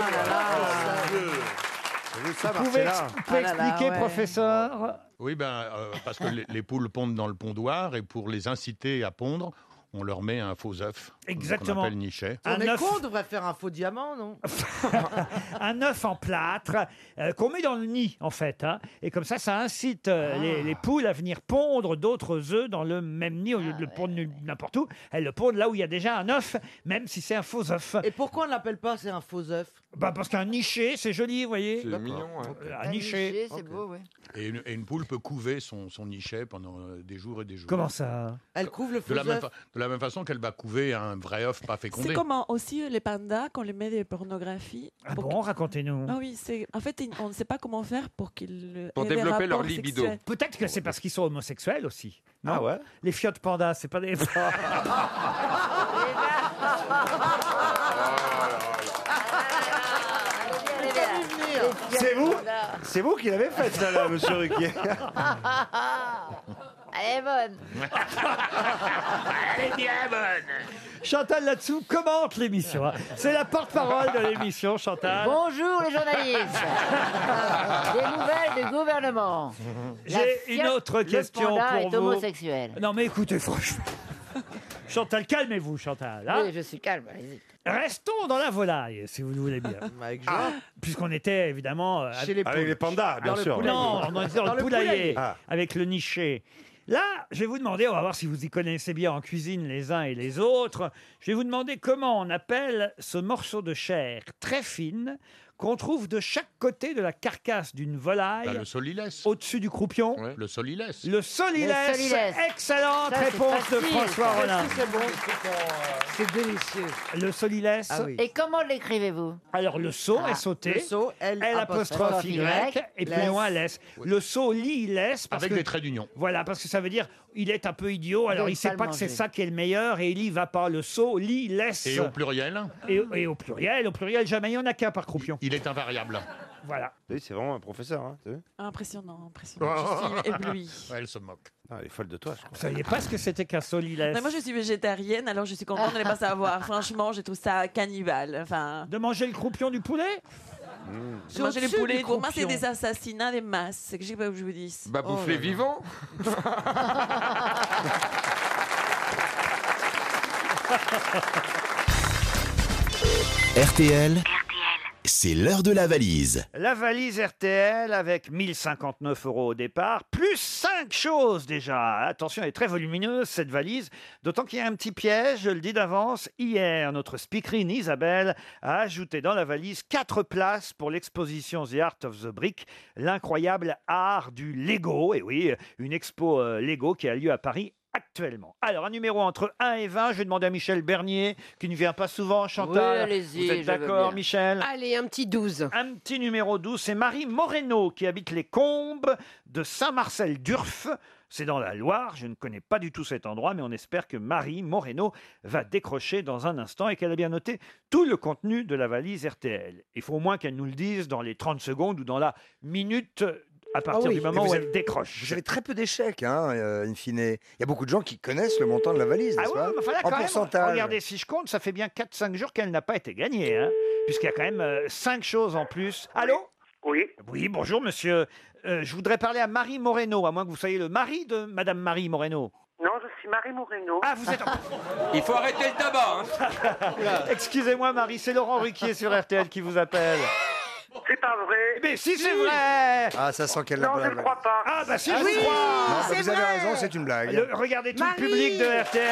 Ça,
Vous pouvez,
Marcella.
ex- vous pouvez
Ah là là,
expliquer,
ouais.
professeur
Oui, ben, euh, parce que les, les poules pondent dans le pondoir et pour les inciter à pondre, on leur met un faux œuf.
Exactement.
Qu'on appelle nichet.
Un
on est
œuf.
con, on devrait faire un faux diamant, non
Un œuf en plâtre euh, qu'on met dans le nid, en fait. hein. Et comme ça, ça incite euh,
Ah.
les, les poules à venir pondre d'autres œufs dans le même nid au lieu de le
Ah
pondre nul- n'importe où. Elles le pondent là où il y a déjà un œuf, même si c'est un faux œuf.
Et pourquoi on ne l'appelle pas c'est un faux œuf
Bah, parce qu'un niché, c'est joli, vous voyez.
C'est mignon, hein.
Euh, Un niché.
c'est beau, ouais.
Et une, et une poule peut couver son, son nichet pendant euh, des jours et des jours.
Comment ça
Elle couvre le
de
faux
la, même
œuf.
fa- de la même façon qu'elle va couver un vrai œuf pas fécondé.
C'est comme un- aussi euh, les pandas quand on les met des pornographies.
Ah bon, racontez-nous.
Ah oui, c'est en fait ils- on ne sait pas comment faire pour qu'ils euh,
Pour
aient des
développer leur
rapports
libido.
sexuels.
Peut-être que c'est parce qu'ils sont homosexuels aussi. ah ouais Les fiottes pandas, c'est pas des.
Les
C'est vous C'est vous qui l'avez faite, ça, là, monsieur Ruquier.
Elle est bonne.
Elle est bien bonne.
Chantal là-dessous commente l'émission. hein. C'est la porte-parole de l'émission, Chantal.
Bonjour les journalistes.
euh,
Des nouvelles du gouvernement. La
J'ai une
Fiat,
autre question
Le panda
pour
est
vous.
homosexuel.
Non mais écoutez, franchement. Chantal, calmez-vous, Chantal. hein.
Oui, je suis calme. allez-y.
Ah Restons dans la volaille, si vous le voulez bien. Ah, Puisqu'on était évidemment euh,
Chez les Avec poules. les pandas, bien
Dans le
sûr.
poulailler. Non, on était dans, le poulailler,
Ah.
avec le niché. Là, je vais vous demander, on va voir si vous y connaissez bien en cuisine les uns et les autres. Je vais vous demander comment on appelle ce morceau de chair très fine qu'on trouve de chaque côté de la carcasse d'une volaille.
Bah, le solilès.
Au-dessus du croupion.
Le solilès.
Le solilès.
Le solilès.
Excellente
Ça, c'est
réponse de
facile,
François
ça.
Rollin.
Est-ce que c'est
C'est délicieux. Le solilès.
Ah Et comment l'écrivez-vous
Alors le saut
Ah,
est sauté.
le saut, L
L apostrophe Y,
apostrophe
et plus
Y,
loin laisse. Le saut lit laisse. parce
Avec
que-
des traits d'union.
Voilà, parce que ça veut dire il est un peu idiot, alors
veut
il
pas
sait
le
pas que c'est
manger.
ça qui est le meilleur et il y va pas. Le saut lit laisse.
Et au pluriel
Et, et au pluriel, au pluriel, jamais il y en a qu'un par croupion.
Il est invariable.
Voilà.
Oui, c'est vraiment un professeur. Hein,
Impressionnant, impressionnant. Je suis éblouie.
elle se moque.
Ah, elle est folle de toi, je
Vous saviez pas ce que c'était qu'un saut lit laisse
Non, moi, je suis végétarienne, alors je suis contente de ne pas savoir. Franchement, je trouve ça cannibale. Enfin,
De manger le croupion du poulet Mmh.
de manger les
au-dessus
poulets,
du
pour moi, c'est
croupion.
des assassinats des masses. C'est que je sais pas où je vous Oh dis.
Bah, bouffe-les vivants.
RTL, c'est l'heure de la valise.
La valise RTL avec 1059 euros au départ, plus 5 choses déjà. Attention, elle est très volumineuse cette valise, d'autant qu'il y a un petit piège, je le dis d'avance. Hier, notre speakerine Isabelle a ajouté dans la valise 4 places pour l'exposition The Art of the Brick, l'incroyable art du Lego. Et oui, une expo euh, Lego qui a lieu à Paris actuellement. Ah, Alors, un numéro entre 1 et 20, je vais demander à Michel Bernier, qui ne vient pas souvent,
Oui,
Chantal.
allez-y,
vous
je
êtes
veux
d'accord,
bien.
Michel
Allez, un petit 12.
Un petit numéro 12, c'est Marie Moreno qui habite les Combes de Saint-Marcel-d'Urf. C'est dans la Loire, je ne connais pas du tout cet endroit, mais on espère que Marie Moreno va décrocher dans un instant et qu'elle a bien noté tout le contenu de la valise RTL. Il faut au moins qu'elle nous le dise dans les 30 secondes ou dans la minute
Ah
à partir du moment où elle décroche.
Vous avez très peu d'échecs, hein, euh, in fine. Il y a beaucoup de gens qui connaissent le montant de la valise,
Ah
n'est-ce
oui,
pas
mais enfin là,
En
quand même,
pourcentage.
regardez, si je compte, ça fait bien 4-5 jours qu'elle n'a pas été gagnée, hein, puisqu'il y a quand même 5 choses en plus. Allô
Oui.
Oui, bonjour monsieur. Euh, je voudrais parler à Marie Moreno, à moins que vous soyez le mari de Madame Marie Moreno.
Non, je suis Marie Moreno.
Ah, vous êtes.
Il faut arrêter le tabac. hein.
Excusez-moi Marie, c'est Laurent Ruquier sur RTL qui vous appelle.
C'est pas vrai.
Mais si c'est vrai
Ah, ça sent qu'elle
Non,
pas
je
la
ne
valise.
crois pas.
Ah bah si je
oui,
vous
Non,
crois
bah, vous avez raison, c'est une blague.
Le- Regardez tout
Marie
le public de RTL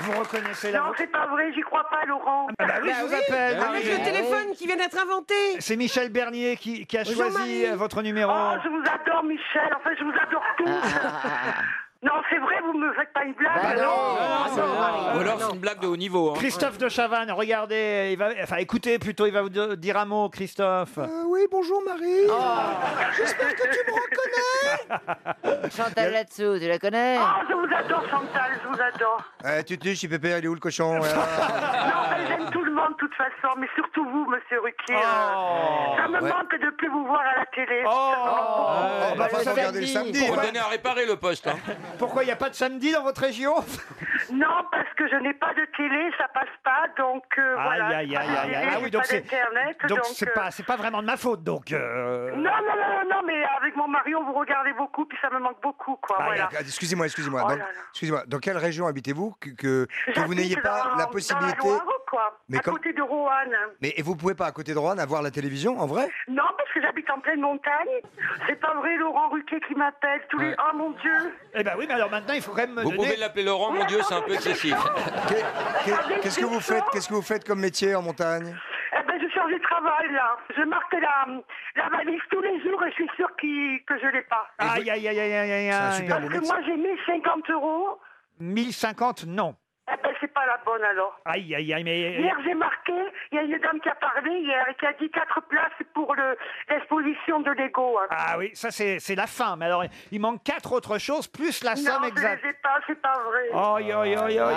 Vous reconnaissez la
Non,
voix
c'est pas vrai, j'y crois pas, Laurent.
Ah bah oui, je vous appelle,
Avec
Marie.
le téléphone qui vient d'être inventé.
C'est Michel Bernier qui, qui a
Bonjour,
choisi
Marie.
euh, votre numéro. Ah,
Oh, je vous adore, Michel. Enfin, je vous adore tous. non, c'est vrai, vous me faites pas une blague.
Bah non,
Ah
non, non,
Ou alors c'est une blague de haut niveau. hein.
ah. Christophe de Chavannes, regardez, il va, enfin écoutez plutôt, il va vous de- dire un mot, Christophe.
Euh,
Ah
oui, bonjour Marie.
Oh.
J'espère que tu me reconnais.
Chantal là-dessous, tu la connais
Oh, je vous adore, Chantal, je vous adore.
Eh, tu te dis, chez Pépé, il est où le cochon hein ouais,
Non, mais j'aime tout le monde, de toute façon, mais surtout vous, monsieur Ruquier. Euh, Ça me
Ouais.
manque de plus vous voir à la télé.
Oh,
Ah,
bah, faut regarder le samedi.
On
Ouais.
donnait à réparer le poste. hein.
Pourquoi il n'y a pas de samedi dans votre région
Non, parce que je n'ai pas de télé, ça passe pas, donc euh, voilà.
Aïe, aïe,
j'ai pas
aïe,
de
aïe,
télé,
aïe. Ah
j'ai
oui, donc
pas
c'est
d'internet,
donc c'est
euh,
pas, c'est pas vraiment de ma faute, donc. euh,
Non, non, non, non, non, mais avec mon mari, on vous regardait beaucoup, puis ça me manque beaucoup, quoi. voilà.
Ah, Excusez-moi, excusez-moi.
Oh
Dans-
là là.
Excusez-moi. Dans quelle région habitez-vous que, que, que vous
J'habite
n'ayez pas
dans-
la
Dans
possibilité
la Loire, quoi,
Mais
à
comme-
côté de Roanne.
Mais et vous pouvez pas à côté de Rouen avoir la télévision en vrai
Non, parce que j'habite en pleine montagne. C'est pas vrai, Laurent Ruquet qui m'appelle tous les. Oh mon Dieu
Eh ben oui, mais alors maintenant il faut quand même me
Vous
donner.
pouvez l'appeler Laurent, mon Dieu, c'est un peu excessif.
Ah,
Qu'est- Qu'est-ce que vous faites Qu'est-ce que vous faites comme métier en montagne
Eh ben, je change de travail, là. Je marque la, la valise tous les jours et je suis sûre qu'il- que je l'ai pas.
Aïe, aïe, aïe, aïe, aïe, aïe,
Parce
aïe.
que moi, j'ai 1050 euros.
1050, non.
Eh ben, c'est pas la bonne, alors.
Aïe, aïe, aïe, mais.
Hier, j'ai marqué, il y a une dame qui a parlé hier et qui a dit quatre places pour le- l'exposition de Lego. hein.
Ah oui, ça c'est c'est la fin. Mais alors, il manque quatre autres choses, plus la
non,
somme
je
exacte. Ah,
les ai pas, c'est pas vrai.
Ah,
Ah.
Aïe, aïe, aïe, aïe,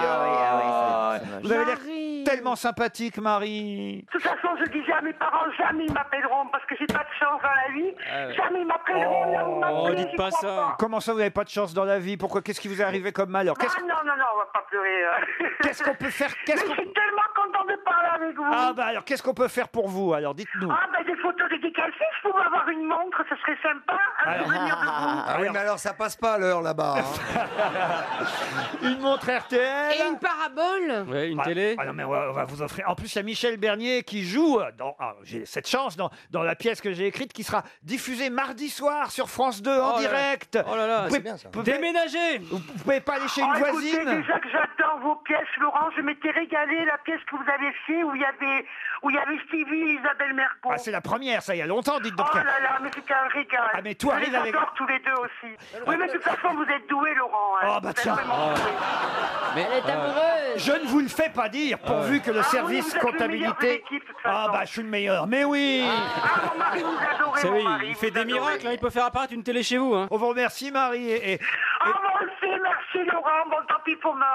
aïe. Vous avez l'air tellement sympathique, Marie.
De toute façon, je disais à mes parents, jamais ils m'appelleront parce que j'ai pas de chance dans la vie.
Ah,
Jamais ils m'appelleront. jamais ils m'appelleront, j'y crois
Comment Oh, ça, vous n'avez pas de chance dans la vie Pourquoi Qu'est-ce qui vous est arrivé comme malheur Qu'est-ce
Ah non, non, non, on va pas pleurer. euh.
Qu'est-ce
Ah.
qu'on peut faire
Mais je suis tellement contente de parler avec vous.
Ah bah alors, qu'est-ce qu'on peut faire pour vous Alors, dites-nous.
Ah bah, des photos dédicacées, je pourrais avoir une montre, ce serait sympa. Un souvenir de vous.
Ah oui, mais alors ça passe pas à l'heure là-bas. hein.
une montre RTL.
Et une parabole
une télé ah non, mais on va, on va vous offrir. En plus, il y a Michel Bernier qui joue dans. ah, j'ai cette chance dans, dans la pièce que j'ai écrite qui sera diffusée mardi soir sur France 2 en
Oh là là.
direct.
Oh là là,
Vous
c'est
pouvez-
bien, ça.
vous pouvez- Vous pouvez pas aller chez une
Oh,
voisine
Écoutez, déjà que j'adore vos pièces, Laurent, je m'étais régalé la pièce que vous avez fait où il y avait, où il y avait Stevie et Isabelle Mergo.
Ah, c'est la première, ça, il y a longtemps, dites donc.
Oh là là, mais c'était un régal.
Ah, mais toi,
je
arrive
les
avec-
adore tous les deux aussi. Oui, mais de toute façon, vous êtes doués, Laurent. hein.
Oh, bah
Vous êtes
tiens.
vraiment doués.
Mais, euh,
Elle est amoureuse.
Je ne vous le fais pas dire, pourvu que le
Ah oui,
service
vous êtes le meilleur de
comptabilité.
l'équipe, de toute
Ah,
façon.
bah, je suis le meilleur. Mais oui
Ah, mon mari, vous adorez,
C'est
mon
oui,
mari.
il fait des miracles, hein, il peut faire apparaître une télé chez vous. Hein.
On vous remercie, Marie. Et, et-
Ah, moi aussi, merci, Laurent. Bon, tant pis pour moi.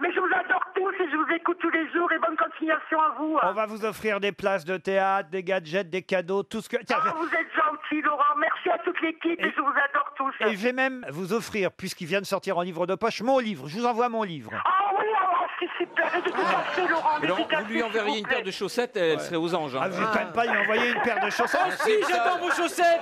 Mais je vous adore tous et je vous écoute tous les jours et bonne continuation à vous. hein.
On va vous offrir des places de théâtre, des gadgets, des cadeaux, tout ce que. Tiens, je-
Ah, vous êtes gentil, Laurent. Merci à toute l'équipe et je vous adore tous.
Et je vais même vous offrir, puisqu'il vient de sortir en livre de poche, mon livre. Je vous envoie mon livre.
Ah oui, ah, c'est super. Et dédicacez, Laurent.
Mais Laurent,
dédicacez,
vous lui
s'il
enverriez
vous
une
plaît.
paire de chaussettes, elle serait aux anges.
Ah, vous n'allez quand même pas lui envoyer une paire de chaussettes
Oh si, j'adore vos chaussettes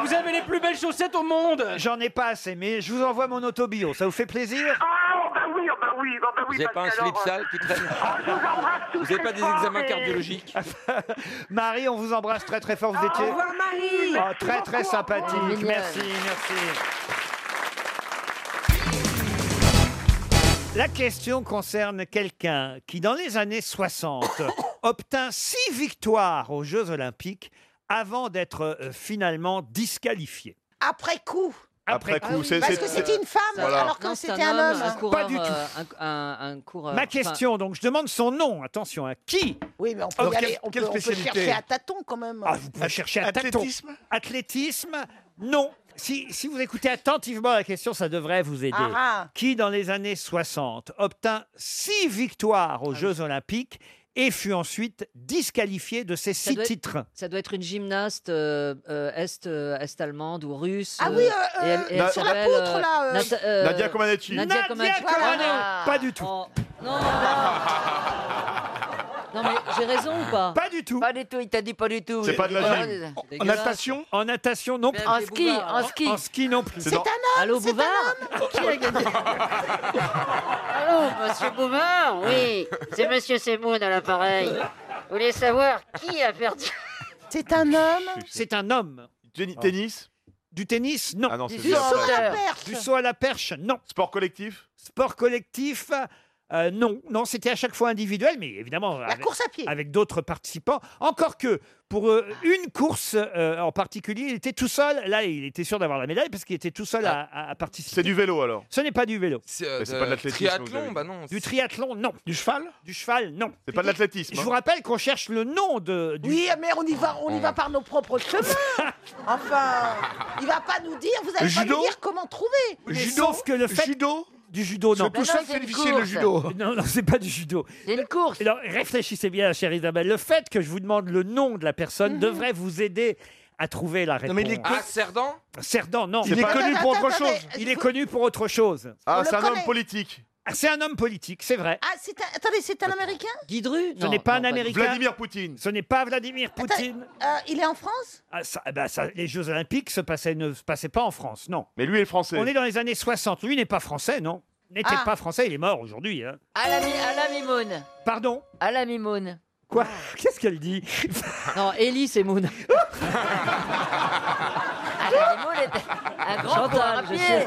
Vous avez les plus belles chaussettes au monde
J'en ai pas assez, mais je vous envoie mon autobio. Ça vous fait plaisir
Ah, oh, bah oui, oh, bah oui, oh, bah oui.
Vous avez
parce
pas un
que
slip
alors,
sale
euh,
qui traîne
ah, je vous embrasse tous
Vous avez pas
très
des
fort
examens
et-
cardiologiques Marie, on vous embrasse très très fort. Vous
Au
étiez
revoir, Marie.
Oh, très très
Merci beaucoup, au revoir.
sympathique.
Mignonne.
Merci, merci. La question concerne quelqu'un qui, dans les années 60, obtint six victoires aux Jeux Olympiques avant d'être euh, finalement disqualifié.
Après coup.
Après coup, c'est-
Parce
c'est-
que c'était une femme
Voilà.
alors que c'était un homme.
Pas du tout.
euh,
euh,
Ma question, donc, je demande son nom. Attention, à qui Oh,
Oui, mais on peut, y aller, on peut- on peut chercher à tâtons quand même.
Ah, vous pouvez chercher à tâtons.
Athlétisme
Athlétisme Non. Si, si vous écoutez attentivement la question, ça devrait vous aider.
Ah, ah.
Qui, dans les années 60, obtint six victoires
Ah
aux Jeux Olympiques et fut ensuite disqualifié de ces
Ça
six
doit être-
titres
Ça doit être une gymnaste euh, euh, est, euh, est-allemande ou russe.
Ah
euh,
oui, euh,
et elle-
euh,
et elle
sur la
s'appelle,
poutre,
euh,
là, euh.
Nata- euh,
Nadia Comaneci.
Nadia
Nadia
Comaneci. Ah.
Comaneci.
Voilà.
Pas du tout.
Non, non, mais j'ai raison ou pas
Pas du tout.
Pas du tout, il t'a dit pas du tout. Oh,
C'est pas de la gym.
gym.
En natation En natation, non.
En ski, en ski.
En ski, non plus.
C'est un homme, Allô, c'est un Bouvard homme.
Qui a gagné
Allô, monsieur Bouvard
Oui, c'est Monsieur Semoun à l'appareil. Vous voulez savoir qui a perdu
C'est un homme C'est un homme.
tennis Ah
Du tennis Non.
c'est Du bien saut après. à la perche.
Du saut à la perche Non. Sport collectif Sport collectif euh, non, non, c'était à chaque fois individuel, mais évidemment avec,
course à pied.
avec d'autres participants. Encore que pour euh, une course euh, en particulier, il était tout seul. Là, il était sûr d'avoir la médaille parce qu'il était tout seul à- à, à participer.
Ah. C'est du vélo alors
Ce n'est pas du vélo.
C'est euh,
de-
pas de l'athlétisme.
triathlon,
vous avez dit.
bah non. Du triathlon, non. Du cheval Du cheval, non.
C'est pas de l'athlétisme,
Je
hein.
vous rappelle qu'on cherche le nom de. Du... Oh.
Oui, mais on y va, on y va par nos propres chemins. Enfin, il va pas nous dire, vous allez pas
Judo
nous dire comment trouver.
Mais sauf que le fait judo du judo non
Parce que tout seul,
Non,
c'est difficile, le
course.
judo.
non non c'est pas du judo c'est une course alors réfléchissez bien chère Isabelle le fait que je vous demande le nom de la personne devrait vous aider à trouver la réponse
mais il est con- Ah,
Cerdan Cerdan non
Il C'est est pas- connu pour autre
Attends, attendez, chose.
il est connu pour autre chose
Ah, On le c'est un homme connaît.
politique c'est un homme politique c'est vrai
Ah, c'est un- attendez, c'est un Américain
Guidru ce
Non,
n'est pas
non,
un
pas du-
américain
Vladimir
Poutine ce n'est pas Vladimir Poutine
Euh, Il est en France
ah, ça- ah bah, ça- les Jeux Olympiques se passaient, ne se passaient pas en France, non. Mais lui est français. On est dans les années 60. Lui n'est pas français, non. N'était
Ah.
pas français, il est mort aujourd'hui. hein.
À la, mi- à la Mimoune.
Pardon
À la Mimoune.
Quoi Qu'est-ce qu'elle dit
Non, Ellie, c'est Moon.
Ah, la Mimoune était un grand
Chantal,
coureur à
je
pied
sais.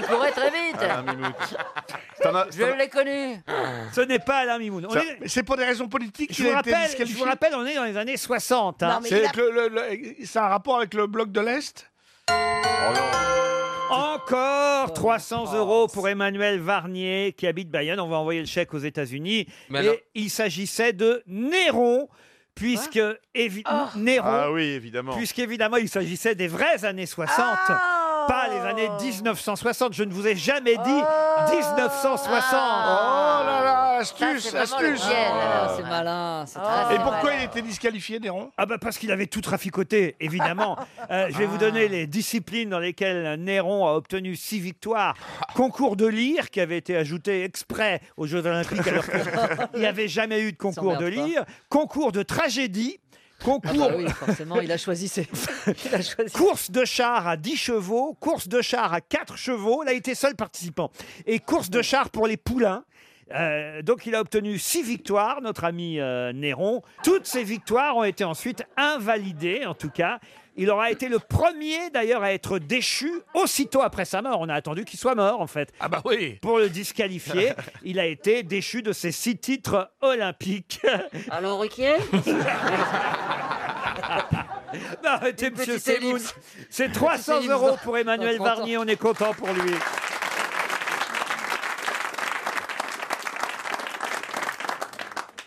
qui courait très vite.
Je l'ai connu.
Ce n'est pas Alain Mimoun.
Ça-
C'est pour des raisons politiques je
qu'il
vous
a été
rappelle, Je
disqualifié
vous rappelle, on est dans les années 60. hein.
C'est avec
le- le- le- c'est un rapport avec le bloc de l'Est
Oh,
Encore 300 euros pour Emmanuel Varnier qui habite Bayonne. On va envoyer le chèque aux États-Unis.
Mais alors-
Et il s'agissait de Néron, puisque évi- Néron,
Oh.
Ah oui, évidemment.
puisqu'évidemment il s'agissait des vraies années 60.
Oh.
pas les années 1960. Je ne vous ai jamais dit 1960.
Oh là là, astuce,
Ça, c'est vraiment le
astuce. Oh.
ciel, alors, Ah, c'est malin. Oh, c'est
Ah,
très
Et pourquoi
malin.
il était disqualifié, Néron
Ah bah parce qu'il avait tout traficoté, évidemment. Euh, je vais vous donner les disciplines dans lesquelles Néron a obtenu six victoires. Concours de lire qui avait été ajouté exprès aux Jeux Olympiques alors qu'il n'y avait jamais eu de concours de
S'emmerde pas.
lire. Concours de tragédie. Concours.
Ah bah oui, forcément, il a choisi ses...
Course de char à 10 chevaux, course de char à 4 chevaux, là il était seul participant. Et course de char pour les poulains. Euh, donc il a obtenu 6 victoires, notre ami euh, Néron. Toutes ces victoires ont été ensuite invalidées, en tout cas. Il aura été le premier d'ailleurs à être déchu aussitôt après sa mort. On a attendu qu'il soit mort en fait. Ah bah oui. Pour le disqualifier, il a été déchu de ses six titres olympiques.
Allô, Ruquier
Non, arrêtez,
Une
monsieur
petite
Semoun.
ellipse.
C'est 300
Une petite ellipse
euros
dans-
pour Emmanuel
dans 30 ans.
Varnier, on est content pour lui.